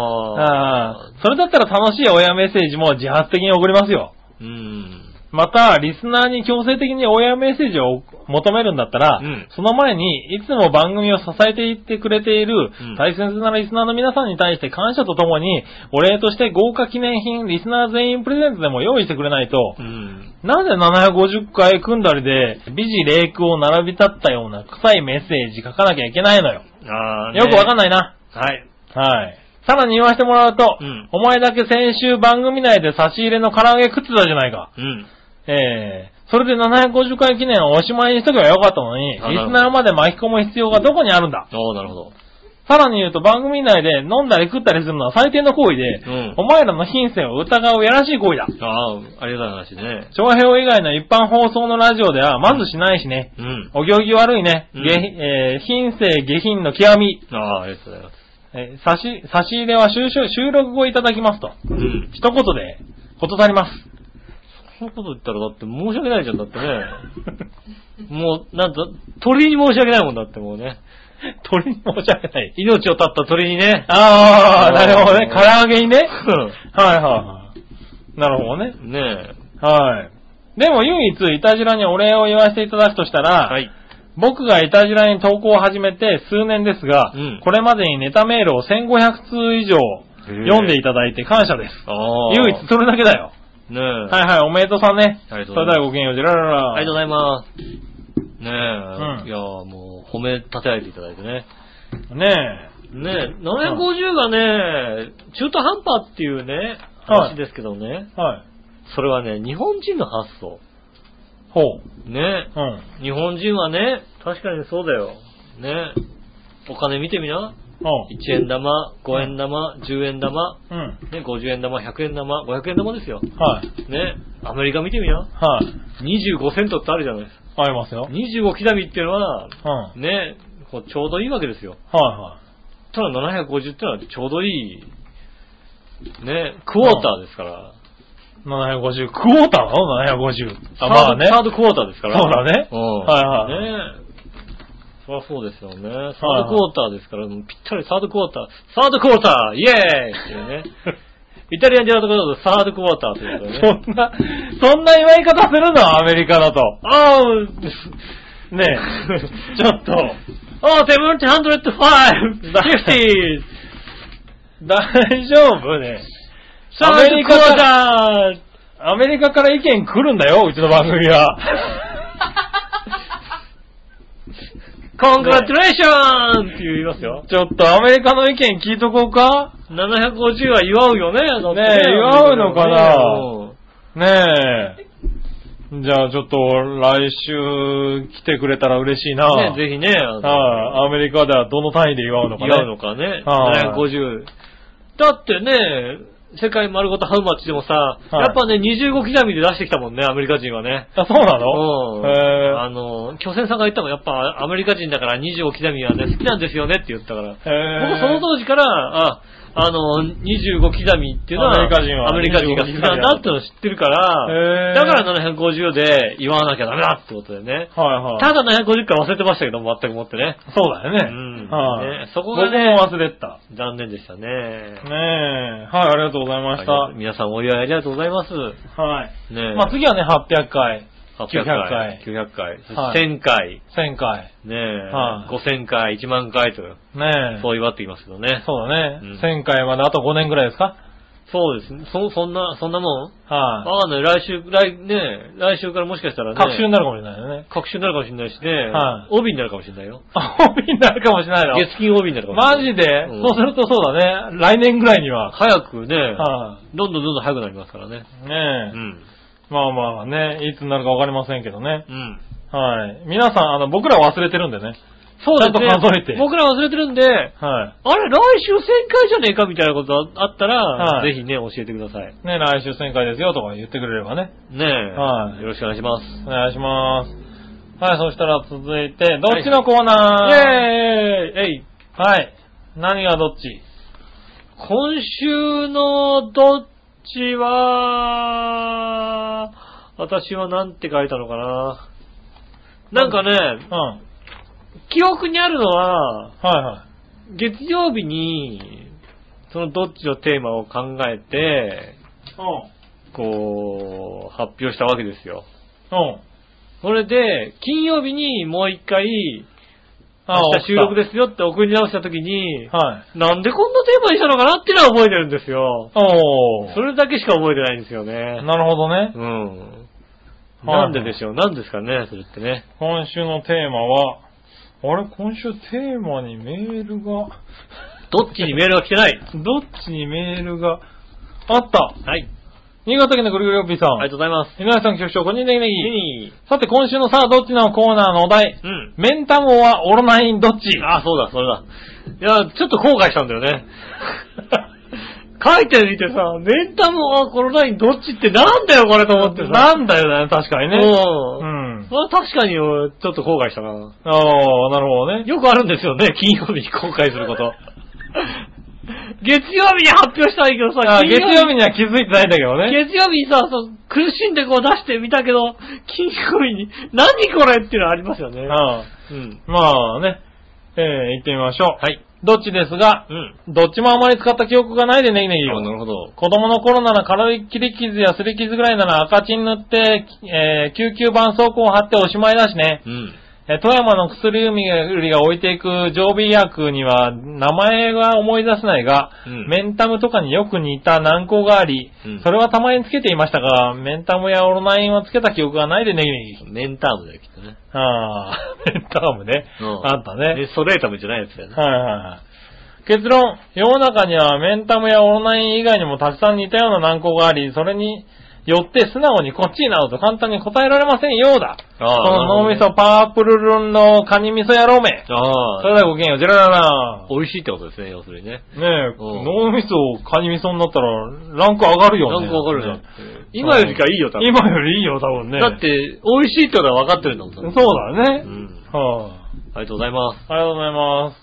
Speaker 2: あ
Speaker 3: ああ、それだったら楽しい親メッセージも自発的に送りますよ。
Speaker 2: ー。うん。
Speaker 3: また、リスナーに強制的に親メッセージを求めるんだったら、
Speaker 2: うん
Speaker 3: その前に、いつも番組を支えていってくれている
Speaker 2: ん
Speaker 3: 大切なリスナーの皆さんに対して感謝とともに、お礼として豪華記念品、リスナー全員プレゼントでも用意してくれないと
Speaker 2: う、ん。
Speaker 3: なぜ750回組んだりで、美辞霊句を並び立ったような臭いメッセージ書かなきゃいけないのよ。
Speaker 2: あー、
Speaker 3: よくわかん
Speaker 2: ない。
Speaker 3: ないな。
Speaker 2: はい。
Speaker 3: はい。さらに言わせてもらうと、
Speaker 2: うん
Speaker 3: お前だけ先週番組内で差し入れの唐揚げ食ってたじゃないか。
Speaker 2: うん。
Speaker 3: ええそれで750回記念をおしまいにしとけばよかったのに、リ
Speaker 2: あなるほど
Speaker 3: スナーまで巻き込む必要がどこにあるんだ。
Speaker 2: おー、なるほど。
Speaker 3: さらに言うと番組内で飲んだり食ったりするのは最低の行為で、
Speaker 2: うん
Speaker 3: お前らの品性を疑うやらしい行為だ。
Speaker 2: あー、ありがたい話ね。
Speaker 3: 長平以外の一般放送のラジオではまずしないしね。
Speaker 2: うん。
Speaker 3: お行儀悪いね。
Speaker 2: うん
Speaker 3: 下品えー品性下品の極み。
Speaker 2: ああー、ありがとうございます。
Speaker 3: えー差し、差し入れは収集収録後いただきますと。
Speaker 2: うん。
Speaker 3: 一言で、断ります。
Speaker 2: そんなこと言ったらだって申し訳ないじゃん、だってね。もう、なんと、鳥に申し訳ないもんだってもうね。
Speaker 3: 鳥に申し訳ない。
Speaker 2: 命を絶った鳥にね。
Speaker 3: ああ、なるほどね。
Speaker 2: うん
Speaker 3: 唐揚げにね。 はいはい。なるほどね。
Speaker 2: ねえ。
Speaker 3: はい。でも唯一、いたじらにお礼を言わせていただくとしたら、
Speaker 2: はい。
Speaker 3: 僕がいたじらに投稿を始めて数年ですが、
Speaker 2: うん
Speaker 3: これまでにネタメールを1500通以上
Speaker 2: へえ
Speaker 3: 読んでいただいて感謝です。
Speaker 2: ああ。
Speaker 3: 唯一それだけだよ。
Speaker 2: ねえ。
Speaker 3: はいはい、おめでとうさんね。
Speaker 2: ありがとう
Speaker 3: そ
Speaker 2: ございま
Speaker 3: れ
Speaker 2: す
Speaker 3: ではごきげんよう、じららら。
Speaker 2: ありがとうございます。ねえ、
Speaker 3: うん
Speaker 2: いやーもう、褒め立てられていただいてね。
Speaker 3: ね
Speaker 2: ねえ、750がね、中途半端っていうね、
Speaker 3: はい
Speaker 2: 話ですけどね、
Speaker 3: え。はい。
Speaker 2: それはね、日本人の発想。
Speaker 3: ほう。
Speaker 2: ねえ、
Speaker 3: うん。
Speaker 2: 日本人はね、確かにそうだよ。ねえ、お金見てみな。
Speaker 3: う
Speaker 2: 1円玉、5円玉、10円玉、
Speaker 3: ん。うん。
Speaker 2: ね、50円玉、100円玉、500円玉ですよ。
Speaker 3: はい。
Speaker 2: ねえ、アメリカ見てみな。
Speaker 3: はい。
Speaker 2: 25セントってあるじゃないですか。
Speaker 3: ありますよ。
Speaker 2: 25刻みっていうのは、
Speaker 3: うん。はい
Speaker 2: ねえ、こうちょうどいいわけですよ。
Speaker 3: は
Speaker 2: ただ750ってのはちょうどいい、ね、クォーターですから。
Speaker 3: い。750。クォーターなの ?750。あ、ま
Speaker 2: サー
Speaker 3: あ
Speaker 2: ド
Speaker 3: ね。
Speaker 2: サードクォーターですから。
Speaker 3: そうだね
Speaker 2: うん。。
Speaker 3: はいはい
Speaker 2: ねそりゃそうですよね。サ
Speaker 3: はい
Speaker 2: ードクォーターですから、もうぴったりサードクォーター、サードクォーターイエーイっていう ね。イタリアンジェラートクォーターとサードクォーターということでね。
Speaker 3: そんな、そんな祝い方するのアメリカだと。
Speaker 2: ああ、
Speaker 3: ね え。ちょっと、
Speaker 2: ああ、セブンティハンドレッドファイブ、フィフティー、
Speaker 3: 大丈夫ね。
Speaker 2: サードクォーター
Speaker 3: ーアメリカから意見来るんだよ、うちの番 組は。
Speaker 2: コングラチュレーションって言いますよ。
Speaker 3: ちょっとアメリカの意見聞いとこうか
Speaker 2: 750は祝うよね、だって
Speaker 3: ねえ祝うのかな
Speaker 2: うん
Speaker 3: ねえ。じゃあちょっと来週来てくれたら嬉しいな。
Speaker 2: ね、ぜひね、あの
Speaker 3: はい、アメリカではどの単位で祝うのかね。
Speaker 2: 祝うのかね。
Speaker 3: はい
Speaker 2: 750。だってね、世界丸ごとハウマッチでもさ、
Speaker 3: い
Speaker 2: やっぱね、25刻みで出してきたもんね、アメリカ人はね。
Speaker 3: あ、そうな
Speaker 2: う
Speaker 3: の
Speaker 2: ん。あ
Speaker 3: へ
Speaker 2: の、巨船さんが言ったもん、やっぱアメリカ人だから25刻みはね、好きなんですよねって言ったから。
Speaker 3: え。へ
Speaker 2: 僕その当時から、あ、あの、25刻みっていうのは、
Speaker 3: アメリカ人は
Speaker 2: アメリカ人が好きなんだってのを知ってるから、
Speaker 3: へー
Speaker 2: だから750で祝わなきゃダメだってことでね。
Speaker 3: はいはい。
Speaker 2: ただ750回忘れてましたけど、全くもってね。
Speaker 3: そうだよね。
Speaker 2: うん
Speaker 3: はい、
Speaker 2: ねそこがね
Speaker 3: 僕も忘れてた。
Speaker 2: 残念でしたね。
Speaker 3: ねえ。はい、ありがとうございました。
Speaker 2: ありがとう皆さんお祝いありがとうございます。ね
Speaker 3: はい。
Speaker 2: え
Speaker 3: まあ次はね、800回、
Speaker 2: 800
Speaker 3: 900回
Speaker 2: 900回。そして
Speaker 3: はい
Speaker 2: 1000回。
Speaker 3: 1000回。
Speaker 2: ねえ、
Speaker 3: はい
Speaker 2: 5000回、1万回と、
Speaker 3: ねえ。
Speaker 2: そう祝っていますけどね。
Speaker 3: そうだね、
Speaker 2: うん
Speaker 3: 1000回まであと5年ぐらいですか
Speaker 2: そうですね。そ、そんな、そんなもん
Speaker 3: はい、
Speaker 2: わかんない。来週、来、ねえ来週からもしかしたらね。
Speaker 3: 隔週になるかもしれないよね。
Speaker 2: 各種になるかもしれないしね。
Speaker 3: はい
Speaker 2: 帯になるかもしれないよ。
Speaker 3: あ、帯になるかもしれないの。
Speaker 2: 月金帯になるかもしれ
Speaker 3: マ
Speaker 2: ない。
Speaker 3: ジで、
Speaker 2: うん
Speaker 3: そうするとそうだね。来年ぐらいには。
Speaker 2: 早くね、
Speaker 3: は
Speaker 2: どんどんどんどん早くなりますからね。
Speaker 3: い、ね
Speaker 2: う
Speaker 3: え、
Speaker 2: ん。
Speaker 3: まあまあね、いつになるかわかりませんけどね。
Speaker 2: うん。
Speaker 3: はい。皆さん、あの、僕ら忘れてるんでね。
Speaker 2: そうですね。
Speaker 3: ちゃんと数えて
Speaker 2: 僕ら忘れてるんで、
Speaker 3: は
Speaker 2: あれ、来週1000回じゃねえかみたいなことあったら、
Speaker 3: はい
Speaker 2: ぜひね、教えてください。
Speaker 3: い。ね、来週1000回ですよとか言ってくれればね。
Speaker 2: ねえ、
Speaker 3: はい
Speaker 2: よろしくお願いします。
Speaker 3: お願いします。はい、そしたら続いて、どっちのコーナー、
Speaker 2: イェーイえい
Speaker 3: はい。何がどっち
Speaker 2: 今週のどっちは、私はなんて書いたのかな。なんかね
Speaker 3: うん。、はい
Speaker 2: 記憶にあるのは、
Speaker 3: は
Speaker 2: 月曜日に、そのどっちのテーマを考えて、
Speaker 3: い。う
Speaker 2: こう、発表したわけですよ。
Speaker 3: ん。うん。
Speaker 2: それで、金曜日にもう一回、
Speaker 3: あ
Speaker 2: 明日収録
Speaker 3: す。
Speaker 2: ですよって送り直した時に、
Speaker 3: はい。
Speaker 2: なんでこんなテーマにしたのかなっていうのは覚えてるんですよ。
Speaker 3: お
Speaker 2: それだけしか覚えてないんですよね。
Speaker 3: なるほどね。
Speaker 2: うん。
Speaker 3: は
Speaker 2: ないんででしょうなんですかねそれってね。
Speaker 3: 今週のテーマは、あれ今週テーマにメールが、
Speaker 2: どっちにメールが来てない
Speaker 3: どっちにメールが、あった
Speaker 2: はい。
Speaker 3: 新潟県のぐるぐるよっぴーさん。
Speaker 2: ありがとうございます。
Speaker 3: 井上さん局長、こんにちは、ネギネギ
Speaker 2: い
Speaker 3: さて、今週のさあ、どっちのコーナーのお題。
Speaker 2: うん。
Speaker 3: メンタモはオロナインどっち
Speaker 2: あ、そうだ、それだ。いや、ちょっと後悔したんだよね。 書いてみてさ、メンタも、あ、このラインどっちってなんだよ、これと思ってさ。
Speaker 3: なんだよね、確かにね。
Speaker 2: う。
Speaker 3: うんん。
Speaker 2: それは確かに俺ちょっと後悔したな。
Speaker 3: ああ、なるほどね。
Speaker 2: よくあるんですよね、金曜日に公開すること。月曜日に発表したいけどさ
Speaker 3: あ、月曜日
Speaker 2: に、
Speaker 3: には気づいてないんだけどね。
Speaker 2: 月曜日にさ、そう苦しんでこう出してみたけど、金曜日に、何これっていうのありますよね。
Speaker 3: う
Speaker 2: うん。
Speaker 3: ん。まあね。えー、行ってみましょう。
Speaker 2: はい。
Speaker 3: どっちですが、
Speaker 2: うん。
Speaker 3: どっちもあまり使った記憶がないでネギネギ
Speaker 2: あな
Speaker 3: よ。
Speaker 2: るほど。
Speaker 3: 子供の頃なら軽い切り傷や擦り傷ぐらいなら赤チン塗って、えー救急絆創膏を貼っておしまいだしね。
Speaker 2: うん。
Speaker 3: えー富山の薬売りが置いていく常備薬には名前は思い出せないが、
Speaker 2: うん
Speaker 3: メンタムとかによく似た軟膏があり、
Speaker 2: うん
Speaker 3: それはたまにつけていましたが、メンタムやオロナインはつけた記憶がないでねぎねぎ。
Speaker 2: メンタームだよ、きっとね。
Speaker 3: ああ、 メンタムね。
Speaker 2: うん
Speaker 3: あったね。
Speaker 2: で、ソレータムじゃないやつだよね。
Speaker 3: はいはいはい。結論、世の中にはメンタムやオロナイン以外にもたくさん似たような難項があり、それによって素直にこっちになどと簡単に答えられませんようだ。
Speaker 2: ああ
Speaker 3: この脳
Speaker 2: な
Speaker 3: み
Speaker 2: るほど
Speaker 3: そパープルルンのカニ味噌野郎め。それ
Speaker 2: あ
Speaker 3: で
Speaker 2: あ。
Speaker 3: はごきげんよう、ジェラララ。
Speaker 2: 美味しいってことですね、要するにね。
Speaker 3: ねえ、
Speaker 2: うん
Speaker 3: 脳みそカニ味噌になったらランク上がるよ
Speaker 2: な
Speaker 3: ね。
Speaker 2: んかわかるじゃん
Speaker 3: ね。
Speaker 2: 今よりかいいよ、多分。
Speaker 3: 今よりいいよ、多分ね。
Speaker 2: だっ、て、美味しいってことは分かってるんだもん、多
Speaker 3: そう
Speaker 2: 分
Speaker 3: だね。
Speaker 2: うん。
Speaker 3: はい、
Speaker 2: ありがとうございます。
Speaker 3: ありがとうございます。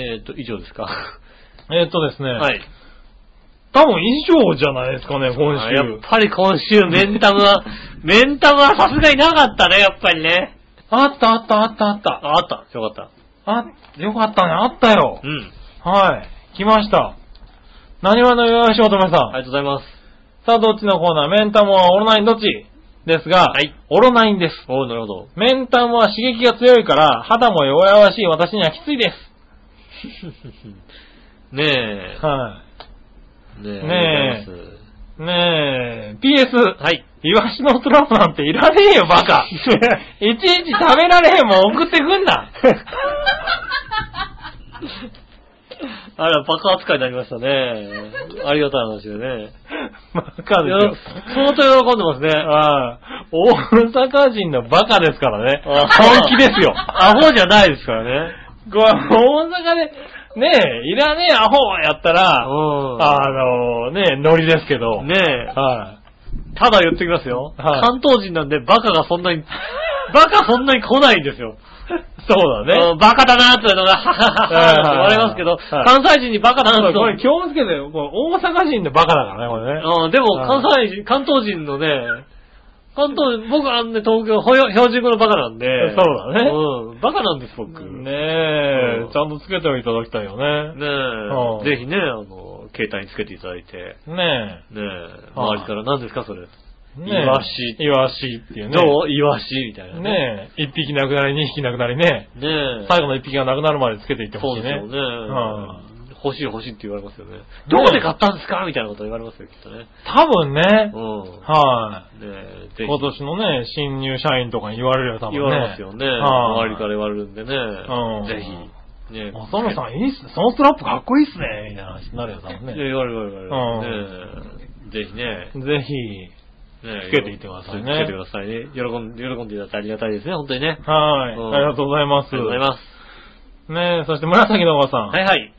Speaker 2: えっと、以上 ですか。
Speaker 3: えーっとですね。
Speaker 2: はい。
Speaker 3: 多分以上じゃないですかね、今
Speaker 2: あ
Speaker 3: 週。
Speaker 2: やっぱり今週、メンタム は、メンタムはさすがになかったね、やっぱりね。
Speaker 3: あったあったあったあった。
Speaker 2: あ、あった。よかっ
Speaker 3: あ、よかったね、あったよ
Speaker 2: た。う。ん。
Speaker 3: はい。来ました。何話のよしおとめさん。
Speaker 2: ありがとうございます。
Speaker 3: さあ、どっちのコーナーメンタムはオロナインどっちですが、
Speaker 2: はい
Speaker 3: オロナインです。
Speaker 2: おうなるほ ど。
Speaker 3: メンタムは刺激が強いから、肌も弱々しい私にはきついです。
Speaker 2: ねえ。
Speaker 3: は
Speaker 2: ねえ。
Speaker 3: ねえ
Speaker 2: ありがとうございます
Speaker 3: い。ねえ、PS、
Speaker 2: はい。
Speaker 3: イワシのトラップなんていらねえよ、バ カ。いちいち食べられへんもん送ってくん な。
Speaker 2: あら、爆発会になりましたね。ありがたい話でね。
Speaker 3: バカですよ。
Speaker 2: 相当喜んでますね。
Speaker 3: ああ、大阪人のバカですからね。
Speaker 2: あ
Speaker 3: 本気です よ。
Speaker 2: アホじゃないですからね。
Speaker 3: これ大阪で、ねえ、いらねえアホやったら、
Speaker 2: うん。
Speaker 3: あのねえ、ノリですけど。
Speaker 2: ねえ。
Speaker 3: は
Speaker 2: ただ言ってきますよ。
Speaker 3: はい
Speaker 2: 関東人なんでバカがそんなに、バカそんなに来ないんですよ。
Speaker 3: い。 そうだ
Speaker 2: う
Speaker 3: ね。
Speaker 2: んバカだなって言われたら、ははははって 言われますけど、
Speaker 3: はい
Speaker 2: 関西人にバカだな
Speaker 3: そ
Speaker 2: っ
Speaker 3: う
Speaker 2: て
Speaker 3: これ気をつけてよ。これ大阪人のバカだからね、これね。
Speaker 2: うん、でも
Speaker 3: は
Speaker 2: 関
Speaker 3: い
Speaker 2: 西人、関東人のね、関東人、僕はね、東京、ほよ標準語のバカなんで。
Speaker 3: そうだね
Speaker 2: うん、バカなんです、僕。ね
Speaker 3: ね
Speaker 2: うん
Speaker 3: え、ちゃんとつけておいていただきたいよね。うん
Speaker 2: え、ぜひね、あの、携帯につけていただいて、
Speaker 3: ね
Speaker 2: ねえ、
Speaker 3: は
Speaker 2: 周
Speaker 3: い
Speaker 2: りから何ですか、それ。
Speaker 3: え。
Speaker 2: イワシ
Speaker 3: イワシっていうね。
Speaker 2: どうイワシみたいなね。
Speaker 3: ねえ、一匹なくなり、二匹なくなりね。
Speaker 2: ねえ。
Speaker 3: 最後の一匹がなくなるまでつけていってほ
Speaker 2: そう
Speaker 3: しい
Speaker 2: です
Speaker 3: ね
Speaker 2: よ。ね。欲しい欲しいって言われますよね。
Speaker 3: え
Speaker 2: どこで買ったんですかみたいなこと言われますよ、きっとね。
Speaker 3: 多分ね。
Speaker 2: うん。
Speaker 3: はい。
Speaker 2: ねえ、ぜひ
Speaker 3: 今年のね、新入社員とかに言われるよ、多分ね。
Speaker 2: 言われますよね。
Speaker 3: はい
Speaker 2: 周りから言われるんでね。
Speaker 3: うん
Speaker 2: ぜひ。ね
Speaker 3: あ、そのさん、いいっすね。そのストラップかっこいいっすね。みたいな話になるよ、多分
Speaker 2: ね
Speaker 3: ね。
Speaker 2: 言われる言われる。ねえぜひね。
Speaker 3: ぜひ、
Speaker 2: ね
Speaker 3: つけていってくださいね
Speaker 2: つけてくださいね。喜んで、喜んでいただいてありがたいですね、本当にね。
Speaker 3: はい、
Speaker 2: うん
Speaker 3: ありがとうございま
Speaker 2: あ
Speaker 3: す。
Speaker 2: りがとうございます。
Speaker 3: ねそして紫のおばさん。
Speaker 2: はいはい。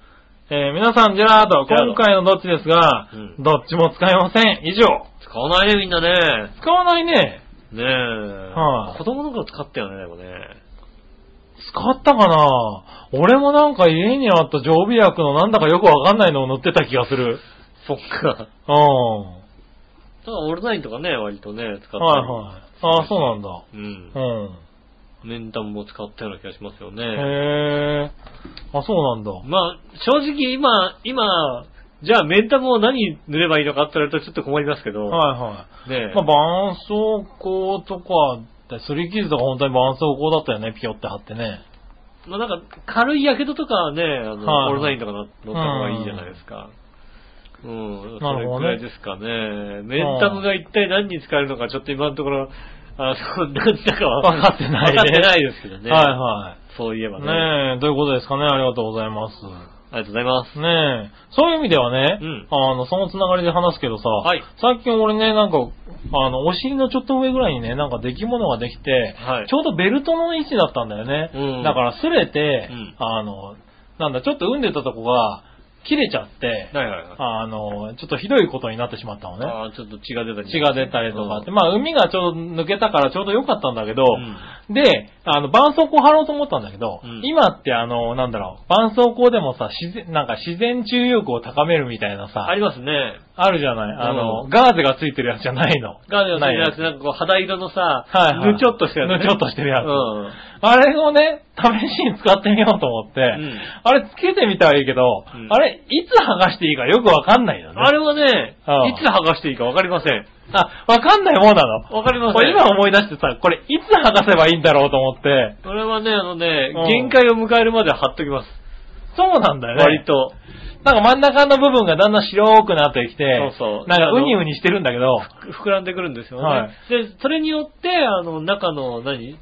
Speaker 3: えー皆さん、ジェラード、
Speaker 2: ジェラード
Speaker 3: 今回のどっちですが、
Speaker 2: うん
Speaker 3: どっちも使いません。以上。
Speaker 2: 使わないね、みんなね。
Speaker 3: 使わないね。
Speaker 2: ねえ。
Speaker 3: はい
Speaker 2: 子供の頃使ったよね、でもね。
Speaker 3: 使ったかな俺もなんか家にあった常備薬のなんだかよくわかんないのを塗ってた気がする。
Speaker 2: そっか。
Speaker 3: うん。は
Speaker 2: だからオールナインとかね、割とね、使って
Speaker 3: いはい。ああ、そうなんだ。
Speaker 2: うん
Speaker 3: う。ん。
Speaker 2: メンタムも使ったような気がしますよね。
Speaker 3: へえ。あ、そうなんだ。
Speaker 2: まあ、正直今、今、じゃあメンタムを何塗ればいいのかって言われるとちょっと困りますけど。
Speaker 3: はいはい。
Speaker 2: ねえ。
Speaker 3: まあ、絆創膏とかって、すり傷とか本当に絆創膏だったよね、ピヨって貼ってね。
Speaker 2: まあなんか、軽い火傷とかはね、あの、
Speaker 3: は
Speaker 2: オ
Speaker 3: い
Speaker 2: ールナインとかな乗った方がいいじゃないですか。うん、そ
Speaker 3: な
Speaker 2: れ
Speaker 3: る
Speaker 2: く
Speaker 3: ほどね
Speaker 2: らいですかね。メンタムが一体何に使えるのか、ちょっと今のところ、あの、 なんだかは
Speaker 3: わかってないね
Speaker 2: わかってないですけどね。
Speaker 3: はいはい。
Speaker 2: そういえばね。あ
Speaker 3: ねえ、どういうことですかね、ありがとうございます。
Speaker 2: りがとうございます。
Speaker 3: ねえ、そういう意味ではね、
Speaker 2: うん
Speaker 3: あの、そのつながりで話すけどさ、
Speaker 2: はい
Speaker 3: 最近俺ね、なんか、あの、お尻のちょっと上ぐらいにね、なんか出来物ができて、
Speaker 2: はい
Speaker 3: ちょうどベルトの位置だったんだよね。
Speaker 2: うん
Speaker 3: だから、すれて、
Speaker 2: うん
Speaker 3: あの、なんだ、ちょっと産んでたとこが、切れちゃって、
Speaker 2: はいはいはい。
Speaker 3: あの、ちょっとひどいことになってしまったのね。
Speaker 2: ああ、ちょっと血が出たり。
Speaker 3: 血が出たりとかって、
Speaker 2: うん
Speaker 3: まあ海がちょうど抜けたからちょうど良かったんだけど、
Speaker 2: う
Speaker 3: で、あの、絆創膏貼ろうと思ったんだけど、
Speaker 2: うん
Speaker 3: 今ってあの、なんだろう、絆創膏でもさ、自然、なんか自然治癒力を高めるみたいなさ、
Speaker 2: ありますね。
Speaker 3: あるじゃない。あの、
Speaker 2: う
Speaker 3: ガーゼがついてるやつじゃないの。
Speaker 2: ガーデンのせいじゃなくて、
Speaker 3: ない
Speaker 2: なんかこう、肌色のさ、
Speaker 3: はいはい
Speaker 2: ぬちょっとしたやつ、
Speaker 3: ぬちょっとしてるやつ
Speaker 2: うん。
Speaker 3: あれをね、試しに使ってみようと思って、
Speaker 2: ん
Speaker 3: あれつけてみたらいいけど、
Speaker 2: うん
Speaker 3: あれ、いつ剥がしていいかよくわかんないよね。
Speaker 2: あれはね、
Speaker 3: うん
Speaker 2: いつ剥がしていいかわかりません。
Speaker 3: あ、わかんないもんなの。
Speaker 2: わかりま
Speaker 3: こ
Speaker 2: せ
Speaker 3: れ
Speaker 2: ん。
Speaker 3: 今思い出してさ、これいつ剥がせばいいんだろうと思って、
Speaker 2: これはね、あのね
Speaker 3: うん、
Speaker 2: 限界を迎えるまで貼っときます。
Speaker 3: そうなんだよね。
Speaker 2: 割と。
Speaker 3: なんか真ん中の部分がだんだん白くなってきて、
Speaker 2: そうそう
Speaker 3: なんかウニウニしてるんだけど、
Speaker 2: 膨らんでくるんですよね。
Speaker 3: はい
Speaker 2: で、それによって、あの、中の何、ち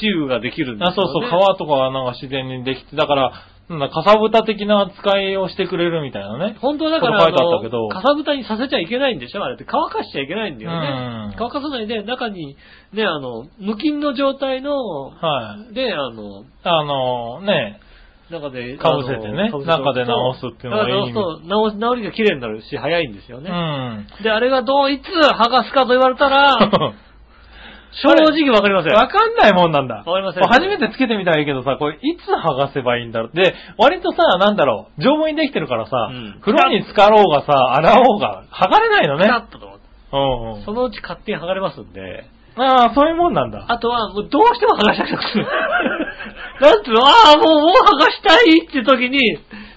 Speaker 2: チューができるんですよ、
Speaker 3: あ
Speaker 2: ね。
Speaker 3: そうそう、皮とかはなんか自然にできて、だから、なんだ、かさぶた的な扱いをしてくれるみたいなね。
Speaker 2: 本当はだから、
Speaker 3: これ書いてあったけど
Speaker 2: のかさぶたにさせちゃいけないんでしょあれって乾かしちゃいけないんだよ
Speaker 3: うん
Speaker 2: ね。乾かさないで、中に、ね、あの、無菌の状態の、
Speaker 3: はい。
Speaker 2: で、あの、
Speaker 3: あのね、
Speaker 2: 中で、
Speaker 3: かぶせてね
Speaker 2: あの
Speaker 3: 中で直すっていうのがいい意味
Speaker 2: そうだから直すと直治りが綺麗になるし、早いんですよ
Speaker 3: う
Speaker 2: ね。
Speaker 3: ん。
Speaker 2: で、あれがどう、いつ剥がすかと言われた ら、正直わかりません。
Speaker 3: わかんないもんなんだ。
Speaker 2: わかりません
Speaker 3: これ初めてつけてみたらいいけどさ、これいつ剥がせばいいんだろう。で、割とさ、なんだろう、丈夫にできてるからさ、
Speaker 2: うん
Speaker 3: 風呂に浸かろうがさ、洗おうが、剥がれないの
Speaker 2: ピタ
Speaker 3: ね。
Speaker 2: ッとと思って
Speaker 3: うん
Speaker 2: そのうち勝手に剥がれますんで、
Speaker 3: うん。ああ、そういうもんなんだ。
Speaker 2: あと は、もうどうしても剥がしたくて、 なんつうの、ああ、もう、もう剥がしたいって時に、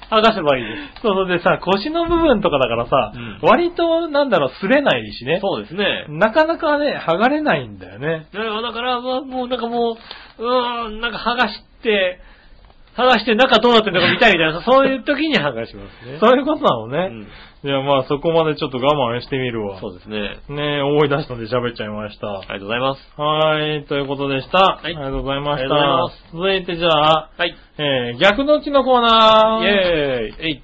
Speaker 2: 剥がせばいいで
Speaker 3: そうそうでさ、腰の部分とかだからさ、
Speaker 2: うん
Speaker 3: 割と、なんだろう、擦れないしね。
Speaker 2: す。そうですね。
Speaker 3: なかなかね、剥がれないんだよね。
Speaker 2: だから、だからまあもうなんかもう、うーん、なんか剥がして、剥がして中どうなってんだか見たいみた いな、そういう時に剥がしますね。
Speaker 3: そういうことなの
Speaker 2: う
Speaker 3: ね。
Speaker 2: ん
Speaker 3: いや、まあそこまでちょっと我慢してみるわ。
Speaker 2: そうですね。
Speaker 3: ねえ、思い出したんで喋っちゃいました。
Speaker 2: ありがとうございます。
Speaker 3: はい、ということでした。ありがとうございまし
Speaker 2: ありがとうございま
Speaker 3: た。続いてじゃあ、
Speaker 2: はい。イ
Speaker 3: えー、逆どっちのコーナー。
Speaker 2: ェーイ。えい。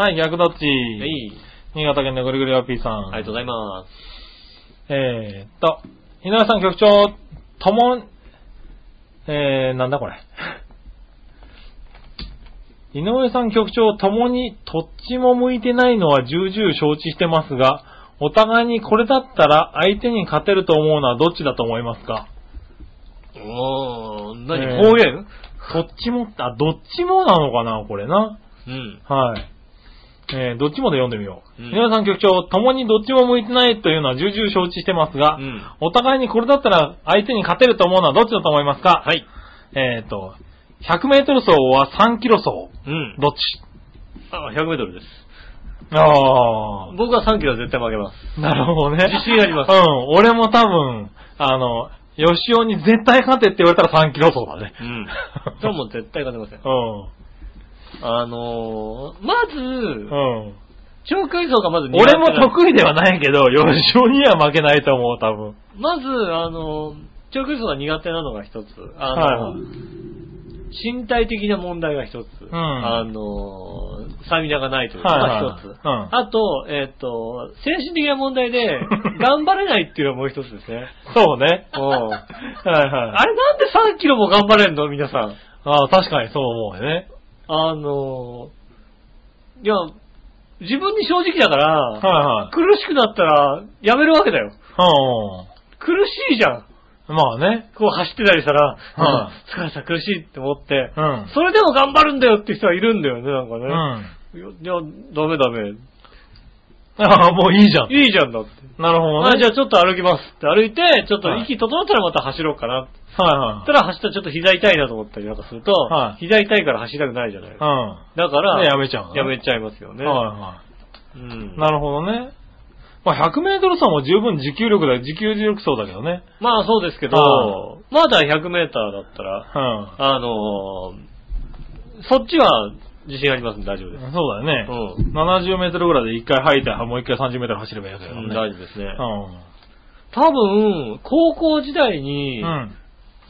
Speaker 3: はい、逆どっち。
Speaker 2: えい。
Speaker 3: 新潟県のぐるぐるよぴーさん。
Speaker 2: ありがとうございま
Speaker 3: えーっと、井上さん局長、ともん、えー、なんだこれ。 井上さん局長、ともに、どっちも向いてないのは重々承知してますが、お互いにこれだったら相手に勝てると思うのはどっちだと思いますか
Speaker 2: す。おー、
Speaker 3: え
Speaker 2: 何
Speaker 3: ー
Speaker 2: 方言
Speaker 3: どっちもって、あ、どっちもなのかな、これな。
Speaker 2: うん。
Speaker 3: はい。えー、どっちもで読んでみよう。
Speaker 2: うん
Speaker 3: 皆さん局長、共にどっちも向いてないというのは重々承知してますが、
Speaker 2: うん
Speaker 3: お互いにこれだったら相手に勝てると思うのはどっちだと思いますかはい。えーと、100メートル走は3キロ走。
Speaker 2: うん。
Speaker 3: どっち
Speaker 2: あ、100メートルです。
Speaker 3: あ
Speaker 2: 僕は3キロ絶対負けます。
Speaker 3: あ、なるほどね。
Speaker 2: 自信あります
Speaker 3: うん、俺も多分、あの、吉尾に絶対勝てって言われたら3キロ走だね。
Speaker 2: うん。今日も絶対勝てません。
Speaker 3: う
Speaker 2: あのー、ま
Speaker 3: ん。
Speaker 2: ず、
Speaker 3: うん。
Speaker 2: 鳥海層がまず苦手
Speaker 3: 俺
Speaker 2: な
Speaker 3: も得意ではないけど、吉尾には負けないと思う、多分。
Speaker 2: まず、あの、長距離走が苦手なのが一つ。あの、
Speaker 3: はいはい
Speaker 2: 身体的な問題が一つ。
Speaker 3: ん
Speaker 2: あの、スタミナがないというの
Speaker 3: はいはい
Speaker 2: が一つ。
Speaker 3: うん
Speaker 2: あと、えっ、と、精神的な問題で、 頑張れないっていうのもう一つですね。
Speaker 3: そうね。
Speaker 2: うん
Speaker 3: はいはい。
Speaker 2: あれなんで3キロも頑張れんの皆さん。
Speaker 3: ああ、確かにそう思うよね。
Speaker 2: あの、いや、自分に正直だから、
Speaker 3: はいはい。
Speaker 2: 苦しくなったら、やめるわけだよ。苦しいじゃん。
Speaker 3: うん。まあね。
Speaker 2: こう走ってたりしたら、
Speaker 3: は
Speaker 2: 疲れた苦しいって思って、
Speaker 3: うん
Speaker 2: それでも頑張るんだよって人はいるんだよね、なんか
Speaker 3: う
Speaker 2: ね。
Speaker 3: ん。あ
Speaker 2: いや、いやダメダメ。
Speaker 3: あ、もういいじゃん。
Speaker 2: いいじゃんだって。
Speaker 3: なるほど
Speaker 2: あ
Speaker 3: ね。
Speaker 2: じゃあちょっと歩きますって歩いて、ちょっと
Speaker 3: はい
Speaker 2: 息整ったらまた走ろうかなって。
Speaker 3: は
Speaker 2: そしたら走ったらちょっと膝痛いなと思ったりなんかすると、
Speaker 3: はい
Speaker 2: 膝痛いから走りたくないじゃない。
Speaker 3: いは
Speaker 2: だから、
Speaker 3: ねやめちゃうのね
Speaker 2: やめちゃいますよ
Speaker 3: い。う
Speaker 2: ね。
Speaker 3: ん。はいは
Speaker 2: うん
Speaker 3: い。なるほどね。まあ、100メートル走も十分持久力だよ。持久力走だけどね。
Speaker 2: まあそうですけ
Speaker 3: は
Speaker 2: ど、まだ100メーターだったら、
Speaker 3: う
Speaker 2: あのーそっちは自信ありますんで大丈夫です。
Speaker 3: ん。そうだよね。
Speaker 2: うん。
Speaker 3: 70メートルぐらいで一回吐いて、もう一回30メートル走ればいいわけだか
Speaker 2: うん
Speaker 3: ら
Speaker 2: 大
Speaker 3: ね。
Speaker 2: 丈夫ですね
Speaker 3: う。ん。
Speaker 2: 多分、高校時代に、
Speaker 3: うん。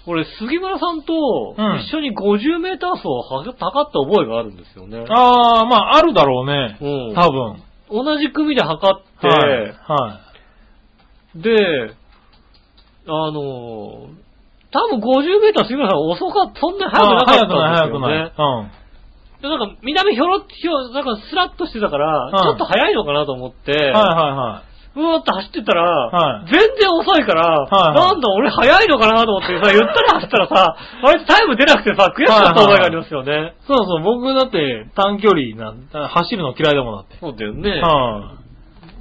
Speaker 2: 俺、杉村さんと
Speaker 3: うん
Speaker 2: 一緒に50メーター走をは測った覚えがあるんですよね。
Speaker 3: ああ、まあ、あるだろうね。
Speaker 2: うん
Speaker 3: 多分。
Speaker 2: 同じ組で測って、
Speaker 3: はい。はい。
Speaker 2: で、あのー多分50メーター杉村さん遅かった、そんなに速くなかったんですよね。
Speaker 3: 早くない、早くない。
Speaker 2: でなんか、見た目ひょろっひょ、なんかスラッとしてたから、
Speaker 3: ん
Speaker 2: ちょっと速いのかなと思って、
Speaker 3: うん。は
Speaker 2: うわーって走ってたら、
Speaker 3: はい
Speaker 2: 全然遅いから、
Speaker 3: はい
Speaker 2: なんだ俺速いのかなと思ってさ、ゆったり走ったらさ、あいつタイム出なくてさ、悔しかった覚えがありますよね。
Speaker 3: いはい。そうそう、僕だって短距離なん、走るの嫌いだもんだって。
Speaker 2: そうだよね。
Speaker 3: は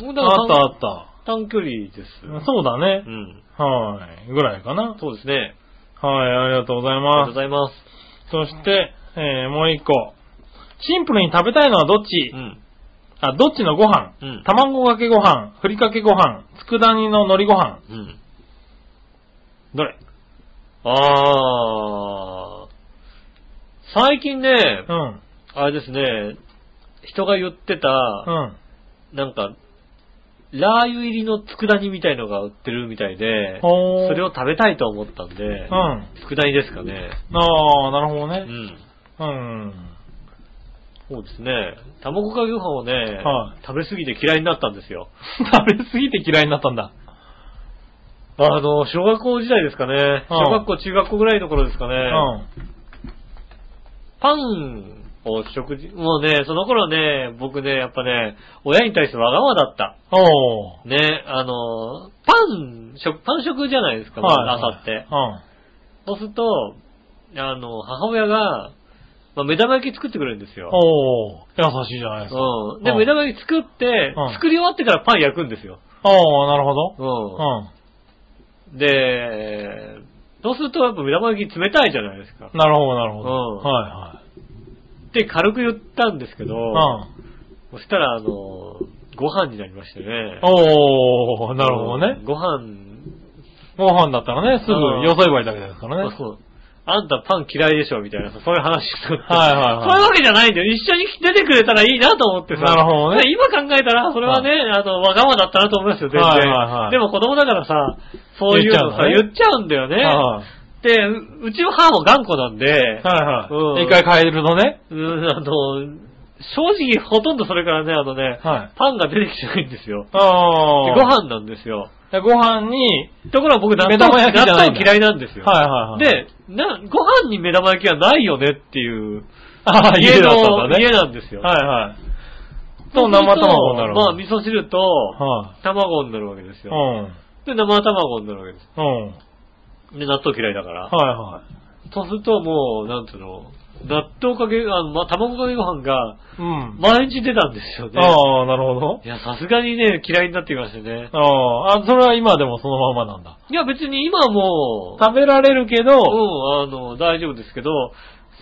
Speaker 2: もうだから
Speaker 3: あったあっ
Speaker 2: 短距離です。
Speaker 3: た。そうだね
Speaker 2: う。ん。
Speaker 3: はい。ぐらいかな。
Speaker 2: そうですね。
Speaker 3: はい、ありがとうござい
Speaker 2: ありがとう
Speaker 3: ま
Speaker 2: ございます。
Speaker 3: す。そして、えー、もう一個。シンプルに食べたいのはどっち
Speaker 2: うん。
Speaker 3: あ、どっちのご飯
Speaker 2: うん
Speaker 3: 卵かけご飯、ふりかけご飯、佃煮の海苔ご飯。
Speaker 2: うん。
Speaker 3: どれ
Speaker 2: あー。最近ね
Speaker 3: う、ん。
Speaker 2: あれですね、人が言って
Speaker 3: う
Speaker 2: た、
Speaker 3: ん。
Speaker 2: なんか、ラー油入りの佃煮みたいのが売ってるみたいで、
Speaker 3: ほー
Speaker 2: それを食べたいと思ったんで
Speaker 3: うん。、あ
Speaker 2: 佃煮ですかね。
Speaker 3: あー、なるほど
Speaker 2: う
Speaker 3: ね。
Speaker 2: ん。
Speaker 3: うん。
Speaker 2: そうですね。卵かけご飯をね、
Speaker 3: はい
Speaker 2: 食べ過ぎて嫌いになったんですよ。
Speaker 3: 食べ過ぎて嫌いになったんだ。
Speaker 2: あの、小学校時代ですかね。
Speaker 3: うん
Speaker 2: 小学校、中学校ぐらいの頃ですかね。
Speaker 3: うん。
Speaker 2: パンを食事、もうね、その頃ね、僕ね、やっぱね、親に対してわがままだった。
Speaker 3: おー。
Speaker 2: ね、あの、パン、食、パン食じゃないですか、
Speaker 3: はい
Speaker 2: 朝って。
Speaker 3: う
Speaker 2: そ
Speaker 3: ん。
Speaker 2: うすると、あの、母親が、まあ、目玉焼き作ってくれるんですよ。
Speaker 3: おー。優しいじゃないですか。
Speaker 2: うん。で、
Speaker 3: うん
Speaker 2: 目玉焼き作って
Speaker 3: うん、
Speaker 2: 作り終わってからパン焼くんですよ。
Speaker 3: おー、なるほど。
Speaker 2: うん。
Speaker 3: う
Speaker 2: で、そうするとやっぱ目玉焼き冷たいじゃないですか。
Speaker 3: ん。なるほど、なるほど。
Speaker 2: うん
Speaker 3: はいはい。
Speaker 2: って軽く言ったんですけど、
Speaker 3: うん。
Speaker 2: そしたら、あの、ご飯になりましてね。
Speaker 3: おー、なるほどね。
Speaker 2: ご飯、
Speaker 3: ご飯だったらね、すぐ
Speaker 2: うん
Speaker 3: よそえばいいだけですからね。
Speaker 2: そうあんたパン嫌いでしょみたいなさ、そういう話をして
Speaker 3: はいはいは
Speaker 2: そう
Speaker 3: い
Speaker 2: いうわけじゃないんだよ。一緒に出てくれたらいいなと思ってさ。
Speaker 3: なるほどね
Speaker 2: で今考えたら、それはね、あの、わがままだったなと思いますよ、全然。
Speaker 3: はいはいはい
Speaker 2: でも子供だからさ、そういうのさ、
Speaker 3: 言
Speaker 2: 言
Speaker 3: っ
Speaker 2: っちゃうんだよね。
Speaker 3: は
Speaker 2: で、ううちの母も頑固なんで
Speaker 3: い、はいうはい。
Speaker 2: ん
Speaker 3: 一回変えるとね。
Speaker 2: うん、あの、正直ほとんどそれからね、あのね、
Speaker 3: はい。
Speaker 2: パンが出てきてないんですよ。で
Speaker 3: あ
Speaker 2: ご
Speaker 3: ー。
Speaker 2: 飯なんですよ。
Speaker 3: でご飯に、
Speaker 2: ところが僕納
Speaker 3: 目
Speaker 2: 豆、
Speaker 3: 玉焼きじゃ
Speaker 2: 納
Speaker 3: ないんだ
Speaker 2: 豆嫌いなんですよ。
Speaker 3: はいはいはい。、
Speaker 2: で、な、ご飯に目玉焼きはないよねっていう、
Speaker 3: あー
Speaker 2: 家
Speaker 3: 家だった
Speaker 2: の、
Speaker 3: んだね。
Speaker 2: 家なんですよ。
Speaker 3: はいはい。
Speaker 2: そうす
Speaker 3: と
Speaker 2: る
Speaker 3: 生卵になる
Speaker 2: まあ、
Speaker 3: わけ
Speaker 2: 味噌汁と、
Speaker 3: は
Speaker 2: 卵になるわけです
Speaker 3: い。う
Speaker 2: よ。
Speaker 3: ん。
Speaker 2: で、生卵になるわけで
Speaker 3: うん。
Speaker 2: す。で、納豆嫌いだから。
Speaker 3: は
Speaker 2: そうするともう、なんていうの、納豆かけ、あの、ま、卵かけご飯が、
Speaker 3: いはい。うん。
Speaker 2: 毎日出たんですよね。
Speaker 3: ああ、なるほど
Speaker 2: い。や、さすがにね、嫌いになってきましたね。
Speaker 3: あーあ、それは今でもそのままなんだ。
Speaker 2: いや、別に今はもう、
Speaker 3: 食べられる
Speaker 2: う
Speaker 3: けど、
Speaker 2: ん、あの、大丈夫ですけど、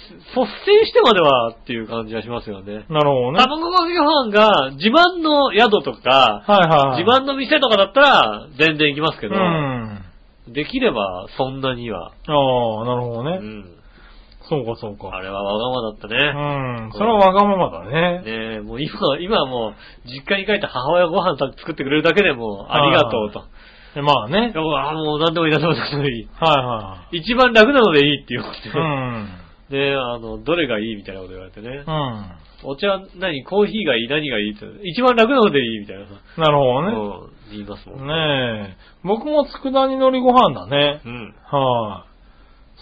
Speaker 2: す率先してまではっていう感じがしますよね。
Speaker 3: なるほどね。
Speaker 2: 卵かけご飯が自慢の宿とか、
Speaker 3: はいはいはい。
Speaker 2: 自慢の店とかだったら全然行きますけど、
Speaker 3: うん。
Speaker 2: できればそんなには。
Speaker 3: ああ、なるほど
Speaker 2: う
Speaker 3: ね。
Speaker 2: ん。
Speaker 3: そうかそう
Speaker 2: あ
Speaker 3: か。
Speaker 2: れはわがままだった
Speaker 3: う
Speaker 2: ね。
Speaker 3: ん。それはわがままだね。
Speaker 2: ねえ、もう今は、今はもう、実家に帰って母親がご飯作ってくれるだけでもうありがとうと。
Speaker 3: でまあね。
Speaker 2: うわあもう何でもいい、何でも何でもいい。
Speaker 3: は
Speaker 2: 一番楽なのでいいっていうこ
Speaker 3: い
Speaker 2: と
Speaker 3: はい。
Speaker 2: で。ねえ、あの、どれがいいみたいなこと言われてね
Speaker 3: うん。う。ん。
Speaker 2: お茶、何、コーヒーがいい、何がいいって。一番楽なのでいいみたいなさ。
Speaker 3: なる
Speaker 2: う
Speaker 3: ほど
Speaker 2: ん。
Speaker 3: ね。
Speaker 2: 言いますもん。
Speaker 3: ねえ。僕も佃煮のりご飯だね。
Speaker 2: うん。
Speaker 3: はい、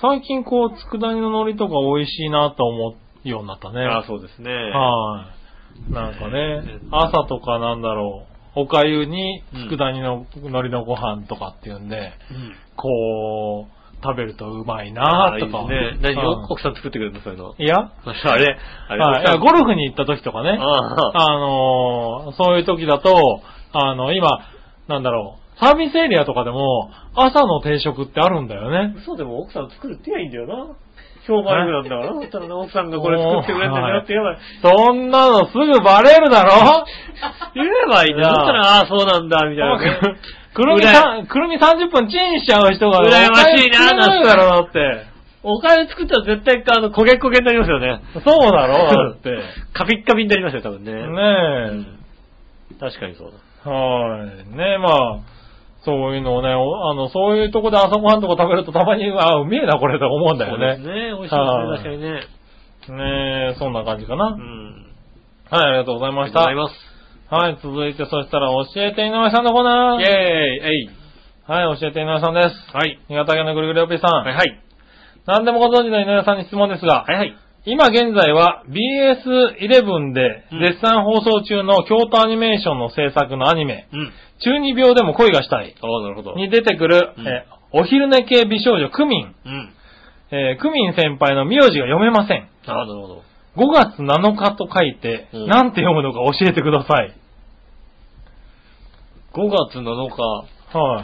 Speaker 3: 最近こう、佃煮の海苔とか美味しいなと思うようになったね。
Speaker 2: ああ、そうですね。
Speaker 3: はい、なんかね
Speaker 2: うん、
Speaker 3: 朝とかなんだろう、おかゆに
Speaker 2: うん
Speaker 3: 佃煮の海苔のご飯とかっていうんで、
Speaker 2: うん。
Speaker 3: こう、食べるとうまい
Speaker 2: あ
Speaker 3: な
Speaker 2: あ、いい
Speaker 3: と
Speaker 2: で
Speaker 3: か。
Speaker 2: すね。何、
Speaker 3: うん
Speaker 2: 奥さん作ってくれるのそういうの。
Speaker 3: いや、
Speaker 2: あれ、あれ。
Speaker 3: はいいやゴルフに行った時とかね、
Speaker 2: ああ、
Speaker 3: あのーそういう時だと、あの、今、なんだろう、サービスエリアとかでも、朝の定食ってあるんだよね。
Speaker 2: そうでも奥さん作るって言えばいいんだよな。評判悪くなんだ からな。だったらね奥さんがこれ作ってくれんだよって言えば、
Speaker 3: そんなのすぐバレるだろ
Speaker 2: 言えばいいんだよ。
Speaker 3: なあ
Speaker 2: そしたら、ああ、そうなんだ、みたいなね。
Speaker 3: くるみさん、くるみ30分チンしちゃう人が、
Speaker 2: 羨ましいな
Speaker 3: お前作れるだろ、だって。
Speaker 2: お金作ったら絶対、あの、焦げ焦げになりますよね。
Speaker 3: そう だろ、だって。ね
Speaker 2: カピッカピになりますよ、多分ね。うん確かにそうだ。
Speaker 3: え。はい。ねえ、まあ、そういうのをね、おあの、そういうとこで朝ごはんとか食べるとたまに、あ、うめえな、これ、と思うんだよ
Speaker 2: そうです
Speaker 3: ね。
Speaker 2: ね。美味しい
Speaker 3: は
Speaker 2: です
Speaker 3: い
Speaker 2: ね、確かにね。
Speaker 3: ねえ、そんな感じかな。
Speaker 2: う
Speaker 3: はい、
Speaker 2: ん。
Speaker 3: ありがとうござい
Speaker 2: あ
Speaker 3: ま
Speaker 2: り
Speaker 3: し
Speaker 2: がとうござい
Speaker 3: た。
Speaker 2: ます。
Speaker 3: はい、続いて、そしたら、教えて井上さんのコーナー。
Speaker 2: イェーイ、えい。
Speaker 3: はい、教えて井上さんです。
Speaker 2: はい。
Speaker 3: 新潟県のぐるぐるおっぴーさん。
Speaker 2: はいはい。
Speaker 3: 何でもご存知の井上さんに質問ですが、
Speaker 2: はいはい。
Speaker 3: 今現在は BS11 で
Speaker 2: うん
Speaker 3: 絶賛放送中の京都アニメーションの制作のアニメ、
Speaker 2: うん。
Speaker 3: 中二病でも恋がしたい
Speaker 2: ああ、なるほど。
Speaker 3: に出てくる、
Speaker 2: うん
Speaker 3: えお昼寝系美少女クミン、
Speaker 2: うん。
Speaker 3: えークミン先輩の名字が読めません。
Speaker 2: ああ、なるほど。
Speaker 3: 5月7日と書いて、
Speaker 2: うん
Speaker 3: なんて読むのか教えてください。
Speaker 2: 5月7日、
Speaker 3: はい。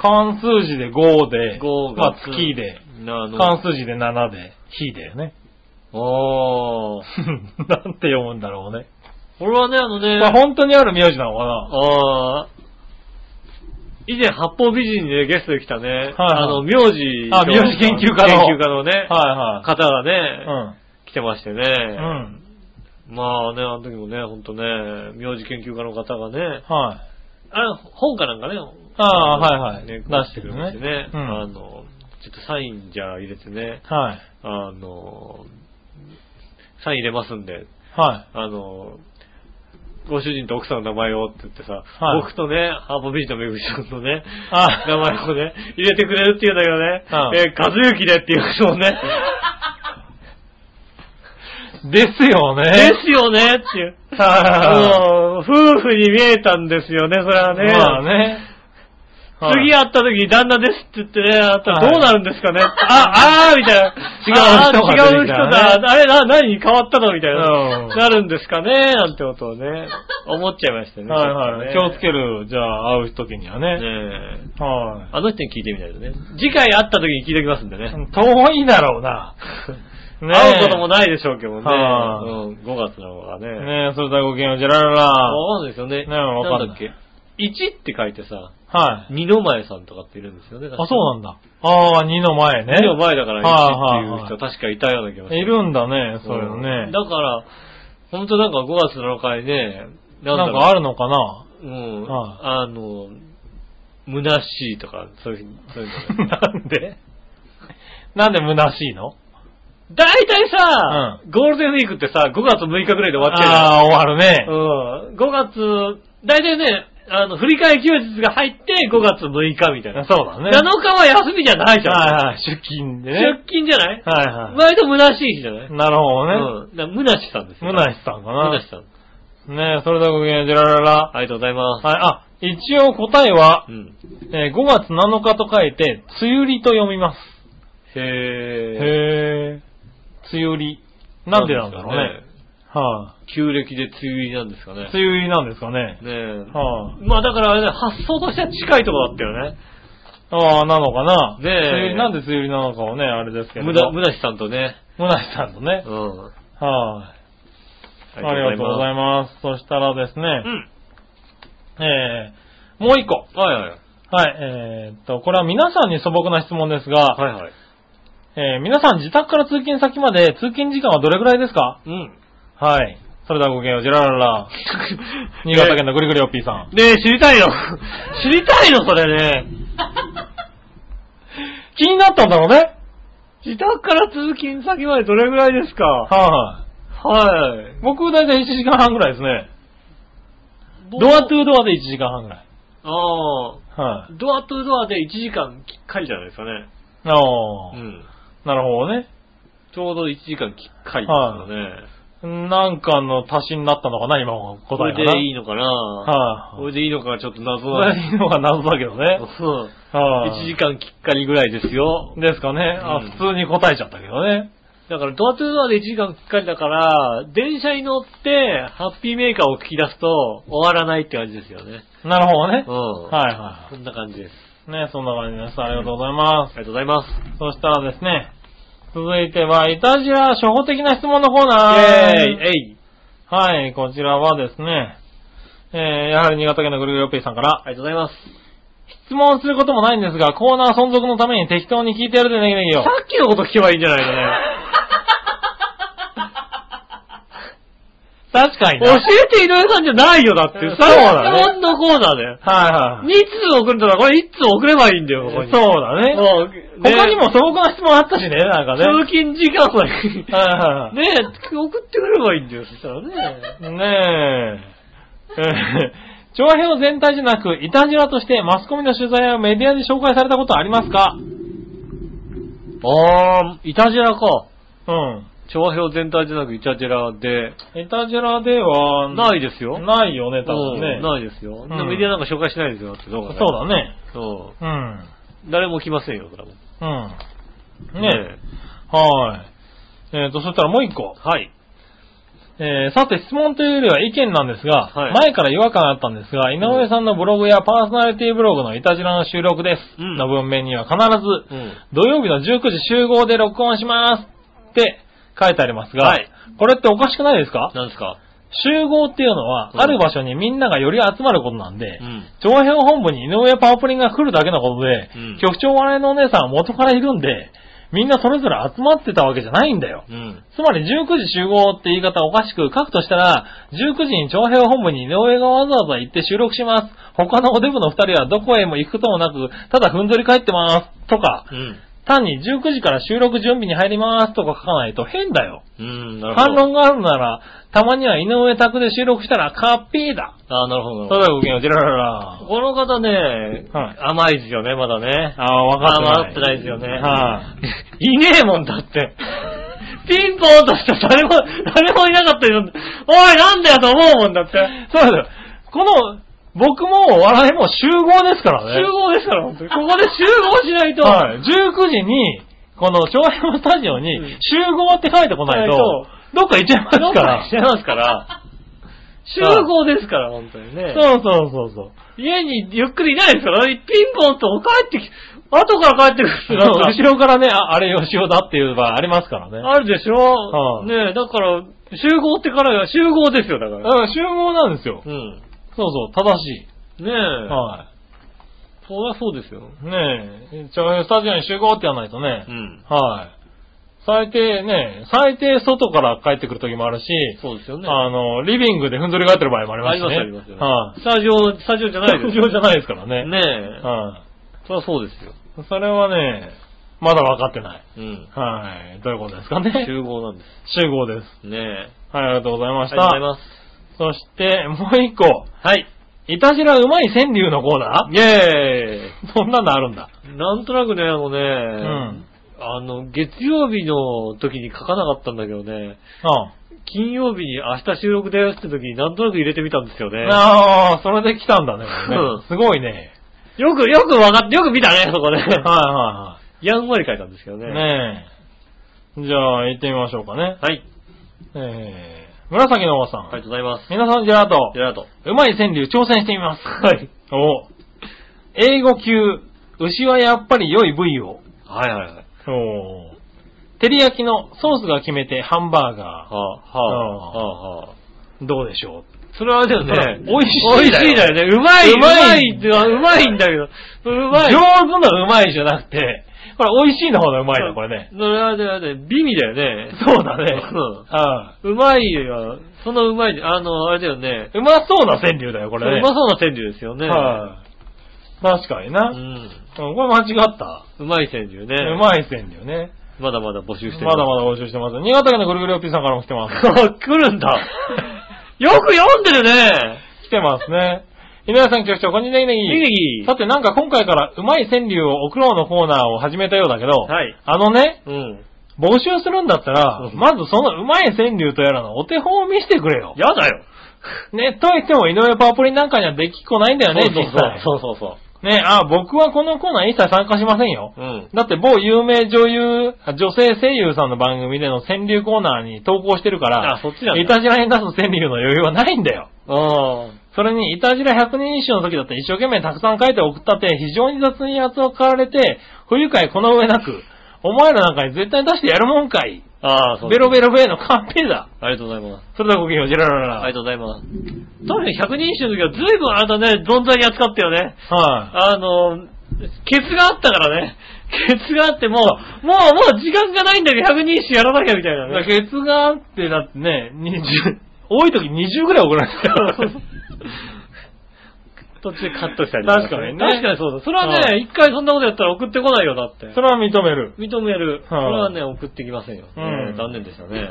Speaker 3: 関数字で5で、
Speaker 2: 5月。
Speaker 3: まあ月で、
Speaker 2: なの。
Speaker 3: 関数字で7で、日だよね。
Speaker 2: ああ。
Speaker 3: なんて読むんだろうね。
Speaker 2: 俺はね、あのね、
Speaker 3: まあ本当にある名字なのかな
Speaker 2: ああ。以前、八方美人にね、ゲストで来たね、
Speaker 3: はい
Speaker 2: あの、名字の、
Speaker 3: あ名字研究家の
Speaker 2: 研究家のね、
Speaker 3: は
Speaker 2: 方が
Speaker 3: い
Speaker 2: ね、
Speaker 3: は
Speaker 2: 来てましてね。
Speaker 3: い。うん。うん。
Speaker 2: まあね、あの時もね、ほんとね、名字研究家の方がね、
Speaker 3: はい。
Speaker 2: あれ、本かなんかね、
Speaker 3: ああ、はいはい。
Speaker 2: ね、
Speaker 3: 出
Speaker 2: 出
Speaker 3: し
Speaker 2: しててく
Speaker 3: く
Speaker 2: れ
Speaker 3: るね
Speaker 2: ましてね、
Speaker 3: うん
Speaker 2: あの、ちょっとサインじゃあ入れてね、
Speaker 3: はい。
Speaker 2: あの、サイン入れますんで、
Speaker 3: は
Speaker 2: あの、ご主人と奥さんの名前をって言ってさ、
Speaker 3: はい
Speaker 2: 僕とね、ハーボビーチのめぐちゃんのね、
Speaker 3: あ
Speaker 2: 名前をね、入れてくれるって言うんだけどね、
Speaker 3: う
Speaker 2: えー、和幸でっていう人をね、
Speaker 3: い。ですよね。
Speaker 2: ですよねって いう。う
Speaker 3: は。
Speaker 2: ん夫婦に見えたんですよね、それはいね。
Speaker 3: まあね。はい
Speaker 2: 次会った時に旦那ですって言ってね、あったら
Speaker 3: はい
Speaker 2: どうなるんですかね、あ、あーみたいな。
Speaker 3: 違う人が
Speaker 2: あー違
Speaker 3: 出
Speaker 2: う
Speaker 3: て
Speaker 2: 人
Speaker 3: きたらね
Speaker 2: だ。あれ、な、何変わったのみたいな、
Speaker 3: うん
Speaker 2: なるんですかねなんてことをね、思っちゃいましたね。
Speaker 3: はいはい。
Speaker 2: ち
Speaker 3: 気
Speaker 2: ょっ
Speaker 3: を
Speaker 2: とね
Speaker 3: つける。じゃあ、会う時には
Speaker 2: ね
Speaker 3: ね。
Speaker 2: え
Speaker 3: は
Speaker 2: あの人に聞いてみたいとね。次回会った時に聞いておきますんでね。
Speaker 3: い。遠いだろ うな。ね
Speaker 2: 会うこともないでしょうけどね。うん、
Speaker 3: はい
Speaker 2: 5月なのがね。
Speaker 3: ねえ、それではごきげんよう、じゃららら。
Speaker 2: わかんないですよね。
Speaker 3: ねわかんない
Speaker 2: だっけ ?1 って書いてさ、
Speaker 3: はい。
Speaker 2: 二の前さんとかっているんですよね。
Speaker 3: あ、そうなんだ。ああ、2の前ね。
Speaker 2: 二の前だから
Speaker 3: はい
Speaker 2: 1って
Speaker 3: はいはい
Speaker 2: いう人確かいたような気がする。
Speaker 3: いるんだね、そういうの
Speaker 2: う
Speaker 3: ね
Speaker 2: ん。だから、本当なんか5月7日にね、なんだ
Speaker 3: な
Speaker 2: ろ
Speaker 3: ん
Speaker 2: う
Speaker 3: かあるのかな
Speaker 2: うん。
Speaker 3: はい
Speaker 2: あの、虚しいとか、そういう、そういうのね。
Speaker 3: なんでなんで虚しいの
Speaker 2: 大体さ、ゴールデンウィークってさ、5月6日ぐらいで終わっちゃう
Speaker 3: ああ、終わるね。
Speaker 2: よ。うん。5月、大体ね、あの、振り替え休日が入って5月6日みたいな。
Speaker 3: そうだね。
Speaker 2: 7日は休みじゃないじゃん。
Speaker 3: はいはい、出勤でね。
Speaker 2: 出勤じゃない
Speaker 3: はいは
Speaker 2: 割と虚しい日じゃない
Speaker 3: い。なるほどね。
Speaker 2: うん。だから虚しさんですよ。
Speaker 3: 虚しさんかな。
Speaker 2: 虚しさん。
Speaker 3: ねえ、それではごきげんよう、じゃららら。
Speaker 2: ありがとうございます。
Speaker 3: はい、あ、一応答えは
Speaker 2: う、ん。
Speaker 3: えー5月7日と書いて、梅雨りと読みます。
Speaker 2: へ
Speaker 3: へえ。梅雨り。
Speaker 2: ー。
Speaker 3: なんでなんだろうね。
Speaker 2: すか。
Speaker 3: は
Speaker 2: 旧暦で梅雨入りなんですか
Speaker 3: い、
Speaker 2: ね。
Speaker 3: 梅雨入りなんですかね。
Speaker 2: ねえ。
Speaker 3: は
Speaker 2: まあだからあれね、発想としては近いところだったよね。
Speaker 3: あ、ああ、なのかな。
Speaker 2: ねえ
Speaker 3: 梅雨入りなんで梅雨入りなのかをね、あれですけど。
Speaker 2: むだ、むだしさんとね。
Speaker 3: むなしさんとね
Speaker 2: う。ん。
Speaker 3: はい、あ。りがとうござい
Speaker 2: ま
Speaker 3: ます。そしたらです
Speaker 2: う
Speaker 3: ね、
Speaker 2: ん。
Speaker 3: えー、もう一個。
Speaker 2: はいはいはい。
Speaker 3: はい、えーっと、これは皆さんに素朴な質問ですが、
Speaker 2: はいはい。
Speaker 3: えー皆さん自宅から通勤先まで通勤時間はどれくらいですか
Speaker 2: うん。
Speaker 3: はい。それではごきげんよう、ジェラ ララ。新潟県のぐりぐりおっぴーさん。
Speaker 2: ねえ、知りたいよ。 知りたいよ、それね。
Speaker 3: 気になったんだろうね。
Speaker 2: 自宅から通勤先までどれぐらいですか
Speaker 3: は
Speaker 2: はい
Speaker 3: い。。僕、だいたい1時間半ぐらいですね。ドアトゥードアで1時間半ぐらい。
Speaker 2: あ
Speaker 3: は
Speaker 2: あ。ドアトゥドアで1時間きっかりじゃないですかね。
Speaker 3: い。お
Speaker 2: う
Speaker 3: ー、
Speaker 2: ん。
Speaker 3: なるほどね。
Speaker 2: ちょうど1時間きっかりですよね。
Speaker 3: なんかの足しになったのかな、今の
Speaker 2: こ
Speaker 3: 答え
Speaker 2: れ
Speaker 3: かな。
Speaker 2: でいいのかな
Speaker 3: はい、
Speaker 2: これでいいのかちょっと謎
Speaker 3: これ
Speaker 2: な
Speaker 3: でいいのが謎だけどね。
Speaker 2: うん。
Speaker 3: はい、
Speaker 2: 1時間きっかりぐらいですよ。
Speaker 3: ですかね。あ、
Speaker 2: うん
Speaker 3: 普通に答えちゃったけどね。
Speaker 2: だからドアトゥドアで1時間きっかりだから、電車に乗ってハッピーメーカーを聞き出すと終わらないって感じですよね。
Speaker 3: なるほどね
Speaker 2: う。ん。
Speaker 3: はいは
Speaker 2: そんな感じです。
Speaker 3: い。ね、そんな感じです。ありがとうございます
Speaker 2: あ。りがとうございます。
Speaker 3: そしたらですね、続いては、イタジラ初歩的な質問のコーナー。
Speaker 2: イェーイえい
Speaker 3: はい、こちらはですね、えー、やはり新潟県のぐるぐるおっぺいさんから、
Speaker 2: ありがとうございます。
Speaker 3: 質問することもないんですが、コーナー存続のために適当に聞いてやるでねぎねぎ よ
Speaker 2: さ。っきのこと聞けばいいんじゃないのね。
Speaker 3: 確かに
Speaker 2: 教
Speaker 3: な。はい
Speaker 2: えて井上さんじゃないよ、だって。
Speaker 3: そうだね
Speaker 2: 日本のコーナーだよ。
Speaker 3: はい。
Speaker 2: 2通送るんだから、これ1通送ればいいんだよ、ここに。
Speaker 3: そうだね。
Speaker 2: うん。ね
Speaker 3: 他にも素朴な質問あったしね、なんかね。
Speaker 2: 通勤時間ま
Speaker 3: はいはいはい。
Speaker 2: で。ねえ、送ってくればいいんだよ、そしたらね。
Speaker 3: ねえ。えー長編全体じゃなく、イタジラとしてマスコミの取材やメディアで紹介されたことありますか
Speaker 2: あー、イタジェラか。
Speaker 3: うん。
Speaker 2: 調和表全体じゃなくイタジェラで。
Speaker 3: イタジェラでは、
Speaker 2: ないですよ。
Speaker 3: ないよね、多
Speaker 2: うん
Speaker 3: 分ね。
Speaker 2: ないですよ。
Speaker 3: ん
Speaker 2: でもメディアなんか紹介しないですよ、だってどう
Speaker 3: そう
Speaker 2: か
Speaker 3: だね。
Speaker 2: そう
Speaker 3: うん。
Speaker 2: 誰も来ませんよ、それはも
Speaker 3: う。
Speaker 2: うん
Speaker 3: ねえ。はーい。えっ、と、そしたらもう一個。
Speaker 2: はい。
Speaker 3: えーさて質問というよりは意見なんですが、
Speaker 2: はい
Speaker 3: 前から違和感あったんですが、井上さんのブログやパーソナリティブログのいたじらの収録です、
Speaker 2: うん
Speaker 3: の文面には必ず、
Speaker 2: うん
Speaker 3: 土曜日の19時集合で録音しますって書いてありますが、
Speaker 2: はい
Speaker 3: これっておかしくないですか
Speaker 2: なんですか
Speaker 3: 集合っていうのは、
Speaker 2: うん
Speaker 3: ある場所にみんながより集まることなんで
Speaker 2: う、ん。
Speaker 3: 長編本部に井上パワプリンが来るだけのことで、
Speaker 2: うん
Speaker 3: 局長笑いのお姉さんは元からいるんで、みんなそれぞれ集まってたわけじゃないんだよ。
Speaker 2: うん。
Speaker 3: つまり19時集合って言い方おかしく書くとしたら、19時に長編本部に井上がわざわざ行って収録します。他のおデブの二人はどこへも行くこともなく、ただふんぞり返ってます。とか、
Speaker 2: うん。
Speaker 3: 単に19時から収録準備に入りますとか書かないと変だよ。
Speaker 2: うん。なるほ
Speaker 3: 反
Speaker 2: ど。
Speaker 3: 論があるなら、たまには井上宅で収録したらカッピーだ。
Speaker 2: ああ、なるほど。
Speaker 3: ただごきげんよう、ジェラララ。
Speaker 2: この方ね、
Speaker 3: はい
Speaker 2: 甘いですよね、まだね。
Speaker 3: ああ、分かってない。
Speaker 2: あー分かってないですよね
Speaker 3: はい
Speaker 2: ねえもんだ って。ピンポーンとした誰も、誰もいなかったよ。おい、なんだよと思うもんだって。
Speaker 3: い。そうだよ。この、僕も笑いも集合ですからね。
Speaker 2: 集合ですから、本当に。ここで集合しないと。
Speaker 3: はい。19時に、この、長編スタジオに
Speaker 2: うん、
Speaker 3: 集合って書いてこないと、
Speaker 2: は
Speaker 3: どっか行っちゃいますか。
Speaker 2: どっからしちゃいますから。集合ですから、本当にね。
Speaker 3: そうそうそうそう。
Speaker 2: 家にゆっくりいないですから、ピンポンと帰ってき、後から帰ってくる人なんか
Speaker 3: 後ろからね、ああれよしおだっていう場合ありますからね。
Speaker 2: あるでしょ、
Speaker 3: はい
Speaker 2: ねえ、だから、集合ってから、集合ですよ、だから。
Speaker 3: うん、集合なんですよ。
Speaker 2: うん。
Speaker 3: そうそう、正し
Speaker 2: ねえ。
Speaker 3: い。は
Speaker 2: そりゃそうですよ。
Speaker 3: い。ねえ、長編スタジオに集合ってやらないとね
Speaker 2: う、ん。
Speaker 3: はい。最低ね、最低外から帰ってくる時もあるし、
Speaker 2: そうですよね。
Speaker 3: あの、リビングでふんぞり返ってる場合もありますしね。
Speaker 2: ありますあります
Speaker 3: はい。
Speaker 2: スタジオ、スタジオじゃないです
Speaker 3: 正常じゃないですからね。
Speaker 2: ねえ。
Speaker 3: は
Speaker 2: そりゃそうですよ。
Speaker 3: い。それはね、まだ分かってない。
Speaker 2: うん。
Speaker 3: はい。どういうことですかね。
Speaker 2: 集合なんで
Speaker 3: 集合です。
Speaker 2: す。ねえ。
Speaker 3: はい、ありがとうございま
Speaker 2: あ
Speaker 3: した。
Speaker 2: りがとうございます。
Speaker 3: そして、もう一個。
Speaker 2: はい。
Speaker 3: いたじらうまい川柳のコーナ
Speaker 2: イェ
Speaker 3: ーそんなのあるんだ。
Speaker 2: ーイなんとなくね、あのね、
Speaker 3: うん。
Speaker 2: あの、月曜日の時に書かなかったんだけどね、
Speaker 3: あ
Speaker 2: 金曜日に明日収録だよって時になんとなく入れてみたんですよね。
Speaker 3: ああー、それで来たんだね。これね
Speaker 2: うん
Speaker 3: すごいね。
Speaker 2: よく、よくわかって、よく見たね、そこね
Speaker 3: はい。は
Speaker 2: やんわり書いたんですけど
Speaker 3: い
Speaker 2: ね。
Speaker 3: はい。ねえ。じゃあ、行ってみましょうかね。
Speaker 2: はい。
Speaker 3: えー、紫のおばさん。
Speaker 2: ありがとうございます。
Speaker 3: 皆さん、ジェラート。
Speaker 2: ジェラート。
Speaker 3: うまい川柳挑戦してみます。はい。お英語級、牛はやっぱり良い部位を。
Speaker 2: はいはいはい。
Speaker 3: お照り焼きのソースが決めてハンバーガ
Speaker 2: はあ、はあ、はあ、はあ。
Speaker 3: ー。どうでしょ
Speaker 2: それはでも
Speaker 3: ほら
Speaker 2: ね、
Speaker 3: 美味しい
Speaker 2: 美味しいだよね。うまい、
Speaker 3: う
Speaker 2: う
Speaker 3: ま
Speaker 2: ま
Speaker 3: い
Speaker 2: いって、うまいんだけど。う
Speaker 3: う
Speaker 2: まい。
Speaker 3: 上手なうまいじゃなくて、これ美味しいの方がうまいだ、これね。
Speaker 2: それはではね、美味だよね。
Speaker 3: そうだね。
Speaker 2: うん
Speaker 3: は
Speaker 2: うまいよ。そのうまい、あの、あれだよね。
Speaker 3: い。うまそうな川柳だよ、こ
Speaker 2: う
Speaker 3: れね。
Speaker 2: まそうな川柳ですよね。
Speaker 3: はい。確かにな。
Speaker 2: う
Speaker 3: うん
Speaker 2: ん。
Speaker 3: これ間違った。
Speaker 2: うまい川柳ね。
Speaker 3: うまい川柳ね。
Speaker 2: まだまだ募集してる。
Speaker 3: まだまだ募集してます。新潟県のぐるぐるおっぴーさんからも来てます。
Speaker 2: だ。 来るんだ。よく読んでるね。
Speaker 3: 来てますね。井上さん局長、こんにちは。ネギ
Speaker 2: い
Speaker 3: ネギ
Speaker 2: いねぎ
Speaker 3: さてなんか今回からうまい川柳を送ろうのコーナーを始めたようだけど、
Speaker 2: はい
Speaker 3: あのね、
Speaker 2: うん。
Speaker 3: 募集するんだったら、
Speaker 2: うん
Speaker 3: まずそのうまい川柳とやらのお手本を見せてくれよ。
Speaker 2: やだよ。
Speaker 3: ね、と言っても井上パープリンなんかにはできっこないんだよね、実際。
Speaker 2: そうそうそ
Speaker 3: ね、あ、僕はこのコーナー一切参加しませんよ。
Speaker 2: う。うん。
Speaker 3: だって某有名女優、あ女性声優さんの番組での川柳コーナーに投稿してるから、
Speaker 2: あそっちなんだ
Speaker 3: いたじらに出す川柳の余裕はないんだよ。
Speaker 2: あ
Speaker 3: それに、いたじら百人一首の時だって一生懸命たくさん書いて送ったって、非常に雑に扱われて、不愉快この上なく、お前らなんかに絶対出してやるもんかい。
Speaker 2: あ。ああ、そう。
Speaker 3: ベロベロベーのカンペだ。
Speaker 2: ありがとうございます。
Speaker 3: それではごきげんよう、ジェラララ。
Speaker 2: ありがとうございます。とにかく100人一首の時は随分あれだね、存在に扱ったよね。
Speaker 3: はい。
Speaker 2: あの、ケツがあったからね。ケツがあってもう、もう、もう時間がないんだけど100人一首やらなきゃみたいな
Speaker 3: だ
Speaker 2: ね。
Speaker 3: ケツがあって、だってね、20、多い時20ぐらい送られてたから ね。
Speaker 2: 途中カットしたり
Speaker 3: 確かにね
Speaker 2: 確かにそうだ。それは
Speaker 3: は
Speaker 2: ね、一回そんなことやったら送ってこないよ、だって。
Speaker 3: それは認める。
Speaker 2: 認める。そ
Speaker 3: はい
Speaker 2: れはね、送ってきませんよ。
Speaker 3: うん
Speaker 2: ね残念でしたね。
Speaker 3: ね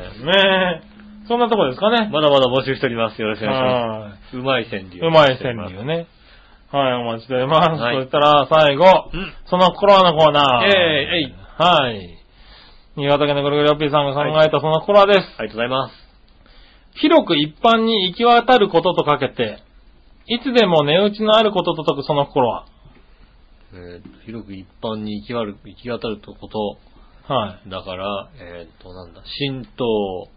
Speaker 3: え。そんなとこですかね。
Speaker 2: まだまだ募集しております。よろしくお願いしま
Speaker 3: は
Speaker 2: す。うまい川
Speaker 3: い。
Speaker 2: 柳。
Speaker 3: うまい川柳ね。はい、お待ちしております。
Speaker 2: はい
Speaker 3: そしたら、最後。
Speaker 2: うん。
Speaker 3: そのコロナのコーナー。
Speaker 2: えいえい
Speaker 3: はい。新潟県のぐるぐるおっぴーさんが考えたそのコーナーです。
Speaker 2: ありがとうございます。
Speaker 3: 広く一般に行き渡ることとかけて、いつでも値打ちのあることと解くその心は。
Speaker 2: えー広く一般に行きわる行き渡るとこと、
Speaker 3: はい。
Speaker 2: だから、えっ、と、なんだ、浸透、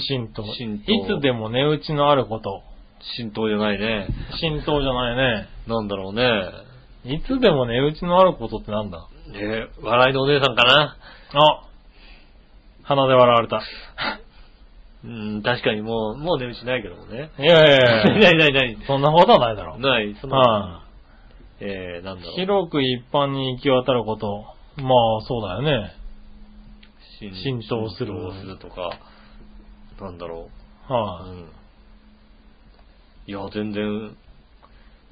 Speaker 3: 浸透。
Speaker 2: 浸透
Speaker 3: いつでも値打ちのあること。
Speaker 2: 浸透じゃないね。
Speaker 3: 浸透じゃないね。
Speaker 2: なんだろうね。
Speaker 3: いつでも値打ちのあることってなんだ
Speaker 2: ね笑いのお姉さんかな。
Speaker 3: あ鼻で笑わ れた。
Speaker 2: うん、確かにもう、もう値打ちないけどもね。
Speaker 3: いやいや
Speaker 2: ないい
Speaker 3: や
Speaker 2: ないいない。
Speaker 3: や。そんなことはないだろ。
Speaker 2: ない、その、
Speaker 3: は
Speaker 2: えー、なんだろう。
Speaker 3: 広く一般に行き渡ること。まあ、そうだよね。浸透する
Speaker 2: 浸透するとか、なんだろう。う
Speaker 3: は
Speaker 2: ん。いや、全然、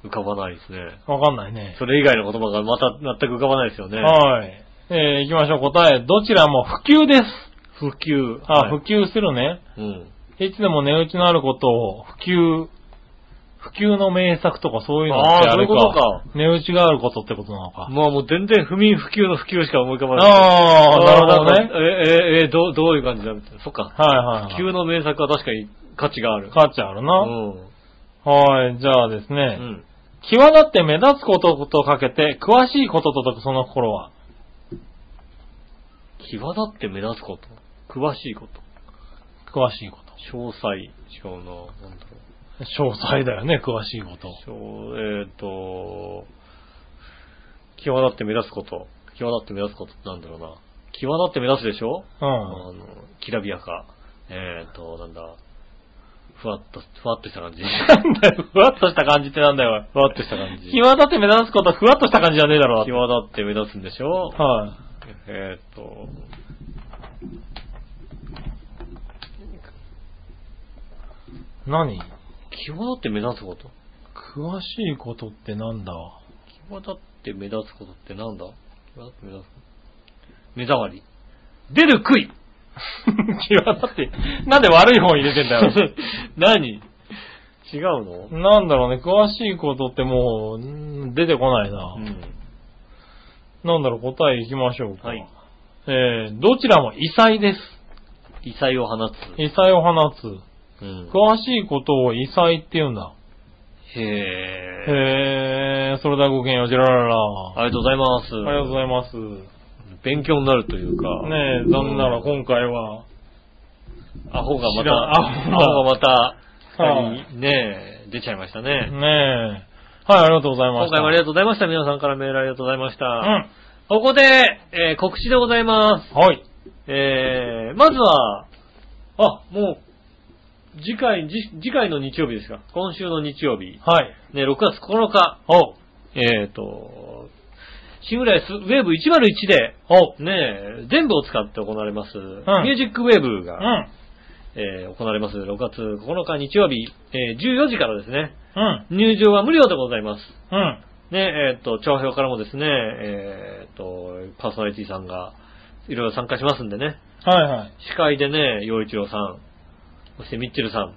Speaker 2: 浮かばないですね。
Speaker 3: い。わかんないね。
Speaker 2: それ以外の言葉がまた全く浮かばないですよね。
Speaker 3: はい。えー、行きましょう。答え。どちらも普及です。
Speaker 2: 普及。
Speaker 3: あ、
Speaker 2: はい
Speaker 3: 普及するね。
Speaker 2: うん。
Speaker 3: いつでも値打ちのあることを普及、普及の名作とかそういうの
Speaker 2: あー
Speaker 3: ってあれ
Speaker 2: そういうこ
Speaker 3: か。値打ちがあることってことなのか。
Speaker 2: まあもう全然不眠不休の普及しか思い浮かばない。
Speaker 3: ああ、なるほどね。
Speaker 2: ね。え、え、え、どう、どういう感じだみたいな。そっか。
Speaker 3: はいはい、
Speaker 2: 普
Speaker 3: は
Speaker 2: 及の名作は確かに価値がある
Speaker 3: い。。価値ある
Speaker 2: う
Speaker 3: な。
Speaker 2: ん。
Speaker 3: はい、じゃあです
Speaker 2: う
Speaker 3: ね。
Speaker 2: ん。
Speaker 3: 際立って目立つこととかけて、詳しいことと解くその心は。
Speaker 2: 際立って目立つこと。詳しいこと。
Speaker 3: 詳しいこと。
Speaker 2: 詳細。小の、なんだろう。
Speaker 3: 詳細だよね、詳しいこと。
Speaker 2: 小えっ、と、際立って目立つこと。際立って目立つことってなんだろうな。際立って目立つでしょあ
Speaker 3: う
Speaker 2: の、きらびやか。えっ、と、なんだ。ふわっと、ふわっとした感じ。
Speaker 3: ん。なんだ よ、ふわっとした感じってなんだよ、
Speaker 2: ふわっとした感じ。際
Speaker 3: 際立って目立つこと、ふわっとした感じじゃねえだろ。
Speaker 2: 立って目立つんでしょ
Speaker 3: は
Speaker 2: えっ、と、
Speaker 3: い。何
Speaker 2: 際立って目立つこと。
Speaker 3: 詳しいことってなんだ
Speaker 2: 際立って目立つことってなんだ際立って目立つこと。目障り。出る 杭
Speaker 3: 際立って、なんで悪い方に出てんだ よ。
Speaker 2: 何違うの
Speaker 3: なんだろうね、詳しいことってもううん、出てこないな。
Speaker 2: うん。
Speaker 3: なんだろう、答え行きましょうか。
Speaker 2: はい。
Speaker 3: えー、どちらも異彩です。
Speaker 2: 異彩を放つ。
Speaker 3: 異彩を放つ。
Speaker 2: うん
Speaker 3: 詳しいことを異彩って言うんだ。
Speaker 2: へー。
Speaker 3: へー、それではごきげんよう、ジェラララ。あ
Speaker 2: ありがとうございます。
Speaker 3: りがとうございます。
Speaker 2: 勉強になるというか。
Speaker 3: ねえ、残念ながら今回は、
Speaker 2: アホがま
Speaker 3: 知ら
Speaker 2: た、
Speaker 3: んアホが
Speaker 2: がまた、
Speaker 3: はい
Speaker 2: 二人ねえ、出ちゃいましたね。
Speaker 3: ねえ、はい、ありがとうございま
Speaker 2: 今
Speaker 3: した。
Speaker 2: 回もありがとうございました。皆さんからメールありがとうございました。ここで、えー告知でございます。
Speaker 3: うん。はい。
Speaker 2: えー、まずは、あ、もう、次回、次次回の日曜日ですか。今週の日曜日。
Speaker 3: はい。
Speaker 2: ね、6月9日。
Speaker 3: お
Speaker 2: えーと、シングライスウェーブ101で、
Speaker 3: お
Speaker 2: ねえ、全部を使って行われます、
Speaker 3: ん
Speaker 2: ミュージックウェーブが、
Speaker 3: うん。
Speaker 2: えー行われます。6月9日日曜日、えー14時からですね、
Speaker 3: うん。
Speaker 2: 入場は無料でございます。
Speaker 3: うん。
Speaker 2: ね、えっ、と、長票からもですね、えっ、と、パーソナリティさんがいろいろ参加しますんでね、
Speaker 3: はいはい。
Speaker 2: 司会でね、洋一郎さん、そしてミッチェルさん、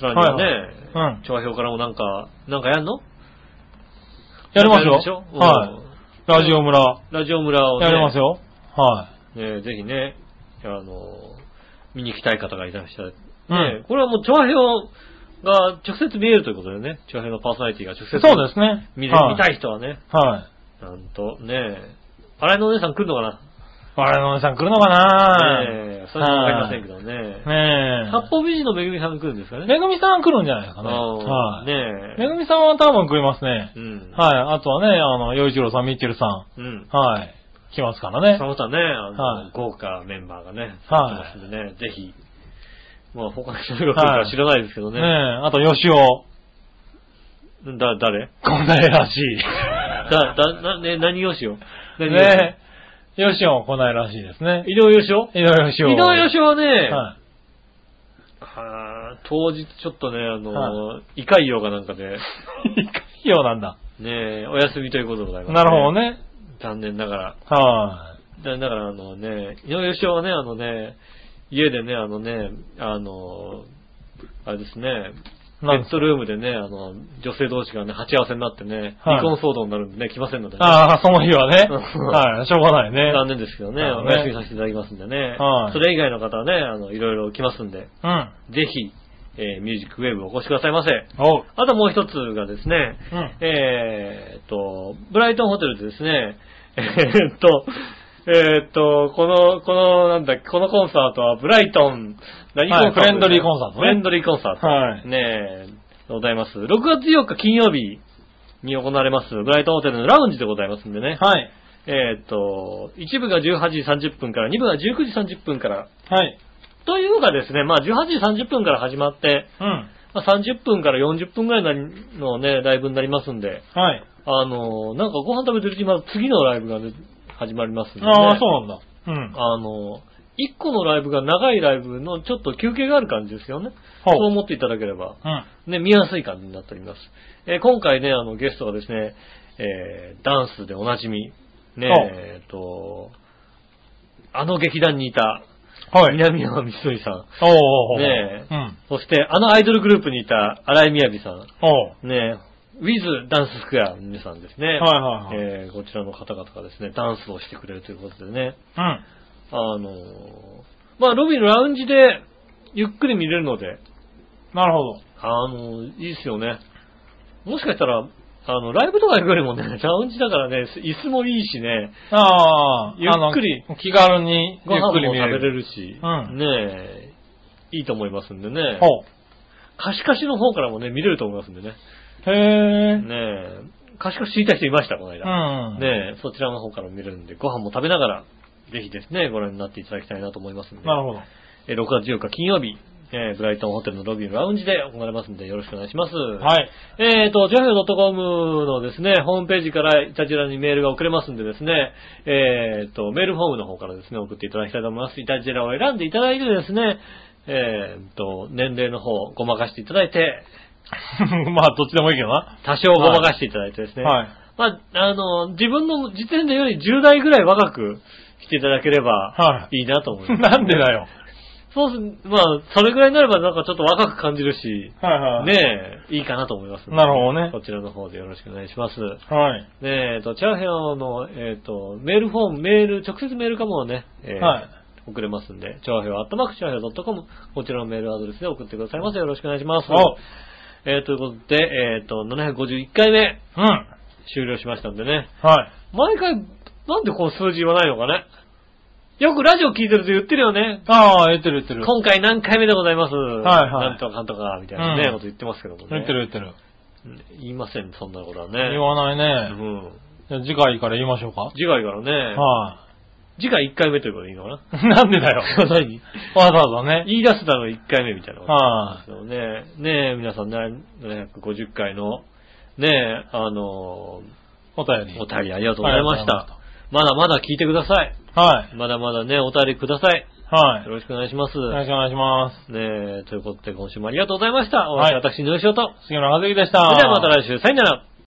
Speaker 2: さらにはね、
Speaker 3: はいはいうん
Speaker 2: 長票からもなんか、なんかやんの
Speaker 3: やりま
Speaker 2: なんか
Speaker 3: す
Speaker 2: る
Speaker 3: よ
Speaker 2: でしょ。
Speaker 3: は
Speaker 2: うん
Speaker 3: い。ラジオ村。
Speaker 2: ラジオ村をね、
Speaker 3: やりますよ。は
Speaker 2: ね、ぜひね、あの、見に来たい方がいらっしゃる。
Speaker 3: うん
Speaker 2: ね、これはもう長編が直接見えるということでね、長編のパーソナリティが直
Speaker 3: い。
Speaker 2: 接
Speaker 3: そうですね。
Speaker 2: 見,、
Speaker 3: はい
Speaker 2: 見たい人はね、
Speaker 3: はい。
Speaker 2: なんとね、あれのお姉さん来るのかな、
Speaker 3: 我々のお姉さん来るのかな
Speaker 2: ねえそれはわかりませんけどね。
Speaker 3: ねえ。
Speaker 2: 八方美人のめぐみさんが来るんですかね。
Speaker 3: めぐみさん来るんじゃないですかね。
Speaker 2: うん
Speaker 3: はい。
Speaker 2: ね
Speaker 3: めぐみさんは多分来ますね
Speaker 2: え。う。ん。
Speaker 3: はい。あとはね、あの、洋一郎さん、みっちるさ
Speaker 2: う
Speaker 3: ん。
Speaker 2: ん。
Speaker 3: はい。来ますからね
Speaker 2: そ。の他ね、あの、
Speaker 3: はい
Speaker 2: 豪華メンバーがね、来
Speaker 3: はい
Speaker 2: ますんでね、ぜひ、まあ他の人が来るかは知らないですけど
Speaker 3: ね
Speaker 2: ね。
Speaker 3: え。あと、よしお。
Speaker 2: だ、誰
Speaker 3: こんなえらしい。
Speaker 2: だ、だ、な、ね、何をしよう。何をしよう
Speaker 3: ねえ。よしおも来ないらしいですね。
Speaker 2: 井上義雄
Speaker 3: 井上よしお。
Speaker 2: 井上義雄はね、
Speaker 3: はい。
Speaker 2: はー当日ちょっとね、あの、
Speaker 3: は
Speaker 2: 胃潰瘍かなんかで、
Speaker 3: いいよなんだ。
Speaker 2: ね、お休みということでございます、
Speaker 3: なるほど。ね。
Speaker 2: 残念ながら。
Speaker 3: は
Speaker 2: だだからあのね、井上義雄はね、あのね、家でね、あのね、あの、あれですね、
Speaker 3: い。
Speaker 2: ネ
Speaker 3: なん
Speaker 2: ットルームでね、あの、女性同士がね、鉢合わせになってね、
Speaker 3: はい
Speaker 2: 離婚騒動になるんでね、来ませんので、ね、
Speaker 3: ああ、その日はね。
Speaker 2: うん
Speaker 3: はい。しょうがないね。
Speaker 2: 残念ですけどね、
Speaker 3: なるほ
Speaker 2: お
Speaker 3: どね
Speaker 2: 休みさせていただきますんでね、
Speaker 3: はい
Speaker 2: それ以外の方はね、あの、いろいろ来ますんで、
Speaker 3: うん。
Speaker 2: ぜひ、えーミュージックウェーブをお越しくださいませ。
Speaker 3: おう。
Speaker 2: あともう一つがですね、
Speaker 3: うん
Speaker 2: えーっと、ブライトンホテルでですね、えーっと、えーっと、この、この、なんだっけ、このコンサートは、ブライトン、何
Speaker 3: はい
Speaker 2: コンサートでした
Speaker 3: フレンドリーコンサートね
Speaker 2: フレンドリーコンサート。
Speaker 3: はい
Speaker 2: ねえ、ございます。6月4日金曜日に行われます、ブライトンホテルのラウンジでございますんでね。
Speaker 3: はい。
Speaker 2: えーっと、一部が18時30分から、二部が19時30分から、
Speaker 3: はい。
Speaker 2: というのがですね、まあ18時30分から始まって、
Speaker 3: うん。
Speaker 2: まあ、30分から40分ぐらいなりのね、ライブになりますんで、
Speaker 3: はい。
Speaker 2: あの、なんかご飯食べてるうちにまた次のライブがね、始まりますんで、ね。
Speaker 3: ああ、そうなんだ。うん。
Speaker 2: あの、一個のライブが長いライブのちょっと休憩がある感じですよね。
Speaker 3: ほ
Speaker 2: そうう思っていただければ、
Speaker 3: うん。
Speaker 2: ね、見やすい感じになっております。えー今回ね、あの、ゲストがですね、えーダンスでおなじみ、ね、
Speaker 3: ほう
Speaker 2: えっと、あの劇団にいた、
Speaker 3: はい。
Speaker 2: 南山みつのりさん、
Speaker 3: おうおうおう
Speaker 2: ねえ
Speaker 3: うん。
Speaker 2: そしてあのアイドルグループにいた荒井みやびさん、
Speaker 3: おう
Speaker 2: ね、ウィズダンススクエアの皆さんですね。
Speaker 3: はいはいはい。
Speaker 2: えーこちらの方々がですね、ダンスをしてくれるということでね。
Speaker 3: うん。
Speaker 2: あのーまあ、ロビーのラウンジでゆっくり見れるので、
Speaker 3: なるほど。
Speaker 2: あのーいいですよね。もしかしたら、あの、ライブとか行くよりもね、 ラウンジだからね、椅子もいいしね、
Speaker 3: ああ、
Speaker 2: ゆっくり
Speaker 3: あの気軽に
Speaker 2: ご
Speaker 3: ゆっ
Speaker 2: 飯も
Speaker 3: く
Speaker 2: 食べ
Speaker 3: り見れ
Speaker 2: れ
Speaker 3: る。
Speaker 2: るし、
Speaker 3: うん
Speaker 2: ねえ、いいと思いますんでね。
Speaker 3: ほう。
Speaker 2: 貸し貸しの方からもね、見れると思いますんでね。
Speaker 3: へえ。
Speaker 2: ねえ、貸し貸し知りたい人いました、この間。
Speaker 3: うん。
Speaker 2: ねえ、そちらの方から見れるんで、ご飯も食べながら、ぜひですね、ご覧になっていただきたいなと思いますんで。
Speaker 3: なるほど。
Speaker 2: えー6月14日金曜日、えーブライトンホテルのロビーのラウンジで行われますんで、よろしくお願いします。い。
Speaker 3: はい。
Speaker 2: えっ、と、ジャフェ .com のですね、ホームページからいたじらにメールが送れますんでですね、えっ、と、メールフォームの方からですね、送っていただきたいと思います。いたじらを選んでいただいてですね、えっ、と、年齢の方、ごまかしていただいて、
Speaker 3: まあ、どっちでもいいけどな。
Speaker 2: 多少ごまかしていただいてですね、
Speaker 3: はい。
Speaker 2: まあ、あの、自分の時点でより10代ぐらい若くしていただければ、
Speaker 3: はい
Speaker 2: いなと思い
Speaker 3: い。
Speaker 2: ます。
Speaker 3: なんでだよ。
Speaker 2: そうす、まあ、それぐらいになればなんかちょっと若く感じるし、
Speaker 3: はいはい。。
Speaker 2: ねえ、いいかなと思います。
Speaker 3: なるほどね
Speaker 2: こちらの方でよろしくお願いします。
Speaker 3: はい。
Speaker 2: ねえ、えっと、チャーヘオの、えっ、と、メールフォーム、メール、直接メールかもね、えー
Speaker 3: はい
Speaker 2: 送れますんで、チャーヘオ、アットマークチャーヘオ .com、こちらのメールアドレスで送ってくださいませ。よろしくお願いします。
Speaker 3: お
Speaker 2: えーということで、えっ、と、751回目、
Speaker 3: うん。
Speaker 2: 終了しましたんでね。
Speaker 3: はい。
Speaker 2: 毎回、なんでこの数字言わないのかねよくラジオ聞いてると言ってるよね。
Speaker 3: ああ、言ってる言ってる。
Speaker 2: 今回何回目でございます。
Speaker 3: はいはい
Speaker 2: なんとかかんとか、みたいなね、
Speaker 3: うん
Speaker 2: こと言ってますけどもね。
Speaker 3: 言ってる言ってる。
Speaker 2: 言いません、そんなことはね。
Speaker 3: 言わな
Speaker 2: う
Speaker 3: いね。
Speaker 2: ん。
Speaker 3: じゃあ次回から言いましょうか。
Speaker 2: 次回からね、
Speaker 3: は
Speaker 2: 次回1回目ということでいいのか な
Speaker 3: い。なんでだよ。
Speaker 2: 何
Speaker 3: わざわざね。
Speaker 2: 言い出すだろ、1回目みたいなこと。
Speaker 3: は
Speaker 2: ですよね。ねえ、皆さんね、750回の、ねえ、あの
Speaker 3: い。お便り。
Speaker 2: お便りありがとうございまし
Speaker 3: ありがと
Speaker 2: た。まだまだ聞いてください。
Speaker 3: はい。
Speaker 2: まだまだね、お便りください。
Speaker 3: はい
Speaker 2: よ。ろしくお願いします。
Speaker 3: よろしくお願いします。
Speaker 2: ねえ、ということで今週もありがとうございました。お会い
Speaker 3: はい
Speaker 2: 私、のりしおと。
Speaker 3: 杉村和之でした。
Speaker 2: それではまた来週、さよなら。